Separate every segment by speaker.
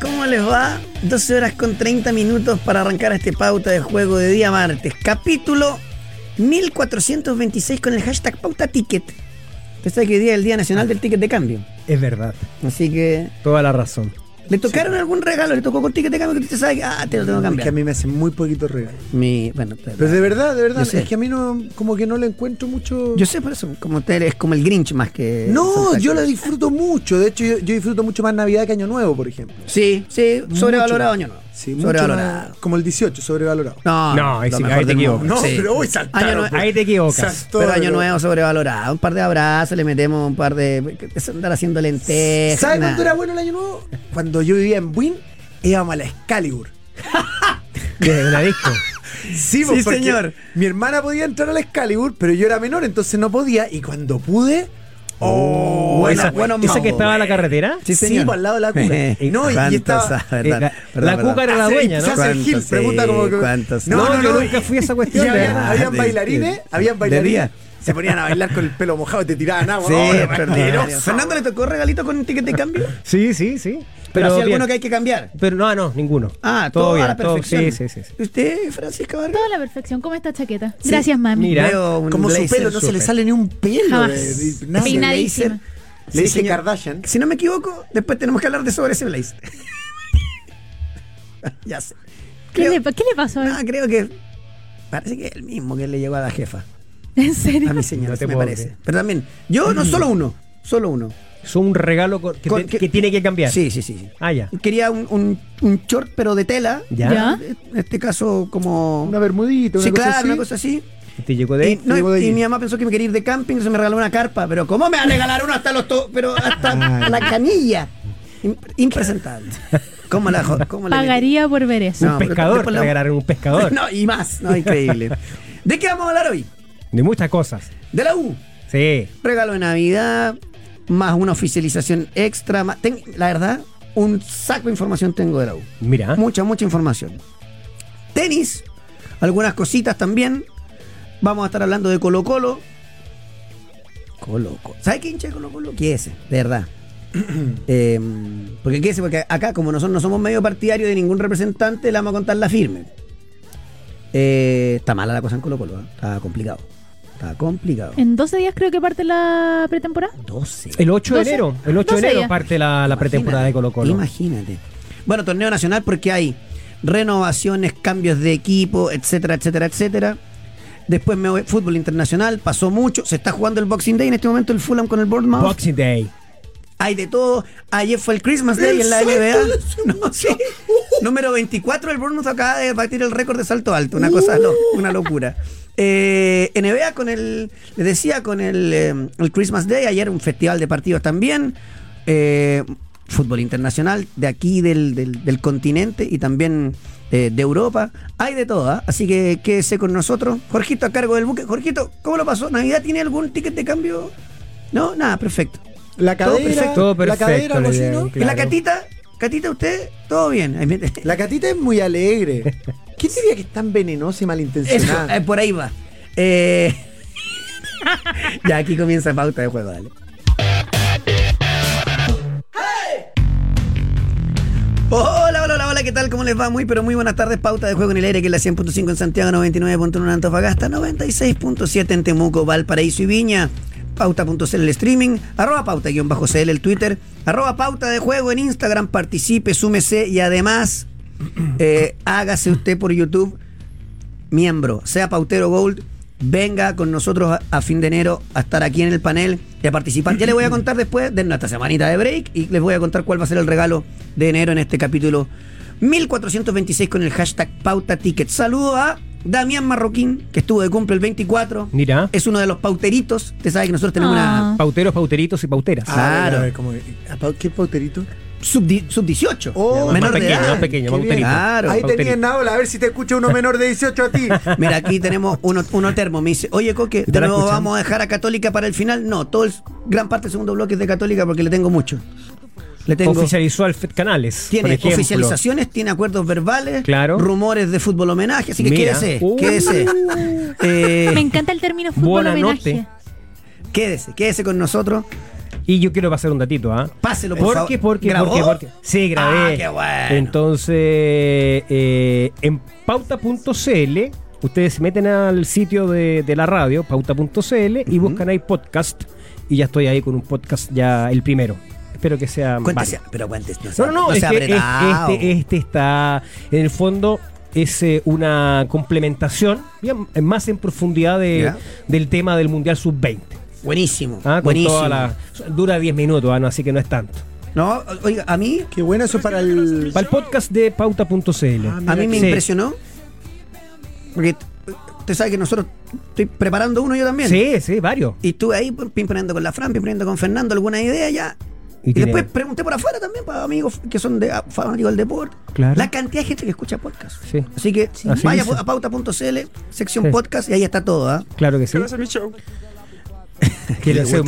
Speaker 1: ¿Cómo les va? 12 horas con 30 minutos para arrancar este pauta de juego de día martes. Capítulo 1426 con el hashtag pauta ticket. Usted sabe que hoy día es el Día Nacional del Ticket de Cambio.
Speaker 2: Es verdad,
Speaker 1: Así que.
Speaker 2: toda la razón.
Speaker 1: ¿Le tocaron algún regalo? ¿Le tocó con ticket de cambio que usted sabe que ah, te lo tengo que
Speaker 2: Es que a
Speaker 1: cambiar?
Speaker 2: mí me hacen muy poquitos regalos.
Speaker 1: Mi, bueno, claro.
Speaker 2: Pero de verdad, de verdad,
Speaker 1: Yo sé.
Speaker 2: es que a mí no, como que no le encuentro mucho.
Speaker 1: yo sé por eso, como usted es como el Grinch más que.
Speaker 2: no,
Speaker 1: Santa
Speaker 2: yo la
Speaker 1: Claus.
Speaker 2: disfruto mucho. De hecho, yo, yo disfruto mucho más Navidad que Año Nuevo, por ejemplo.
Speaker 1: Sí, sí, sobrevalorado
Speaker 2: Mucho
Speaker 1: año
Speaker 2: más.
Speaker 1: nuevo.
Speaker 2: Sí, mucho
Speaker 1: sobrevalorado.
Speaker 2: más- como el 18, sobrevalorado.
Speaker 1: No,
Speaker 3: No, ahí
Speaker 1: lo
Speaker 3: sí,
Speaker 1: mejor
Speaker 3: ahí te
Speaker 1: del mundo.
Speaker 3: equivocas.
Speaker 1: Sí. Ah, Año nue-
Speaker 2: Ahí
Speaker 3: Ahí te equivocas.
Speaker 1: Pero año nuevo sobrevalorado. Un par de abrazos, le metemos un par de. es Andar haciendo lentejas.
Speaker 2: ¿Sabes
Speaker 1: nada.
Speaker 2: cuándo era bueno el Año Nuevo? Cuando yo vivía en Buin, íbamos a la Excalibur.
Speaker 3: De una disco.
Speaker 2: Sí, pues,
Speaker 1: Sí,
Speaker 2: porque
Speaker 1: señor.
Speaker 2: Mi hermana podía entrar a la Excalibur, pero yo era menor, entonces no podía. Y cuando pude. ¡Oh!
Speaker 1: Buena-
Speaker 3: esa,
Speaker 1: buenos
Speaker 3: esa que
Speaker 1: mambos.
Speaker 3: estaba en la carretera.
Speaker 1: Sí,
Speaker 2: Sí,
Speaker 1: señor.
Speaker 2: por al lado de la cuna.
Speaker 1: Eh,
Speaker 2: no, y- y,
Speaker 1: ¿cuánto
Speaker 2: estaba.
Speaker 1: sabe?
Speaker 3: eh,
Speaker 1: Perdón,
Speaker 3: la-
Speaker 1: perdón,
Speaker 3: la
Speaker 1: perdón.
Speaker 3: cuúcara era la
Speaker 2: Ah, sí,
Speaker 3: dueña, ¿no?
Speaker 2: se hace el Gil,
Speaker 1: ¿Cuánto
Speaker 2: pregunta
Speaker 1: sí?
Speaker 2: como que-
Speaker 1: ¿Cuántos
Speaker 2: No,
Speaker 1: sí?
Speaker 3: No,
Speaker 2: no,
Speaker 3: yo
Speaker 2: no.
Speaker 3: nunca fui a esa
Speaker 2: Y
Speaker 3: cuestión. de-
Speaker 2: habían, habían
Speaker 1: de-
Speaker 2: bailarines,
Speaker 1: de-
Speaker 2: habían
Speaker 1: de
Speaker 2: bailarines.
Speaker 1: día.
Speaker 2: Se ponían a bailar con el pelo mojado y te tiraban agua.
Speaker 1: Sí,
Speaker 2: Oh,
Speaker 1: es
Speaker 2: mentiroso.
Speaker 1: perdido. Fernando le tocó regalito con ticket de cambio.
Speaker 3: Sí, sí, sí.
Speaker 1: Pero,
Speaker 3: Pero,
Speaker 1: hacía
Speaker 3: bien.
Speaker 1: alguno que hay que cambiar.
Speaker 3: Pero no, no, ninguno.
Speaker 1: Ah, todo, a la
Speaker 3: bien, todo-
Speaker 1: perfección.
Speaker 3: sí, sí, sí, sí.
Speaker 1: ¿Y ¿Usted, Francisca Vargas?
Speaker 4: Toda la perfección, como esta chaqueta.
Speaker 1: Sí.
Speaker 4: Gracias, mami.
Speaker 3: Mira.
Speaker 1: Veo un
Speaker 2: Como su
Speaker 1: blazer
Speaker 2: pelo no se le
Speaker 3: súper.
Speaker 2: sale ni un pelo.
Speaker 4: Jamás.
Speaker 2: eh, ni- nada.
Speaker 1: Ese blazer.
Speaker 4: Peinadísima.
Speaker 2: Le dije
Speaker 1: señor.
Speaker 2: Kardashian.
Speaker 1: Si no me equivoco, después tenemos que hablar de sobre ese blazer. ya sé.
Speaker 4: ¿Qué,
Speaker 1: Creo-
Speaker 4: le, ¿Qué le pasó? a él?
Speaker 1: No, Ah, creo que. Parece que es el mismo que le llegó a la jefa.
Speaker 4: ¿En serio?
Speaker 1: A mi señora,
Speaker 3: No te
Speaker 1: me
Speaker 3: puedo
Speaker 1: parece.
Speaker 3: creer.
Speaker 1: Pero también, yo no solo uno, solo uno.
Speaker 3: Es un regalo con- que,
Speaker 1: Con-
Speaker 3: te- que tiene que cambiar.
Speaker 1: Sí, sí, sí. sí.
Speaker 3: Ah, ya.
Speaker 1: Quería un, un- un short, pero de tela.
Speaker 3: ¿Ya?
Speaker 4: ¿Ya?
Speaker 1: En este caso, como.
Speaker 2: Una bermudita, una
Speaker 1: sí,
Speaker 2: cosa
Speaker 1: claro,
Speaker 2: así.
Speaker 1: una cosa así.
Speaker 3: Te llegó de.
Speaker 1: Y, no,
Speaker 2: Llegó de
Speaker 1: y
Speaker 2: allí.
Speaker 1: mi mamá pensó que me quería ir de camping, se me regaló una carpa. Pero, ¿cómo me va a regalar uno hasta los to- pero
Speaker 3: Ah,
Speaker 1: hasta la canilla? Im- Impresentable. ¿Cómo la jo- cómo le metí?
Speaker 4: Pagaría por ver eso.
Speaker 1: No.
Speaker 3: un pescador.
Speaker 1: después
Speaker 3: Te
Speaker 1: la-
Speaker 3: regalaron un pescador.
Speaker 1: No, y más. No, increíble. ¿De qué vamos a hablar hoy?
Speaker 3: De muchas cosas.
Speaker 1: De la U.
Speaker 3: Sí.
Speaker 1: regalo de Navidad, más una oficialización extra. más- ten- la verdad, un saco de información tengo de la U.
Speaker 3: Mira.
Speaker 1: Mucha, mucha información. Tenis, algunas cositas también. Vamos a estar hablando de Colo Colo. Colo Colo. ¿Sabes qué hincha de Colo Colo? Quédese, de verdad. Eh, porque quédese, porque acá, como nosotros no somos medio partidario de ningún representante, le vamos a contar la firme. Eh, está mala la cosa en Colo Colo, ¿eh? está complicado. Está complicado.
Speaker 4: En 12 días creo que parte la pretemporada.
Speaker 1: 12.
Speaker 3: El 8 de
Speaker 4: Doce-
Speaker 3: enero. El 8 de
Speaker 4: doce
Speaker 3: enero
Speaker 4: ya.
Speaker 3: parte la, la pretemporada de Colo Colo.
Speaker 1: Imagínate. Bueno, torneo nacional porque hay renovaciones, cambios de equipo, etcétera, etcétera, etcétera. Después me voy, fútbol internacional, pasó mucho, se está jugando el Boxing Day en este momento el Fulham con el Bournemouth.
Speaker 3: Boxing Day.
Speaker 1: hay de todo. Ayer fue el Christmas Day
Speaker 2: El
Speaker 1: en la
Speaker 2: salto
Speaker 1: NBA.
Speaker 2: del
Speaker 1: No, sí. Número 24, el Bournemouth acaba de batir el récord de salto alto. Una cosa, lo- una locura. Eh, NBA con el, les decía, con el, eh, el Christmas Day, ayer un festival de partidos también. Eh, fútbol internacional de aquí, del, del- del continente y también eh, de Europa. Hay de todo, ¿ah? así que quédese con nosotros. Jorgito a cargo del buque. Jorgito, ¿cómo lo pasó? ¿Navidad tiene algún ticket de cambio? No, nada, perfecto.
Speaker 2: La
Speaker 1: Todo
Speaker 2: cadera,
Speaker 1: perfecto,
Speaker 3: todo
Speaker 2: la
Speaker 3: perfecto,
Speaker 2: cadera, algo
Speaker 3: le
Speaker 2: así,
Speaker 3: digo,
Speaker 2: ¿no?
Speaker 3: claro.
Speaker 1: ¿Y la catita? ¿Catita usted? Todo bien. Ay, mire.
Speaker 2: La catita es muy alegre. ¿Quién diría que es tan venenosa y
Speaker 1: Eso,
Speaker 2: malintencionada?
Speaker 1: eh, por ahí va. Eh, ya aquí comienza pauta de juego, dale. Hola, hola, hola, hola, ¿qué tal? ¿Cómo les va? Muy, pero muy buenas tardes. Pauta de juego en el aire, que es la 100.5 en Santiago, 99.1 en Antofagasta, 96.7 en Temuco, Valparaíso y Viña. Pauta.cl el streaming, arroba pauta-cl el Twitter, arroba pauta de juego en Instagram, participe, súmese y además eh, hágase usted por YouTube miembro, sea Pautero Gold, venga con nosotros a, a fin de enero a estar aquí en el panel y a participar. Ya les voy a contar después de nuestra semanita de break y les voy a contar cuál va a ser el regalo de enero en este capítulo 1426 con el hashtag Pauta Ticket. Saludo a Damián Marroquín, que estuvo de cumple el 24.
Speaker 3: Mira.
Speaker 1: Es uno de los pauteritos. Usted sabe que nosotros tenemos
Speaker 4: Ah.
Speaker 1: una
Speaker 3: Pauteros, pauteritos y pauteras.
Speaker 1: Ah. claro.
Speaker 2: A ver, como, ¿a pa- ¿Qué pauterito?
Speaker 1: sub-18.
Speaker 2: Oh,
Speaker 1: menor
Speaker 3: más
Speaker 1: de
Speaker 3: pequeño,
Speaker 1: edad.
Speaker 3: más pequeño,
Speaker 2: Qué bien.
Speaker 3: pauterito.
Speaker 1: Claro.
Speaker 2: Ahí tenías,
Speaker 3: Pauterito.
Speaker 2: Naola, a ver si te escucha uno menor de 18 a ti.
Speaker 1: Mira, aquí tenemos uno, uno termo. Me dice, oye, Coque, ¿de
Speaker 3: ¿Estará
Speaker 1: nuevo
Speaker 3: escuchando?
Speaker 1: vamos a dejar a Católica para el final? No, todo el, gran parte del segundo bloque es de Católica porque le tengo mucho. Le tengo.
Speaker 3: Oficializó al FED Canales. por
Speaker 1: tiene
Speaker 3: ejemplo.
Speaker 1: oficializaciones, tiene acuerdos verbales,
Speaker 3: Claro.
Speaker 1: rumores de fútbol homenaje, así que
Speaker 3: Mira.
Speaker 1: quédese,
Speaker 3: Uh.
Speaker 1: quédese. Eh,
Speaker 4: Me encanta el término fútbol
Speaker 3: Buonanotte.
Speaker 4: homenaje.
Speaker 1: Quédese, quédese con nosotros.
Speaker 3: Y yo quiero pasar un datito, ¿ah?
Speaker 1: Páselo, por
Speaker 3: porque,
Speaker 1: favor.
Speaker 3: Porque,
Speaker 1: ¿Grabó?
Speaker 3: porque, porque. Sí, grabé.
Speaker 1: Ah, qué bueno.
Speaker 3: Entonces, eh, en pauta.cl, ustedes se meten al sitio de, de la radio, pauta.cl, y buscan ahí podcast. Y ya estoy ahí con un podcast ya el primero. Espero que sea.
Speaker 1: Cuéntese, pero cuéntese. No,
Speaker 3: No, no, no, es
Speaker 1: se
Speaker 3: que
Speaker 1: abre
Speaker 3: es- este, este está, en el fondo, es eh, una complementación bien, más en profundidad de-
Speaker 1: Ya.
Speaker 3: del tema del Mundial Sub-20.
Speaker 1: Buenísimo.
Speaker 3: Ah, con
Speaker 1: buenísimo.
Speaker 3: toda la- dura 10 minutos, ah, no, así que no es tanto.
Speaker 1: No, oiga, a mí,
Speaker 2: Qué bueno eso para el.
Speaker 3: Para el podcast de pauta.cl.
Speaker 2: Ah,
Speaker 1: a mí me
Speaker 3: Sí.
Speaker 1: impresionó. Porque t- usted sabe que nosotros estoy preparando uno yo también.
Speaker 3: Sí, sí, varios.
Speaker 1: Y estuve ahí pimponeando con la Fran, pimponeando con Fernando alguna idea ya.
Speaker 3: Y
Speaker 1: Y,
Speaker 3: tiene-
Speaker 1: después pregunté por afuera también para amigos que son de, fanáticos del deporte.
Speaker 3: Claro.
Speaker 1: La cantidad de gente que escucha podcast.
Speaker 3: Sí.
Speaker 1: Así que
Speaker 3: Así
Speaker 1: vaya
Speaker 3: dice.
Speaker 1: a pauta.cl, sección
Speaker 3: Sí.
Speaker 1: podcast, y ahí está todo. ¿ah?
Speaker 3: Claro que sí.
Speaker 1: Que le
Speaker 3: hacer
Speaker 1: gusta-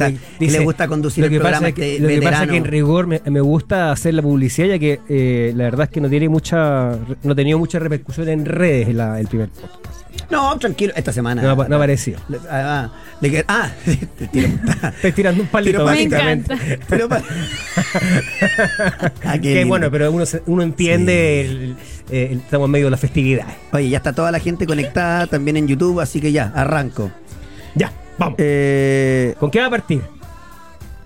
Speaker 3: un-
Speaker 1: que le gusta conducir
Speaker 3: lo
Speaker 1: el
Speaker 3: que
Speaker 1: programa este
Speaker 3: pasa es que,
Speaker 1: de-
Speaker 3: Lo
Speaker 1: de
Speaker 3: que pasa es
Speaker 1: verano.
Speaker 3: que en rigor me, me gusta hacer la publicidad, ya que eh, la verdad es que no tiene mucha, no ha tenido mucha repercusión en redes la- el primer podcast.
Speaker 1: No, tranquilo, esta semana.
Speaker 3: No, ha- no ha aparecido.
Speaker 1: Le- Ah, le qued- ah, tiro-
Speaker 3: Estoy tirando un palito,
Speaker 1: tiro
Speaker 4: Me
Speaker 3: básicamente.
Speaker 4: encanta.
Speaker 1: Pero pa- Ah, qué
Speaker 3: Que
Speaker 1: lindo.
Speaker 3: bueno, pero uno, se- uno entiende, el- el- el- estamos en medio de la festividad.
Speaker 1: Oye, ya está toda la gente conectada también en YouTube, así que ya, arranco.
Speaker 3: Ya, vamos.
Speaker 1: Eh,
Speaker 3: ¿Con qué va a partir?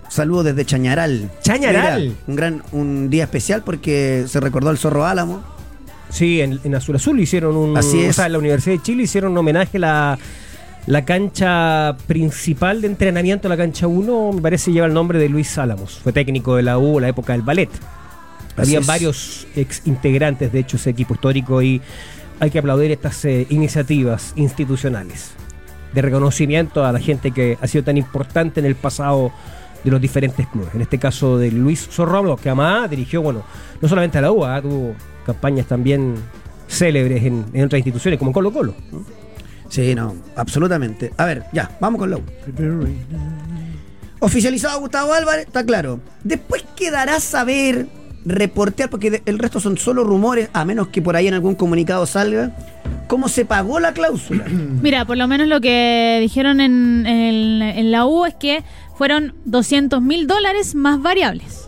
Speaker 1: saludos desde Chañaral.
Speaker 3: Chañaral.
Speaker 1: Mira, un gran un día especial porque se recordó al Zorro Álamo.
Speaker 3: Sí, en, en Azul Azul hicieron un.
Speaker 1: Así es.
Speaker 3: O sea, en la Universidad de Chile hicieron un homenaje a la, la cancha principal de entrenamiento, la cancha 1, me parece lleva el nombre de Luis Álamos. Fue técnico de la U, la época del ballet.
Speaker 1: Así
Speaker 3: Habían
Speaker 1: es.
Speaker 3: varios ex integrantes, de hecho, ese equipo histórico y hay que aplaudir estas eh, iniciativas institucionales de reconocimiento a la gente que ha sido tan importante en el pasado de los diferentes clubes. En este caso de Luis Zorroblo, que además dirigió, bueno, no solamente a la UA, tuvo campañas también célebres en, en otras instituciones, como Colo Colo.
Speaker 1: Sí, no, absolutamente. A ver, ya, vamos con Low. Oficializado Gustavo Álvarez, está claro. Después quedará saber, reportear, porque de- el resto son solo rumores, a menos que por ahí en algún comunicado salga, cómo se pagó la cláusula.
Speaker 4: Mira, por lo menos lo que dijeron en, en el- en la U es que fueron 200 mil dólares más variables.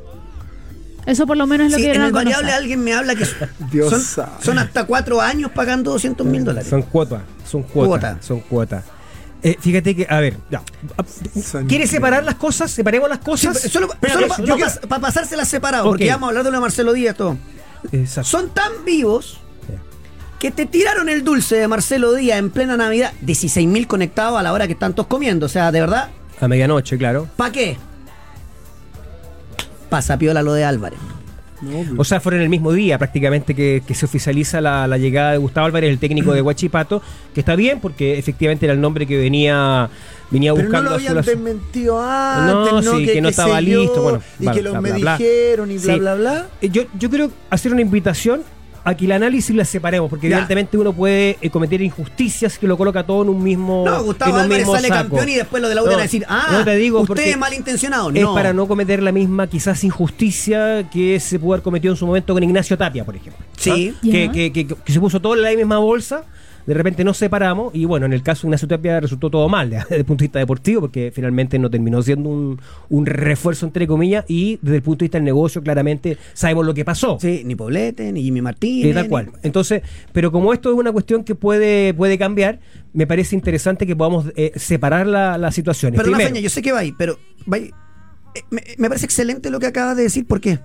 Speaker 4: Eso por lo menos es lo
Speaker 1: Sí,
Speaker 4: que
Speaker 1: en
Speaker 4: dieron
Speaker 1: el
Speaker 4: a conocer.
Speaker 1: variable alguien me habla que son,
Speaker 2: Dios
Speaker 1: son-
Speaker 2: sabe.
Speaker 1: son hasta cuatro años pagando 200 mil dólares.
Speaker 3: Son cuotas, son cuotas.
Speaker 1: Cuota.
Speaker 3: Son cuotas. Eh, fíjate que, a ver, ya.
Speaker 2: Son-
Speaker 3: ¿Quieres separar las cosas? ¿Separemos las
Speaker 1: Sí,
Speaker 3: cosas?
Speaker 1: pero solo
Speaker 3: Pero yo- yo quiero-
Speaker 1: para pasárselas separado, porque
Speaker 3: Ok.
Speaker 1: ya vamos a hablar de lo de Marcelo Díaz todo.
Speaker 3: Exacto.
Speaker 1: Son tan vivos que te tiraron el dulce de Marcelo Díaz en plena Navidad, 16.000 conectados a la hora que están todos comiendo. O sea, de verdad,
Speaker 3: A medianoche, claro.
Speaker 1: ¿para qué? Pasa piola lo de Álvarez. Mm.
Speaker 3: O sea, fueron el mismo día prácticamente que, que se oficializa la, la llegada de Gustavo Álvarez, el técnico
Speaker 1: Mm.
Speaker 3: de Huachipato, que está bien porque efectivamente era el nombre que venía, venía
Speaker 2: Pero no
Speaker 3: buscando
Speaker 2: lo habían
Speaker 3: Azul Azul.
Speaker 2: desmentido antes,
Speaker 3: No,
Speaker 2: no,
Speaker 3: sí, que no
Speaker 2: qué
Speaker 3: estaba
Speaker 2: sé
Speaker 3: listo, bueno,
Speaker 2: y
Speaker 3: bla,
Speaker 2: que
Speaker 3: bla,
Speaker 2: los me
Speaker 3: bla, bla.
Speaker 2: dijeron y bla,
Speaker 3: Sí.
Speaker 2: bla, bla.
Speaker 3: Eh, Yo, yo quiero hacer una invitación a que el análisis la separemos, porque
Speaker 1: Ya.
Speaker 3: evidentemente uno puede eh, cometer injusticias que lo coloca todo en un mismo.
Speaker 1: No, Gustavo
Speaker 3: en un
Speaker 1: Álvarez
Speaker 3: mismo
Speaker 1: sale
Speaker 3: saco.
Speaker 1: campeón y después lo de la U te van a decir, ah,
Speaker 3: no te digo
Speaker 1: usted
Speaker 3: porque-
Speaker 1: es malintencionado.
Speaker 3: Es
Speaker 1: No.
Speaker 3: para no cometer la misma quizás injusticia que se pudo haber cometido en su momento con Ignacio Tapia, por ejemplo.
Speaker 1: Sí.
Speaker 3: ¿Ah? Que,
Speaker 4: Ya.
Speaker 3: que- que- que se puso todo en la misma bolsa, de repente nos separamos y bueno, en el caso de Ignacio Tapia resultó todo mal desde el punto de vista deportivo porque finalmente no terminó siendo un, un refuerzo entre comillas y desde el punto de vista del negocio claramente sabemos lo que pasó.
Speaker 1: Sí, ni Poblete, ni Jimmy Martínez.
Speaker 3: Eh, tal
Speaker 1: ni-
Speaker 3: cual. Entonces, pero como esto es una cuestión que puede, puede cambiar, me parece interesante que podamos eh, separar la, las situaciones.
Speaker 1: Perdona,
Speaker 3: Primero,
Speaker 1: Feña, yo sé que va ahí, pero va ahí. Eh, Me, me parece excelente lo que acabas de decir. ¿Por qué?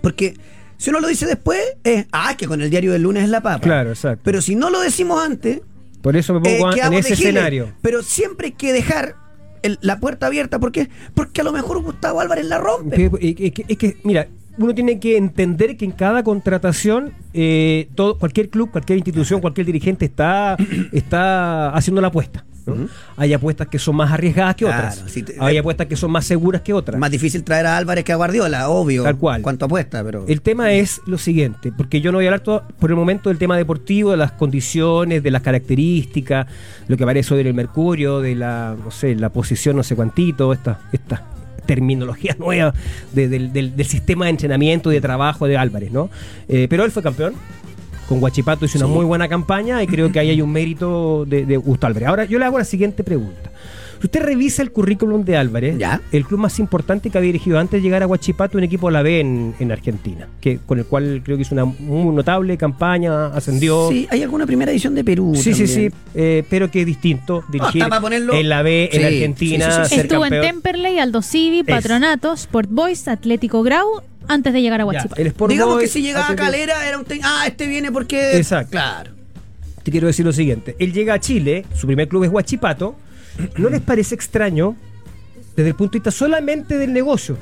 Speaker 1: Porque si uno lo dice después, es, ah, que con el diario del lunes es la papa.
Speaker 3: Claro, exacto.
Speaker 1: Pero si no lo decimos antes,
Speaker 3: por eso me
Speaker 1: eh,
Speaker 3: pongo a- en
Speaker 1: quedamos
Speaker 3: ese
Speaker 1: de giles.
Speaker 3: escenario.
Speaker 1: Pero siempre hay que dejar el- la puerta abierta. ¿Por qué? Porque a lo mejor Gustavo Álvarez la rompe.
Speaker 3: Que- eh, que- Es que, mira, uno tiene que entender que en cada contratación, eh, todo, cualquier club, cualquier institución, cualquier dirigente está, está haciendo la apuesta. ¿no? Hay apuestas que son más arriesgadas que
Speaker 1: Claro,
Speaker 3: otras.
Speaker 1: sí, te-
Speaker 3: Hay apuestas que son más seguras que otras.
Speaker 1: Más difícil traer a Álvarez que a Guardiola, obvio.
Speaker 3: Tal cual.
Speaker 1: Cuanto apuesta, pero.
Speaker 3: El tema es lo siguiente, porque yo no voy a hablar todo- por el momento del tema deportivo, de las condiciones, de las características, lo que aparece hoy en el Mercurio, de la, no sé, la posición no sé cuantito, esta, esta terminología nueva de- del, del- del sistema de entrenamiento y de trabajo de Álvarez, ¿no? Eh, pero él fue campeón. Con Guachipato hizo una muy buena campaña y creo que ahí hay un mérito de, de Gustavo Álvarez. Ahora, yo le hago la siguiente pregunta. Si usted revisa el currículum de Álvarez,
Speaker 1: Ya.
Speaker 3: el club más importante que había dirigido antes de llegar a Huachipato, un equipo de la B en, en Argentina, que con el cual creo que hizo una muy notable campaña, ascendió.
Speaker 1: Sí, hay alguna primera edición de Perú.
Speaker 3: Sí, sí, sí,
Speaker 1: también.
Speaker 3: eh, pero que es distinto dirigir
Speaker 1: está para ponerlo-
Speaker 3: en la B, en
Speaker 1: Sí,
Speaker 3: Argentina,
Speaker 1: sí, sí, sí.
Speaker 3: ser
Speaker 4: Estuvo en
Speaker 3: campeón.
Speaker 4: Temperley, Aldo Civi, Patronato, Sport Boys, Atlético Grau, antes de llegar a
Speaker 3: Ya,
Speaker 4: Huachipato.
Speaker 3: el Sport
Speaker 1: Digamos
Speaker 3: Boys
Speaker 1: que si llegaba a
Speaker 3: hace que-
Speaker 1: Calera era un... te- Ah, este viene porque...
Speaker 3: Exacto.
Speaker 1: Claro.
Speaker 3: Te quiero decir lo siguiente. Él llega a Chile, su primer club es Huachipato. ¿No les parece extraño desde el punto de vista solamente del negocio?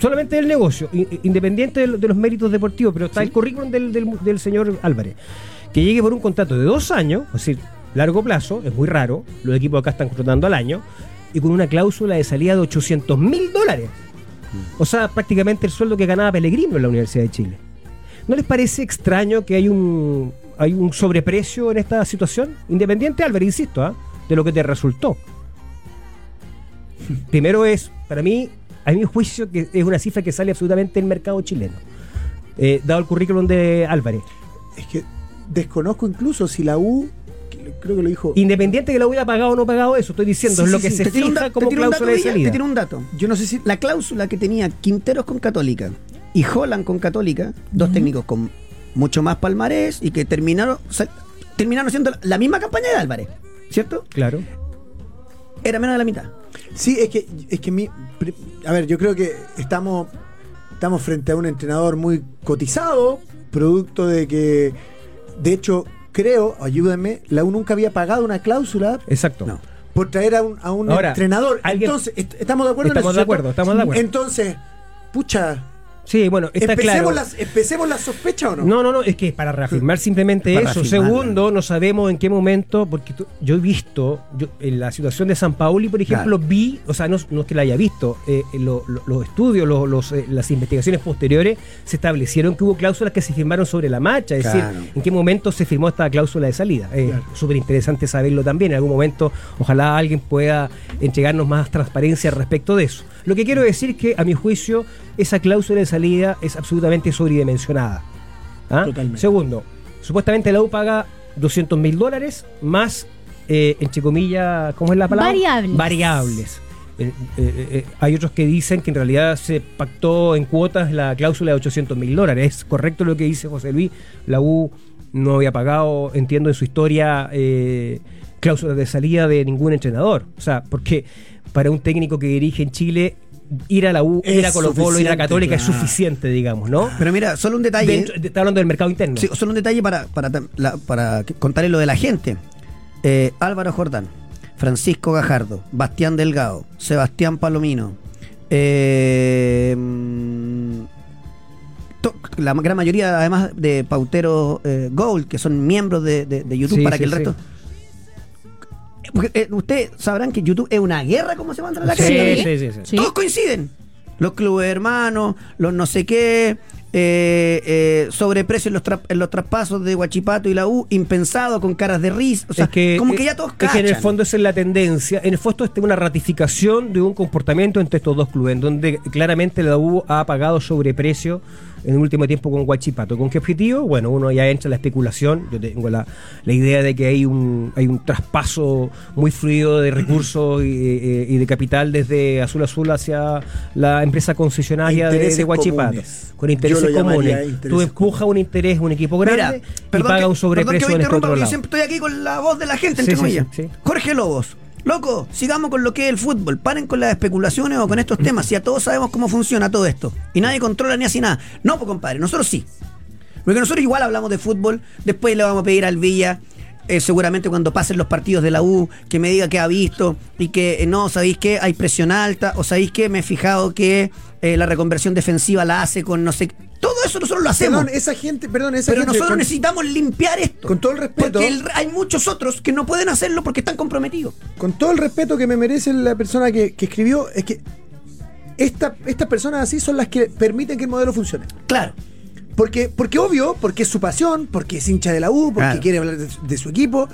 Speaker 3: Solamente del negocio, i- i- independiente de, lo- de los méritos deportivos, pero está el currículum del, del- del señor Álvarez. Que llegue por un contrato de dos años, es decir, largo plazo, es muy raro, los equipos acá están contratando al año, y con una cláusula de salida de 800 mil dólares. O sea, prácticamente el sueldo que ganaba Pellegrino en la Universidad de Chile. ¿No les parece extraño que hay un, hay un sobreprecio en esta situación? Independiente, Álvaro, insisto, ¿ah? de lo que te resultó. Primero es, para mí, a mi juicio, que es una cifra que sale absolutamente del mercado chileno. Eh, dado el currículum de Álvarez.
Speaker 2: Es que desconozco incluso si la U, que lo- creo que lo dijo.
Speaker 3: Independiente que lo hubiera pagado o no pagado eso, estoy diciendo,
Speaker 2: Sí,
Speaker 3: es lo
Speaker 2: sí,
Speaker 3: que
Speaker 2: sí,
Speaker 3: se
Speaker 1: Te tiro un
Speaker 3: fija
Speaker 1: da-
Speaker 3: como
Speaker 1: te tiro un
Speaker 3: cláusula
Speaker 1: dato,
Speaker 3: de
Speaker 1: Villa,
Speaker 3: salida.
Speaker 1: Te tiro un dato.
Speaker 2: yo no sé si.
Speaker 1: La cláusula que tenía Quinteros con Católica y Holland con Católica, dos técnicos con mucho más palmarés y que terminaron, o sea, terminaron siendo la- la misma campaña de Álvarez, ¿cierto?
Speaker 3: Claro.
Speaker 1: Era menos de la mitad.
Speaker 2: Sí, es que, es que mi. pri- A ver, yo creo que estamos, estamos frente a un entrenador muy cotizado, producto de que. De hecho, creo, ayúdenme, la U nunca había pagado una cláusula
Speaker 3: Exacto.
Speaker 1: No.
Speaker 2: por traer a un, a un
Speaker 3: Ahora,
Speaker 2: entrenador.
Speaker 3: alguien-
Speaker 2: Entonces, est- ¿estamos de acuerdo en
Speaker 3: Estamos
Speaker 2: eso,
Speaker 3: de
Speaker 2: cierto?
Speaker 3: acuerdo, estamos de acuerdo.
Speaker 2: Entonces, pucha.
Speaker 3: Sí, bueno, está
Speaker 2: Empecemos,
Speaker 3: claro.
Speaker 2: las, empecemos la sospecha o no.
Speaker 3: No, no, no, es que para reafirmar simplemente
Speaker 1: Para
Speaker 3: eso.
Speaker 1: reafirmar,
Speaker 3: Segundo, no sabemos en qué momento, porque tú- yo he visto, yo, en la situación de San Paoli, por ejemplo, vi, o sea, no, no es que la haya visto, eh, lo- lo- los estudios, lo- los, eh, las investigaciones posteriores se establecieron que hubo cláusulas que se firmaron sobre la marcha, es
Speaker 1: Claro.
Speaker 3: decir, en qué momento se firmó esta cláusula de salida. Es
Speaker 2: Claro.
Speaker 3: súper interesante saberlo también. En algún momento, ojalá alguien pueda entregarnos más transparencia respecto de eso. Lo que quiero decir que, a mi juicio, esa cláusula de salida es absolutamente sobredimensionada. ¿Ah?
Speaker 2: Totalmente.
Speaker 3: Segundo, supuestamente la U paga 200 mil dólares más, eh, entre comillas, ¿cómo es la palabra?
Speaker 4: Variables.
Speaker 3: Variables. Eh, eh, eh, hay otros que dicen que en realidad se pactó en cuotas la cláusula de 800 mil dólares. Es correcto lo que dice José Luis. La U no había pagado, entiendo, en su historia eh, cláusulas de salida de ningún entrenador. O sea, porque para un técnico que dirige en Chile, ir a la U,
Speaker 2: Es
Speaker 3: ir a Colo Colo, ir a
Speaker 2: suficiente,
Speaker 3: Católica es
Speaker 2: claro.
Speaker 3: suficiente, digamos, ¿no?
Speaker 1: Pero mira, solo un detalle.
Speaker 3: Dentro- está hablando del mercado interno.
Speaker 1: Sí, solo un detalle para, para, tam- la- para que- contarle lo de la gente. Eh, Álvaro Jordán, Francisco Gajardo, Bastián Delgado, Sebastián Palomino. eh, mm, to- la gran mayoría, además de Pautero eh, Gold, que son miembros de, de- de YouTube,
Speaker 3: Sí,
Speaker 1: para
Speaker 3: sí,
Speaker 1: que el
Speaker 3: sí.
Speaker 1: resto. Porque, eh, Ustedes sabrán que YouTube es una guerra, como se va a entrar a la
Speaker 3: Sí,
Speaker 1: calle?
Speaker 3: sí, sí, sí.
Speaker 4: Sí.
Speaker 1: Todos coinciden. Los clubes hermanos, los no sé qué, eh, eh, sobreprecio en los, tra- en los traspasos de Huachipato y la U, impensado, con caras de risa. O sea,
Speaker 3: es que,
Speaker 1: como que
Speaker 3: es-
Speaker 1: ya todos
Speaker 3: es que
Speaker 1: cachan.
Speaker 3: en el fondo esa es la tendencia. En el fondo es una ratificación de un comportamiento entre estos dos clubes, en donde claramente la U ha pagado sobreprecio en el último tiempo con Guachipato. ¿Con qué objetivo? Bueno, uno ya entra en la especulación. Yo tengo la, la idea de que hay un, hay un traspaso muy fluido de recursos y, eh, y de capital desde Azul Azul hacia la empresa concesionaria de,
Speaker 2: Intereses
Speaker 3: de Huachipato.
Speaker 2: comunes.
Speaker 3: Con intereses
Speaker 2: Yo lo llamaría
Speaker 3: comunes. Tú
Speaker 2: intereses
Speaker 3: empujas un interés, un equipo
Speaker 1: Mira,
Speaker 3: grande y paga
Speaker 1: que-
Speaker 3: un sobreprecio
Speaker 1: perdón
Speaker 3: en
Speaker 1: que
Speaker 3: este
Speaker 1: me interrumpa,
Speaker 3: otro
Speaker 1: porque
Speaker 3: lado.
Speaker 1: siempre estoy aquí con la voz de la gente,
Speaker 3: Sí,
Speaker 1: entre
Speaker 3: sí,
Speaker 1: comillas.
Speaker 3: sí, sí.
Speaker 1: Jorge Lobos. Loco, sigamos con lo que es el fútbol. Paren con las especulaciones o con estos temas. Si a todos sabemos cómo funciona todo esto. Y nadie controla ni así nada. No, pues compadre, nosotros sí. Porque nosotros igual hablamos de fútbol. Después le vamos a pedir al Villa. eh, seguramente cuando pasen los partidos de la U, que me diga que ha visto y que eh, no, ¿sabéis qué? Hay presión alta, o ¿sabéis qué? Me he fijado que eh, la reconversión defensiva la hace con no sé. qué. Todo eso nosotros lo hacemos.
Speaker 2: Perdón, esa gente, perdón, esa
Speaker 1: Pero
Speaker 2: gente.
Speaker 1: nosotros
Speaker 2: con-
Speaker 1: necesitamos limpiar esto.
Speaker 2: Con todo el respeto.
Speaker 1: Porque el- hay muchos otros que no pueden hacerlo porque están comprometidos.
Speaker 2: con todo el respeto que me merece la persona que, que escribió, es que esta- estas personas así son las que permiten que el modelo funcione.
Speaker 1: Claro.
Speaker 2: Porque, porque obvio, porque es su pasión, porque es hincha de la U, porque
Speaker 1: Claro.
Speaker 2: quiere hablar de, su- de su equipo.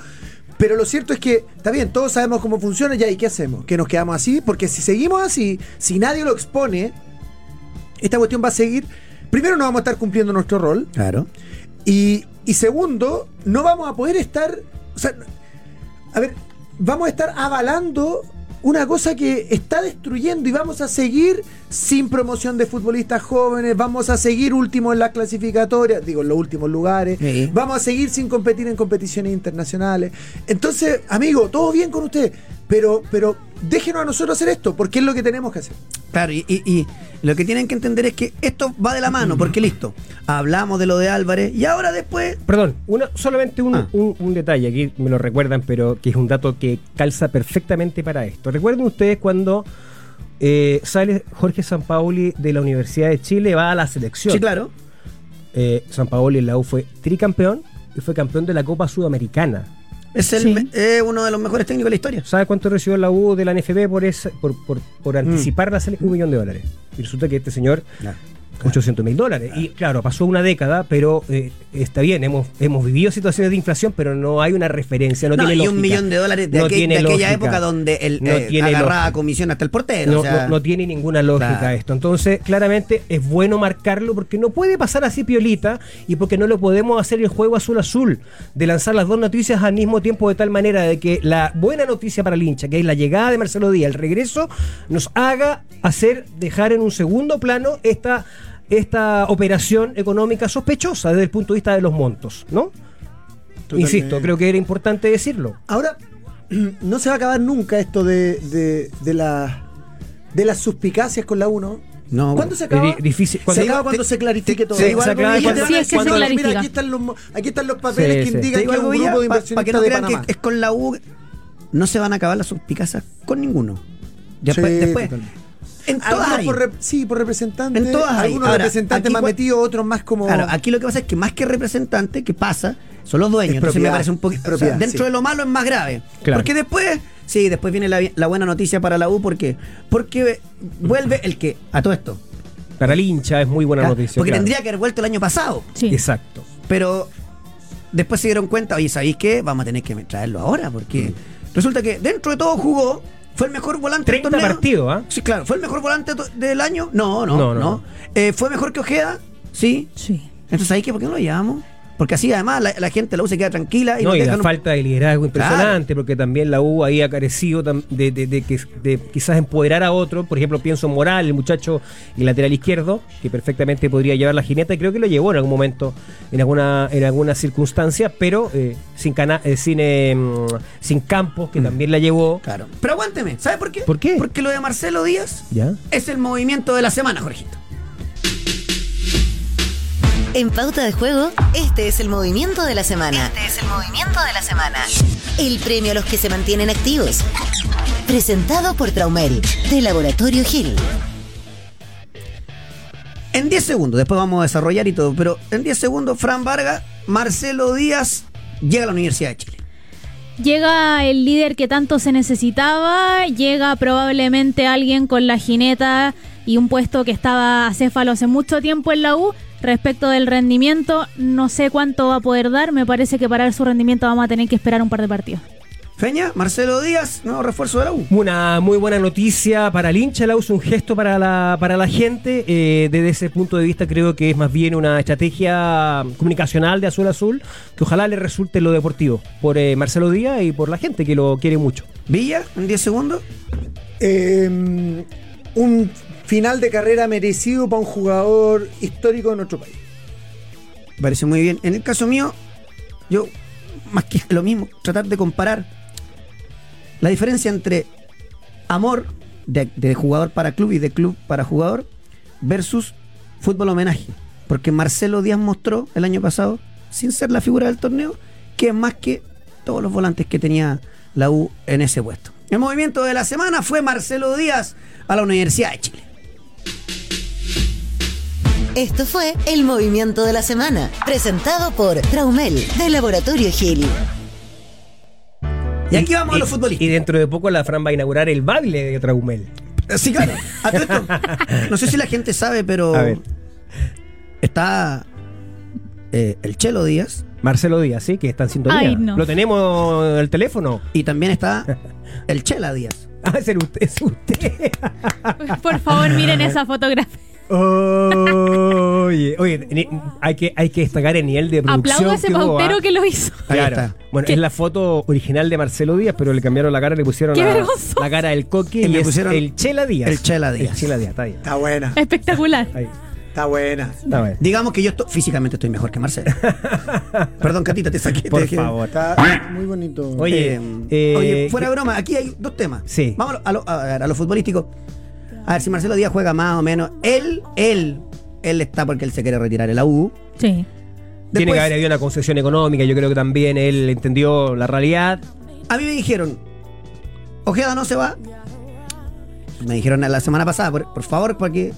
Speaker 2: Pero lo cierto es que, está bien, todos sabemos cómo funciona ya, ¿y qué hacemos? ¿Que nos quedamos así? Porque si seguimos así, si nadie lo expone, esta cuestión va a seguir. Primero, no vamos a estar cumpliendo nuestro rol.
Speaker 1: Claro.
Speaker 2: Y, y segundo, no vamos a poder estar. O sea, a ver, vamos a estar avalando una cosa que está destruyendo y vamos a seguir sin promoción de futbolistas jóvenes, vamos a seguir último en las clasificatorias, digo, en los últimos lugares,
Speaker 1: Sí.
Speaker 2: vamos a seguir sin competir en competiciones internacionales. Entonces, amigo, todo bien con usted, pero, pero déjenos a nosotros hacer esto, porque es lo que tenemos que hacer.
Speaker 1: Claro, y, y- y lo que tienen que entender es que esto va de la mano, porque listo, hablamos de lo de Álvarez y ahora después
Speaker 3: Perdón, una, solamente un,
Speaker 1: Ah.
Speaker 3: un- un detalle, aquí me lo recuerdan, pero que es un dato que calza perfectamente para esto. Recuerden ustedes cuando eh, sale Jorge Sampaoli de la Universidad de Chile, va a la selección.
Speaker 1: Sí, claro.
Speaker 3: Eh, Sampaoli en la U fue tricampeón y fue campeón de la Copa Sudamericana.
Speaker 1: Es el
Speaker 4: Sí.
Speaker 1: me- es uno de los mejores técnicos de la historia.
Speaker 3: ¿Sabe cuánto recibió la U de la NFB por, ese- por, por, por
Speaker 1: Mm.
Speaker 3: anticipar la selección? Un millón de dólares. Y resulta que este señor, 800 mil dólares. Y claro, pasó una década, pero eh, está bien, hemos, hemos vivido situaciones de inflación, pero no hay una referencia, no,
Speaker 1: No,
Speaker 3: tiene
Speaker 1: y
Speaker 3: lógica.
Speaker 1: un millón de dólares de,
Speaker 3: No
Speaker 1: aquel-
Speaker 3: tiene
Speaker 1: de aquella
Speaker 3: lógica.
Speaker 1: época donde el,
Speaker 3: No
Speaker 1: eh,
Speaker 3: tiene
Speaker 1: agarraba
Speaker 3: lógica.
Speaker 1: comisión hasta el portero.
Speaker 3: No,
Speaker 1: Eh, o sea,
Speaker 3: no- no tiene ninguna lógica
Speaker 1: Claro.
Speaker 3: esto. Entonces, claramente es bueno marcarlo porque no puede pasar así piolita y porque no lo podemos hacer el juego azul-azul de lanzar las dos noticias al mismo tiempo de tal manera de que la buena noticia para el hincha, que es la llegada de Marcelo Díaz, el regreso, nos haga hacer, dejar en un segundo plano esta, esta operación económica sospechosa desde el punto de vista de los montos, ¿no?
Speaker 2: Totalmente.
Speaker 3: Insisto, creo que era importante decirlo.
Speaker 2: Ahora, no se va a acabar nunca esto de, de, de la- de las suspicacias con la 1.
Speaker 1: No,
Speaker 2: ¿Cuándo se acaba?
Speaker 3: Es di- difícil.
Speaker 2: Se
Speaker 3: Cuando-
Speaker 2: acaba cuando
Speaker 1: te-
Speaker 2: se clarifique
Speaker 1: te-
Speaker 2: todo.
Speaker 1: te
Speaker 2: Te
Speaker 1: digo
Speaker 2: digo
Speaker 3: algo,
Speaker 2: algo,
Speaker 3: se
Speaker 2: Guille,
Speaker 3: acaba
Speaker 2: te van a
Speaker 4: cuando- Sí, es que se
Speaker 2: cuando-
Speaker 4: clarifica.
Speaker 2: mira, aquí están los, mo- aquí están los papeles
Speaker 3: Sí,
Speaker 2: que
Speaker 3: sí.
Speaker 2: indican
Speaker 1: Te digo
Speaker 2: que es
Speaker 1: algo,
Speaker 2: un
Speaker 1: Villa,
Speaker 2: grupo de
Speaker 1: pa- para que
Speaker 2: inversionistas
Speaker 1: no
Speaker 2: de
Speaker 1: crean que
Speaker 2: Panamá.
Speaker 1: es con la U no se van a acabar las suspicazas con ninguno.
Speaker 2: Sí,
Speaker 1: Después, después,
Speaker 2: totalmente.
Speaker 1: en todas
Speaker 2: Algunos
Speaker 1: hay.
Speaker 2: por rep- sí, por representantes.
Speaker 1: En todas hay.
Speaker 2: algunos
Speaker 1: Ahora,
Speaker 2: representantes
Speaker 1: aquí
Speaker 2: más
Speaker 1: cua-
Speaker 2: metidos, otros más como.
Speaker 1: Claro, aquí lo que pasa es que más que representante, que pasa, son los dueños.
Speaker 2: Es
Speaker 1: Entonces me
Speaker 2: propiedad,
Speaker 1: parece un poco.
Speaker 2: es propiedad,
Speaker 1: dentro
Speaker 2: sí.
Speaker 1: de lo malo es más grave.
Speaker 3: Claro.
Speaker 1: Porque después, sí, después viene la, la buena noticia para la U, porque Porque vuelve el que, a todo esto.
Speaker 3: Para el hincha es muy buena
Speaker 1: ¿ya?
Speaker 3: noticia.
Speaker 1: porque
Speaker 3: claro.
Speaker 1: tendría que haber vuelto el año pasado.
Speaker 4: Sí.
Speaker 3: Exacto.
Speaker 1: Pero después se dieron cuenta, oye, ¿sabéis qué? Vamos a tener que traerlo ahora, porque
Speaker 3: Mm.
Speaker 1: resulta que dentro de todo jugó, fue el mejor volante
Speaker 3: 30 partidos, ¿ah?
Speaker 1: Sí, claro, fue el mejor volante to- del año. No, no, no.
Speaker 3: No, no, no.
Speaker 1: Eh, fue mejor que Ojeda, sí.
Speaker 4: Sí.
Speaker 1: Entonces, ¿ahí qué? ¿Por qué no lo llevamos? Porque así, además, la, la gente la U se queda tranquila y
Speaker 3: No,
Speaker 1: nos
Speaker 3: y la
Speaker 1: dejan un-
Speaker 3: falta de liderazgo impresionante, porque también la U ahí ha carecido tam- de, de- de que- de quizás empoderar a otro. Por ejemplo, pienso en Moral, el muchacho el lateral izquierdo, que perfectamente podría llevar la jineta, y creo que lo llevó en algún momento, en alguna, en alguna circunstancia, pero eh, sin, cana eh, sin, eh, mm, sin Campos, que también la llevó.
Speaker 1: Mm. Claro. Pero aguánteme, ¿sabe por qué?
Speaker 3: ¿Por qué?
Speaker 1: Porque lo de Marcelo Díaz
Speaker 3: ¿Ya?
Speaker 1: es el movimiento de la semana, Jorgito.
Speaker 5: En Pauta de Juego, este es el movimiento de la semana. Este es el movimiento de la semana. El premio a los que se mantienen activos. Presentado por Traumel, de Laboratorio Gil.
Speaker 1: En 10 segundos, después vamos a desarrollar y todo, pero en 10 segundos, Fran Vargas, Marcelo Díaz llega a la Universidad de Chile.
Speaker 4: Llega el líder que tanto se necesitaba, llega probablemente alguien con la jineta y un puesto que estaba acéfalo hace mucho tiempo en la U. Respecto del rendimiento, no sé cuánto va a poder dar, me parece que para ver su rendimiento vamos a tener que esperar un par de partidos.
Speaker 1: Feña, Marcelo Díaz, nuevo refuerzo de la U.
Speaker 3: Una muy buena noticia para el hincha, la uso un gesto para la, para la gente. eh, desde ese punto de vista creo que es más bien una estrategia comunicacional de Azul a Azul, que ojalá le resulte en lo deportivo, por eh, Marcelo Díaz y por la gente que lo quiere mucho.
Speaker 1: Villa, en 10 segundos.
Speaker 2: Eh, un final de carrera merecido para un jugador histórico de nuestro país.
Speaker 1: Parece muy bien. En el caso mío, yo, más que lo mismo, tratar de comparar la diferencia entre amor de, de jugador para club y de club para jugador versus fútbol homenaje. Porque Marcelo Díaz mostró el año pasado, sin ser la figura del torneo, que es más que todos los volantes que tenía la U en ese puesto. El movimiento de la semana fue Marcelo Díaz a la Universidad de Chile.
Speaker 5: Esto fue el movimiento de la semana. Presentado por Traumel, de Laboratorio Gil.
Speaker 1: Y aquí vamos a los
Speaker 3: Y
Speaker 1: futbolistas.
Speaker 3: dentro de poco la Fran va a inaugurar el baile de Traumel.
Speaker 1: Eh, Sí, claro. A todo esto, no sé si la gente sabe, pero
Speaker 3: A ver.
Speaker 1: está eh, el Chelo Díaz
Speaker 3: Marcelo Díaz, ¿sí? Que está en sintonía.
Speaker 4: Ay, no.
Speaker 3: ¿Lo tenemos en el teléfono?
Speaker 1: y también está el Chela Díaz.
Speaker 3: Ah, es el usted. Es usted.
Speaker 4: Por favor, miren esa fotografía.
Speaker 2: Oh,
Speaker 3: Oye, oye, ni- hay que, hay que destacar el nivel de producción.
Speaker 4: Aplaudo a ese
Speaker 3: que hubo,
Speaker 4: pautero
Speaker 3: ¿ah?
Speaker 4: que lo hizo.
Speaker 2: Ahí
Speaker 3: Claro.
Speaker 2: está.
Speaker 3: Bueno,
Speaker 4: ¿Qué?
Speaker 3: es la foto original de Marcelo Díaz, pero le cambiaron la cara, le pusieron
Speaker 4: ¡Qué
Speaker 3: la,
Speaker 4: vergonzoso!
Speaker 3: la cara del coque
Speaker 1: Y
Speaker 3: y,
Speaker 1: le
Speaker 3: es
Speaker 1: pusieron
Speaker 3: el Chela Díaz.
Speaker 1: el Chela Díaz.
Speaker 3: El Chela Díaz, está bien.
Speaker 2: Está buena,
Speaker 4: Espectacular.
Speaker 3: Ahí,
Speaker 2: está buena.
Speaker 3: está bien.
Speaker 1: Digamos que yo esto- físicamente estoy mejor que Marcelo. Perdón, Catita, te saqué. te
Speaker 3: Por
Speaker 1: dejé-
Speaker 3: favor.
Speaker 2: Está muy bonito.
Speaker 3: Oye,
Speaker 1: Eh,
Speaker 3: eh,
Speaker 1: oye, fuera de broma, aquí hay dos temas.
Speaker 3: Sí.
Speaker 1: Vamos a lo, a ver, a lo futbolístico. A ver si Marcelo Díaz juega más o menos. Él, él, él está porque él se quiere retirar el AU.
Speaker 4: Sí.
Speaker 3: Tiene que
Speaker 1: Después-
Speaker 3: haber habido una concesión económica, yo creo que también él entendió la realidad.
Speaker 1: A mí me dijeron, Ojeda no se va. Me dijeron la semana pasada, por, por favor, porque,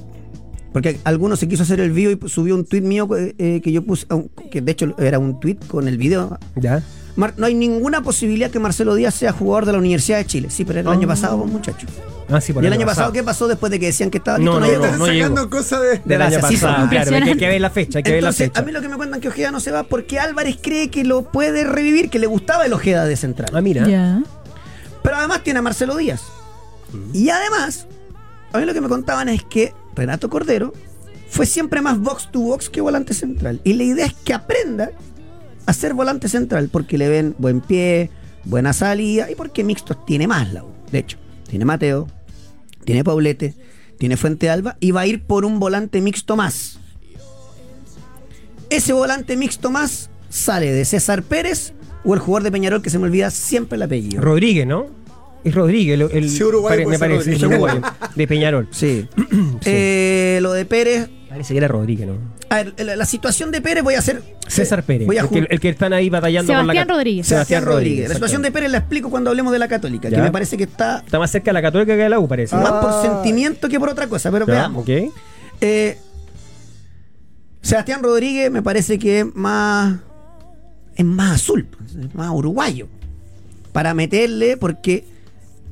Speaker 1: porque alguno se quiso hacer el video y subió un tweet mío eh, eh, que yo puse, un- que de hecho era un tweet con el video.
Speaker 3: ¿Ya?
Speaker 1: Mar- no hay ninguna posibilidad que Marcelo Díaz sea jugador de la Universidad de Chile. Sí, pero era el
Speaker 3: Oh.
Speaker 1: año pasado, pues, muchachos.
Speaker 3: Ah, sí, por
Speaker 1: ¿Y el año pasado, qué pasó después de que decían que estaba listo?
Speaker 3: No, no,
Speaker 1: llegó.
Speaker 2: Estás
Speaker 3: no
Speaker 2: sacando
Speaker 3: llego.
Speaker 2: cosas de.
Speaker 3: Del año
Speaker 1: Gracias, sí,
Speaker 3: pasado,
Speaker 1: son
Speaker 3: claro. Hay que
Speaker 4: impresionantes.
Speaker 3: ver la fecha, hay que ver
Speaker 1: Entonces,
Speaker 3: la fecha.
Speaker 1: a mí lo que me cuentan que Ojeda no se va porque Álvarez cree que lo puede revivir, que le gustaba el Ojeda de central.
Speaker 3: Ah, mira.
Speaker 4: Ya.
Speaker 1: Pero además tiene a Marcelo Díaz. Y además, a mí lo que me contaban es que Renato Cordero fue siempre más box to box que volante central. Y la idea es que aprenda a ser volante central porque le ven buen pie, buena salida y porque mixtos tiene más la U. De hecho, tiene Mateo, tiene Paulete, tiene Fuente Alba y va a ir por un volante mixto más. Ese volante mixto más sale de César Pérez o el jugador de Peñarol que se me olvida siempre el apellido.
Speaker 3: Rodríguez, ¿no? Es Rodríguez, el, el-
Speaker 2: Sí, Uruguay
Speaker 3: pare-
Speaker 1: pues,
Speaker 2: puede
Speaker 3: me
Speaker 2: ser
Speaker 3: parece,
Speaker 2: Rodríguez.
Speaker 3: es uruguayo, de Peñarol.
Speaker 1: Sí. Eh, lo de Pérez.
Speaker 3: Parece que era Rodríguez, ¿no?
Speaker 1: A ver, la, la situación de Pérez voy a hacer.
Speaker 3: César Pérez,
Speaker 1: Voy a
Speaker 3: el que,
Speaker 1: ju-
Speaker 3: el que están ahí batallando con la
Speaker 4: Sebastián
Speaker 3: ca-
Speaker 4: Rodríguez.
Speaker 1: Sebastián Rodríguez. La
Speaker 3: exacto.
Speaker 1: situación de Pérez la explico cuando hablemos de la Católica, que
Speaker 3: Ya.
Speaker 1: me parece que está
Speaker 3: Está más cerca de la Católica que de la U, parece.
Speaker 1: más
Speaker 2: Ah.
Speaker 1: por sentimiento que por otra cosa, pero
Speaker 3: Ya,
Speaker 1: veamos.
Speaker 3: ok.
Speaker 1: Eh, Sebastián Rodríguez me parece que es más. Es más azul, pues, es más uruguayo. Para meterle, porque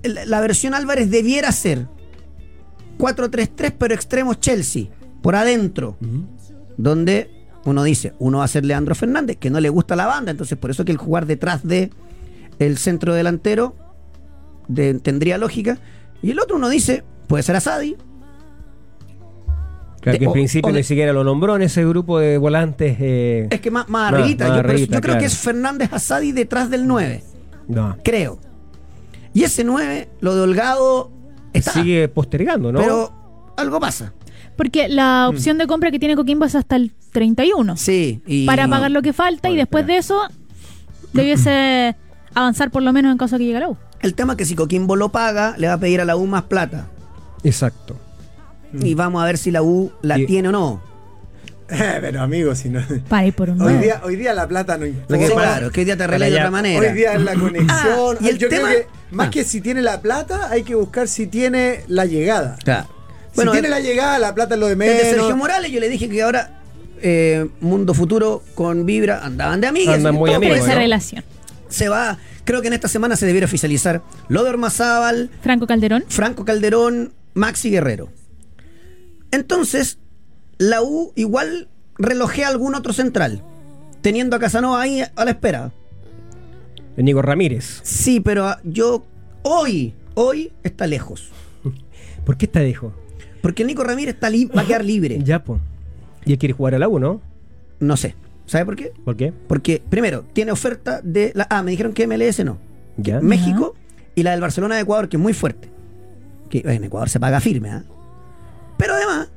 Speaker 1: la, la versión Álvarez debiera ser 4-3-3, pero extremo Chelsea, por adentro. Donde uno dice, uno va a ser Leandro Fernández, que no le gusta la banda, entonces por eso que el jugar detrás de el centro delantero de- tendría lógica. Y el otro uno dice, puede ser Asadi,
Speaker 3: Claro que
Speaker 1: o-
Speaker 3: en principio
Speaker 1: o-
Speaker 3: ni siquiera lo nombró en ese grupo de volantes. eh,
Speaker 1: Es que más, más
Speaker 3: Más-
Speaker 1: arribita.
Speaker 3: más
Speaker 1: yo, pero
Speaker 3: arribita,
Speaker 1: yo creo
Speaker 3: claro.
Speaker 1: que es Fernández Asadi detrás del 9.
Speaker 3: no.
Speaker 1: Creo. Y ese 9, lo de Holgado, está.
Speaker 3: Sigue postergando, ¿no?
Speaker 1: Pero algo pasa.
Speaker 4: Porque la opción de compra que tiene Coquimbo es hasta el 31.
Speaker 1: Sí. Y
Speaker 4: Para pagar lo que falta y después de eso debiese avanzar por lo menos en caso de que llegue la U.
Speaker 1: El tema es que si Coquimbo lo paga, le va a pedir a la U más plata.
Speaker 3: Exacto.
Speaker 1: Y vamos a ver si la U la
Speaker 3: Mm. Y-
Speaker 1: tiene o no.
Speaker 2: Eh, Pero amigo, si no.
Speaker 4: Para ir por un
Speaker 2: Hoy
Speaker 4: nueve.
Speaker 2: día, hoy día la plata no importa.
Speaker 1: Porque, claro, es que hoy día te arreglas de
Speaker 3: Para allá.
Speaker 1: otra manera.
Speaker 2: Hoy día es la conexión.
Speaker 1: Ah, y el
Speaker 2: Yo
Speaker 1: tema-
Speaker 2: creo que más
Speaker 1: Ah.
Speaker 2: que si tiene la plata, hay que buscar si tiene la llegada.
Speaker 1: Claro.
Speaker 2: Si
Speaker 1: Bueno,
Speaker 2: tiene
Speaker 1: el,
Speaker 2: la llegada, la plata es lo de
Speaker 1: el de
Speaker 2: menos.
Speaker 1: Sergio Morales, yo le dije que ahora eh, Mundo Futuro con Vibra andaban de amigas.
Speaker 3: Andan
Speaker 1: y
Speaker 3: muy
Speaker 1: todo
Speaker 4: Por
Speaker 3: amigos,
Speaker 1: puede
Speaker 4: esa
Speaker 1: ser.
Speaker 3: ¿no?
Speaker 4: relación.
Speaker 1: Se va, creo que en esta semana se debiera oficializar lo de Ormazábal,
Speaker 4: Franco Calderón.
Speaker 1: Franco Calderón, Maxi Guerrero. Entonces, la U igual relojea a algún otro central, teniendo a Casanova ahí a la espera.
Speaker 3: El Nico Ramírez.
Speaker 1: Sí, pero ah, yo hoy, hoy está lejos.
Speaker 3: ¿Por qué está dejo?
Speaker 1: Porque el Nico Ramírez está li- va a quedar libre.
Speaker 3: Ya, po. Y él quiere jugar a la U, ¿no?
Speaker 1: No sé. ¿Sabe por qué?
Speaker 3: ¿Por qué?
Speaker 1: Porque, primero, tiene oferta de la... Ah, me dijeron que MLS no.
Speaker 3: Ya.
Speaker 1: México y la del Barcelona de Ecuador, que es muy fuerte. Que en Ecuador se paga firme, ¿ah? Pero además,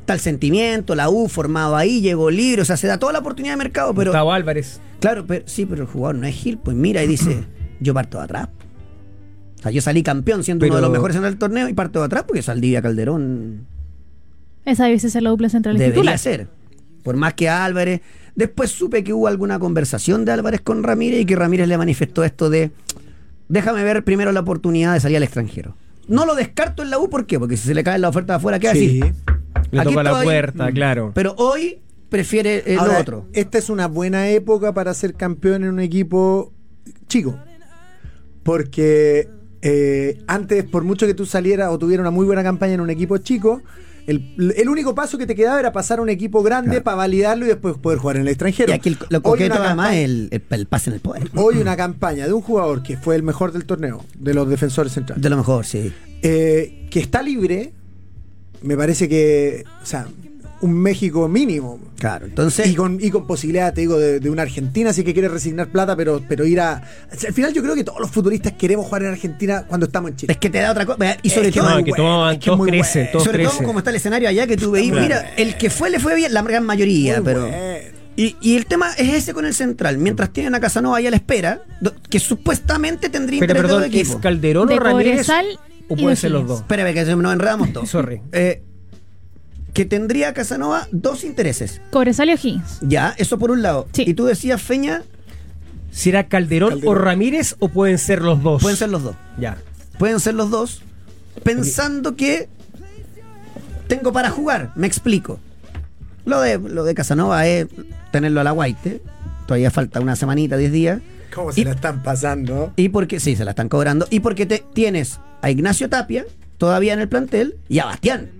Speaker 1: está el sentimiento, la U formado ahí, llegó libre, o sea, se da toda la oportunidad de mercado, pero.
Speaker 3: Gustavo Álvarez.
Speaker 1: Claro, pero sí, pero el jugador no es Gil, pues mira y dice, yo parto de atrás. O sea, yo salí campeón siendo uno de
Speaker 3: Pero-
Speaker 1: los mejores en el torneo y parto de atrás porque Saldivia Calderón
Speaker 4: Esa debiese ser la dupla central
Speaker 1: debería
Speaker 4: titular.
Speaker 1: ser. Por más que Álvarez. Después supe que hubo alguna conversación de Álvarez con Ramírez y que Ramírez le manifestó esto de déjame ver primero la oportunidad de salir al extranjero. No lo descarto en la U, ¿por qué? Porque si se le cae la oferta de afuera, ¿qué
Speaker 2: Sí.
Speaker 1: así?
Speaker 3: Le
Speaker 1: Aquí
Speaker 3: toca la
Speaker 1: estoy. Mm.
Speaker 3: puerta, claro.
Speaker 1: Pero hoy prefiere el
Speaker 2: Ahora,
Speaker 1: otro.
Speaker 2: Esta es una buena época para ser campeón en un equipo chico. Porque eh, antes, por mucho que tú salieras o tuvieras una muy buena campaña en un equipo chico, el, el único paso que te quedaba era pasar a un equipo grande para validarlo y después poder jugar en el extranjero.
Speaker 1: y aquí el- lo
Speaker 2: Hoy
Speaker 1: coqueto
Speaker 2: una
Speaker 1: además
Speaker 2: campa-
Speaker 1: es el, el- el pase en el poder.
Speaker 2: Hoy una campaña de un jugador que fue el mejor del torneo, de los defensores centrales,
Speaker 1: De lo mejor, sí.
Speaker 2: eh, que está libre, me parece que, o sea, un México mínimo.
Speaker 1: Claro, entonces.
Speaker 2: Y con, y con posibilidad, te digo, de, de una Argentina, así que quiere resignar plata, pero, pero ir a. Al final, yo creo que todos los futbolistas queremos jugar en Argentina cuando estamos en Chile.
Speaker 1: es que te da otra cosa. Y sobre
Speaker 2: Es que
Speaker 1: todo.
Speaker 2: no,
Speaker 3: que
Speaker 2: bueno,
Speaker 3: todos-
Speaker 2: es que es
Speaker 3: todos
Speaker 2: muy
Speaker 3: crecen,
Speaker 2: bueno.
Speaker 3: todos
Speaker 1: sobre todo
Speaker 3: crecen.
Speaker 1: como está el escenario allá que tú veis.
Speaker 2: Muy
Speaker 1: Mira,
Speaker 2: bueno.
Speaker 1: el que fue le fue bien, la gran mayoría,
Speaker 2: Muy
Speaker 1: pero.
Speaker 2: bueno.
Speaker 1: Y, y el tema es ese con el central. Mientras tienen a Casanova ahí a la espera, do- que supuestamente tendría
Speaker 3: Pero
Speaker 1: interés de
Speaker 3: perdón,
Speaker 1: otro
Speaker 3: ¿es
Speaker 1: equipo.
Speaker 3: Calderón
Speaker 4: De
Speaker 3: o Ramírez?
Speaker 4: Cobresal
Speaker 3: ¿O
Speaker 4: y
Speaker 3: puede
Speaker 4: de
Speaker 3: ser los
Speaker 4: Higgins.
Speaker 3: dos?
Speaker 1: Espérame, que nos enredamos todos.
Speaker 3: Sorry.
Speaker 1: Eh, que tendría a Casanova dos intereses.
Speaker 4: Cobresal y O'Higgins.
Speaker 1: Ya, eso por un lado.
Speaker 4: Sí.
Speaker 1: Y tú decías, Feña,
Speaker 3: ¿Será Calderón,
Speaker 2: Calderón.
Speaker 3: o Ramírez o pueden ser los dos?
Speaker 1: pueden ser los dos.
Speaker 3: Ya.
Speaker 1: Pueden ser los dos, pensando que tengo para jugar. Me explico. Lo de, lo de Casanova es tenerlo a la guaite. Todavía falta una semanita, diez días.
Speaker 2: ¿Cómo
Speaker 1: Y-
Speaker 2: se la están pasando?
Speaker 1: Y porque, sí, se la están cobrando. Y porque te, tienes a Ignacio Tapia todavía en el plantel y a Bastián.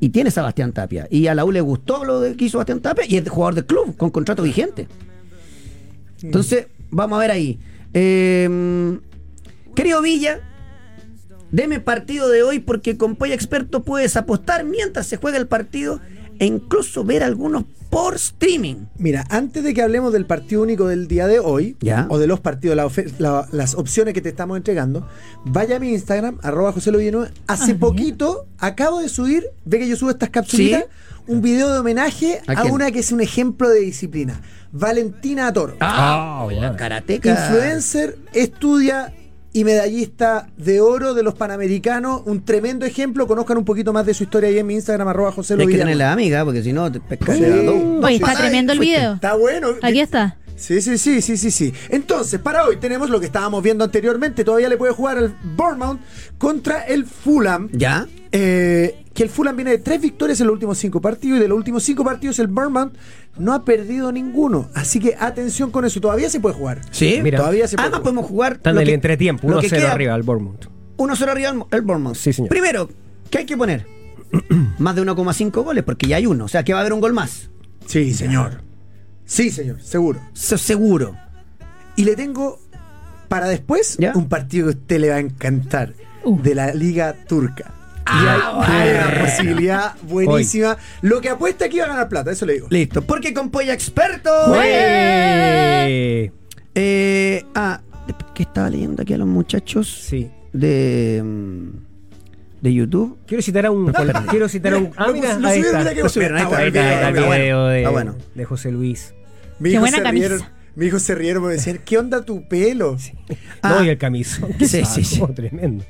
Speaker 1: Y tienes a Bastián Tapia. Y a la U le gustó lo de- que hizo Bastián Tapia y es jugador del club con contrato vigente. Entonces, vamos a ver ahí. Eh, querido Villa, deme partido de hoy porque con Polla Experto puedes apostar mientras se juega el partido e incluso ver algunos por streaming.
Speaker 2: Mira, antes de que hablemos del partido único del día de hoy,
Speaker 1: Ya.
Speaker 2: o de los partidos, la ofe- la- las opciones que te estamos entregando, vaya a mi Instagram, arroba José Lo Villanueva. Hace
Speaker 4: Ah,
Speaker 2: poquito acabo de subir, ve que yo subo estas capsulitas,
Speaker 1: Sí.
Speaker 2: un video de homenaje
Speaker 1: ¿A
Speaker 2: a,
Speaker 1: quién?
Speaker 2: una que es un ejemplo de disciplina, Valentina Toro.
Speaker 3: Ah, bueno.
Speaker 1: Karateca.
Speaker 2: Influencer, estudia y medallista de oro de los Panamericanos. Un tremendo ejemplo. Conozcan un poquito más de su historia ahí en mi Instagram, arroba José Lo
Speaker 1: Hay que
Speaker 2: Villanueva.
Speaker 1: tener la amiga, porque si no, te pescas
Speaker 2: Sí.
Speaker 1: de las dos.
Speaker 4: Oye,
Speaker 2: sí.
Speaker 4: está tremendo el
Speaker 2: Fuiste.
Speaker 4: video.
Speaker 2: Está bueno.
Speaker 4: Aquí está.
Speaker 2: Sí, sí, sí, sí, sí, sí. Entonces, para hoy tenemos lo que estábamos viendo anteriormente. Todavía le puede jugar el Bournemouth contra el Fulham.
Speaker 1: ¿Ya?
Speaker 2: Eh, que el Fulham viene de tres victorias en los últimos cinco partidos y de los últimos cinco partidos el Bournemouth no ha perdido ninguno. Así que atención con eso. Todavía se puede jugar.
Speaker 1: Sí. Ah,
Speaker 3: Mira.
Speaker 2: Todavía se puede
Speaker 1: Además
Speaker 2: jugar.
Speaker 1: podemos jugar...
Speaker 3: Están
Speaker 1: lo
Speaker 3: en el
Speaker 1: que-
Speaker 3: entretiempo,
Speaker 1: lo que
Speaker 3: 1-0
Speaker 1: queda-
Speaker 3: arriba al Bournemouth.
Speaker 1: 1-0 arriba el, el Bournemouth.
Speaker 3: Sí, señor.
Speaker 1: Primero, ¿qué hay que poner? más de 1,5 goles, porque ya hay uno. O sea, que va a haber un gol más.
Speaker 2: Sí, señor. Sí, señor, seguro.
Speaker 1: Se- Seguro.
Speaker 2: Y le tengo para después
Speaker 1: ¿Ya?
Speaker 2: un partido que a usted le va a encantar
Speaker 4: Uh.
Speaker 2: de la Liga Turca. Y hay
Speaker 1: Ah,
Speaker 2: una
Speaker 1: bueno.
Speaker 2: posibilidad buenísima. Lo que apuesta aquí va a ganar plata, eso le digo.
Speaker 1: Listo. Porque con Polla Experto...
Speaker 3: ¡Eh!
Speaker 1: Eh, ah, ¿qué estaba leyendo aquí a los muchachos?
Speaker 3: Sí.
Speaker 1: De... mm, De YouTube.
Speaker 3: Quiero citar a un. Quiero citar a un. Ah,
Speaker 2: Lo
Speaker 3: mira,
Speaker 2: pus- lo
Speaker 3: ahí
Speaker 2: subieron,
Speaker 3: está.
Speaker 2: mira qué
Speaker 1: Lo subieron, ahí
Speaker 2: bueno.
Speaker 3: Ahí
Speaker 1: está,
Speaker 3: está, ahí está el
Speaker 1: Está bueno,
Speaker 3: video de,
Speaker 1: está bueno.
Speaker 3: de José Luis.
Speaker 2: Mi
Speaker 4: Qué
Speaker 2: hijo
Speaker 4: buena
Speaker 2: se
Speaker 4: camisa.
Speaker 2: rieron, mi hijo se rieron porque decían, ¿qué onda tu pelo?
Speaker 1: Ah.
Speaker 3: no, y el camisón. que
Speaker 1: Sí, sí,
Speaker 3: sacó, Tremendo.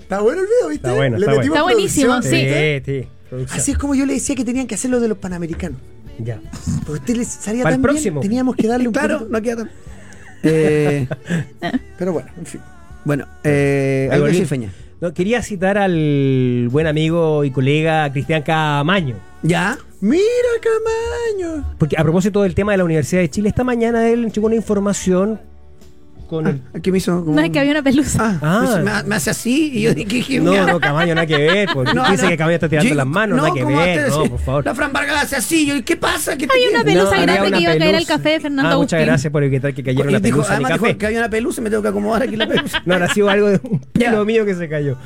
Speaker 2: Está bueno el video, ¿viste?
Speaker 3: Está bueno,
Speaker 2: Le
Speaker 3: está
Speaker 2: metimos
Speaker 4: bueno. Está buenísimo,
Speaker 2: producción.
Speaker 4: Sí.
Speaker 3: sí. producción.
Speaker 2: Oh, Así es como yo le decía que tenían que hacer lo de los panamericanos.
Speaker 3: Ya.
Speaker 2: Porque usted les salía
Speaker 3: Para
Speaker 2: tan
Speaker 3: el
Speaker 2: bien,
Speaker 3: próximo.
Speaker 2: teníamos que darle un
Speaker 1: Claro,
Speaker 2: poquito-
Speaker 1: no queda tan... Eh,
Speaker 2: Pero bueno, en fin.
Speaker 1: bueno, eh, algo que
Speaker 3: volví.
Speaker 1: decir, Feña.
Speaker 3: No, quería citar al buen amigo y colega Cristian Camaño.
Speaker 1: ¿Ya?
Speaker 2: ¡Mira, Camaño!
Speaker 3: Porque a propósito del tema de la Universidad de Chile, esta mañana él llegó una información con el.
Speaker 1: Ah, Aquí me hizo como...
Speaker 4: No es que había una pelusa.
Speaker 1: Ah,
Speaker 3: Ah.
Speaker 1: pues, me, ha- me hace así y yo dije, ¿qué
Speaker 3: No,
Speaker 1: mierda?
Speaker 3: no, Camaño, nada que ver. Porque
Speaker 1: No,
Speaker 3: dice
Speaker 1: no.
Speaker 3: que Camaño está tirando
Speaker 1: Yo-
Speaker 3: las manos,
Speaker 1: no,
Speaker 3: nada que
Speaker 1: ¿cómo
Speaker 3: ver.
Speaker 1: vas a
Speaker 3: No,
Speaker 1: decir?
Speaker 3: por favor.
Speaker 1: La Fran Vargas hace así. Yo, ¿qué pasa? ¿Qué te
Speaker 4: Había una
Speaker 1: quieres?
Speaker 4: pelusa
Speaker 3: había
Speaker 4: grande
Speaker 3: una
Speaker 4: que iba a caer
Speaker 3: pelusa.
Speaker 4: al café de Fernando
Speaker 3: ah, Muchas
Speaker 4: Agustín.
Speaker 3: gracias por evitar que cayera
Speaker 1: Y
Speaker 3: una
Speaker 1: dijo,
Speaker 3: pelusa en el
Speaker 1: además
Speaker 3: café.
Speaker 1: dijo que había una pelusa y me tengo que acomodar aquí la pelusa.
Speaker 3: No, habrá sido algo de un
Speaker 1: Ya. Ah.
Speaker 3: pelo mío que se cayó.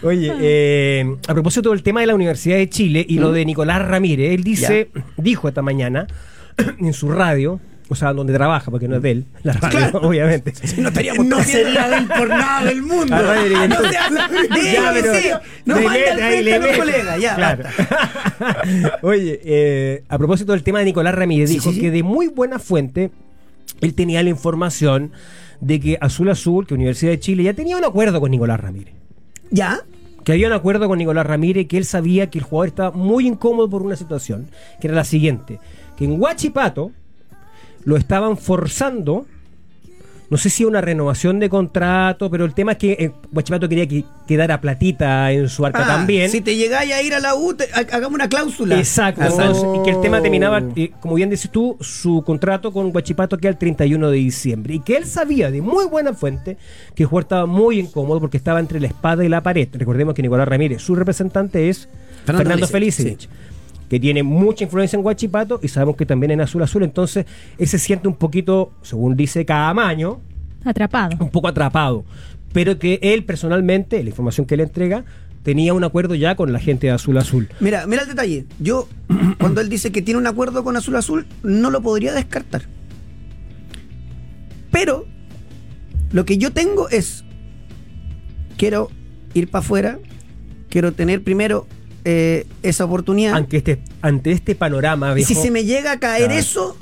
Speaker 3: Oye, eh, a propósito del tema de la Universidad de Chile y
Speaker 1: Mm.
Speaker 3: lo de Nicolás Ramírez, él dice, dijo esta mañana en su radio, o sea, donde trabaja, porque no es de él, la radio, obviamente.
Speaker 1: No estaríamos
Speaker 2: No
Speaker 1: todos viendo.
Speaker 2: sería de él por nada del mundo.
Speaker 3: A Radio Juventud.
Speaker 1: No seas- de-
Speaker 3: Ya, pero-
Speaker 1: sí, no
Speaker 3: de-
Speaker 1: manda al
Speaker 3: ahí
Speaker 1: frente
Speaker 3: le
Speaker 1: a los
Speaker 3: mete.
Speaker 1: colegas, ya,
Speaker 3: Claro. Oye, eh, a propósito del tema de Nicolás Ramírez,
Speaker 1: Sí,
Speaker 3: dijo
Speaker 1: sí, sí.
Speaker 3: que de muy buena fuente él tenía la información de que Azul Azul, que Universidad de Chile, ya tenía un acuerdo con Nicolás Ramírez.
Speaker 1: ¿Ya?
Speaker 3: que había un acuerdo con Nicolás Ramírez que él sabía que el jugador estaba muy incómodo por una situación, que era la siguiente, que en Huachipato lo estaban forzando, no sé si a una renovación de contrato, pero el tema es que eh, Huachipato quería que quedara platita en su arca
Speaker 1: Ah,
Speaker 3: también.
Speaker 1: Si te llegáis a ir a la U, te- ha- hagamos una cláusula.
Speaker 3: Exacto,
Speaker 1: Ah,
Speaker 3: entonces, y que el tema
Speaker 2: Oh.
Speaker 3: terminaba, eh, como bien dices tú, su contrato con Huachipato que era el 31 de diciembre. Y que él sabía de muy buena fuente que el jugador estaba muy incómodo porque estaba entre la espada y la pared. Recordemos que Nicolás Ramírez, su representante es
Speaker 1: Fernando
Speaker 3: Fernando,
Speaker 1: Felicevich,
Speaker 3: Felicevich, que tiene mucha influencia en Huachipato y sabemos que también en Azul Azul. Entonces, él se siente un poquito, según dice Camaño,
Speaker 4: Atrapado.
Speaker 3: un poco atrapado, pero que él personalmente, la información que le entrega, tenía un acuerdo ya con la gente de Azul Azul.
Speaker 1: Mira, mira el detalle. Yo, cuando él dice que tiene un acuerdo con Azul Azul, no lo podría descartar. Pero lo que yo tengo es, quiero ir para afuera, quiero tener primero eh, esa oportunidad.
Speaker 3: Ante este, ante este panorama,
Speaker 1: y
Speaker 3: viejo,
Speaker 1: si se me llega a caer
Speaker 3: Claro.
Speaker 1: eso,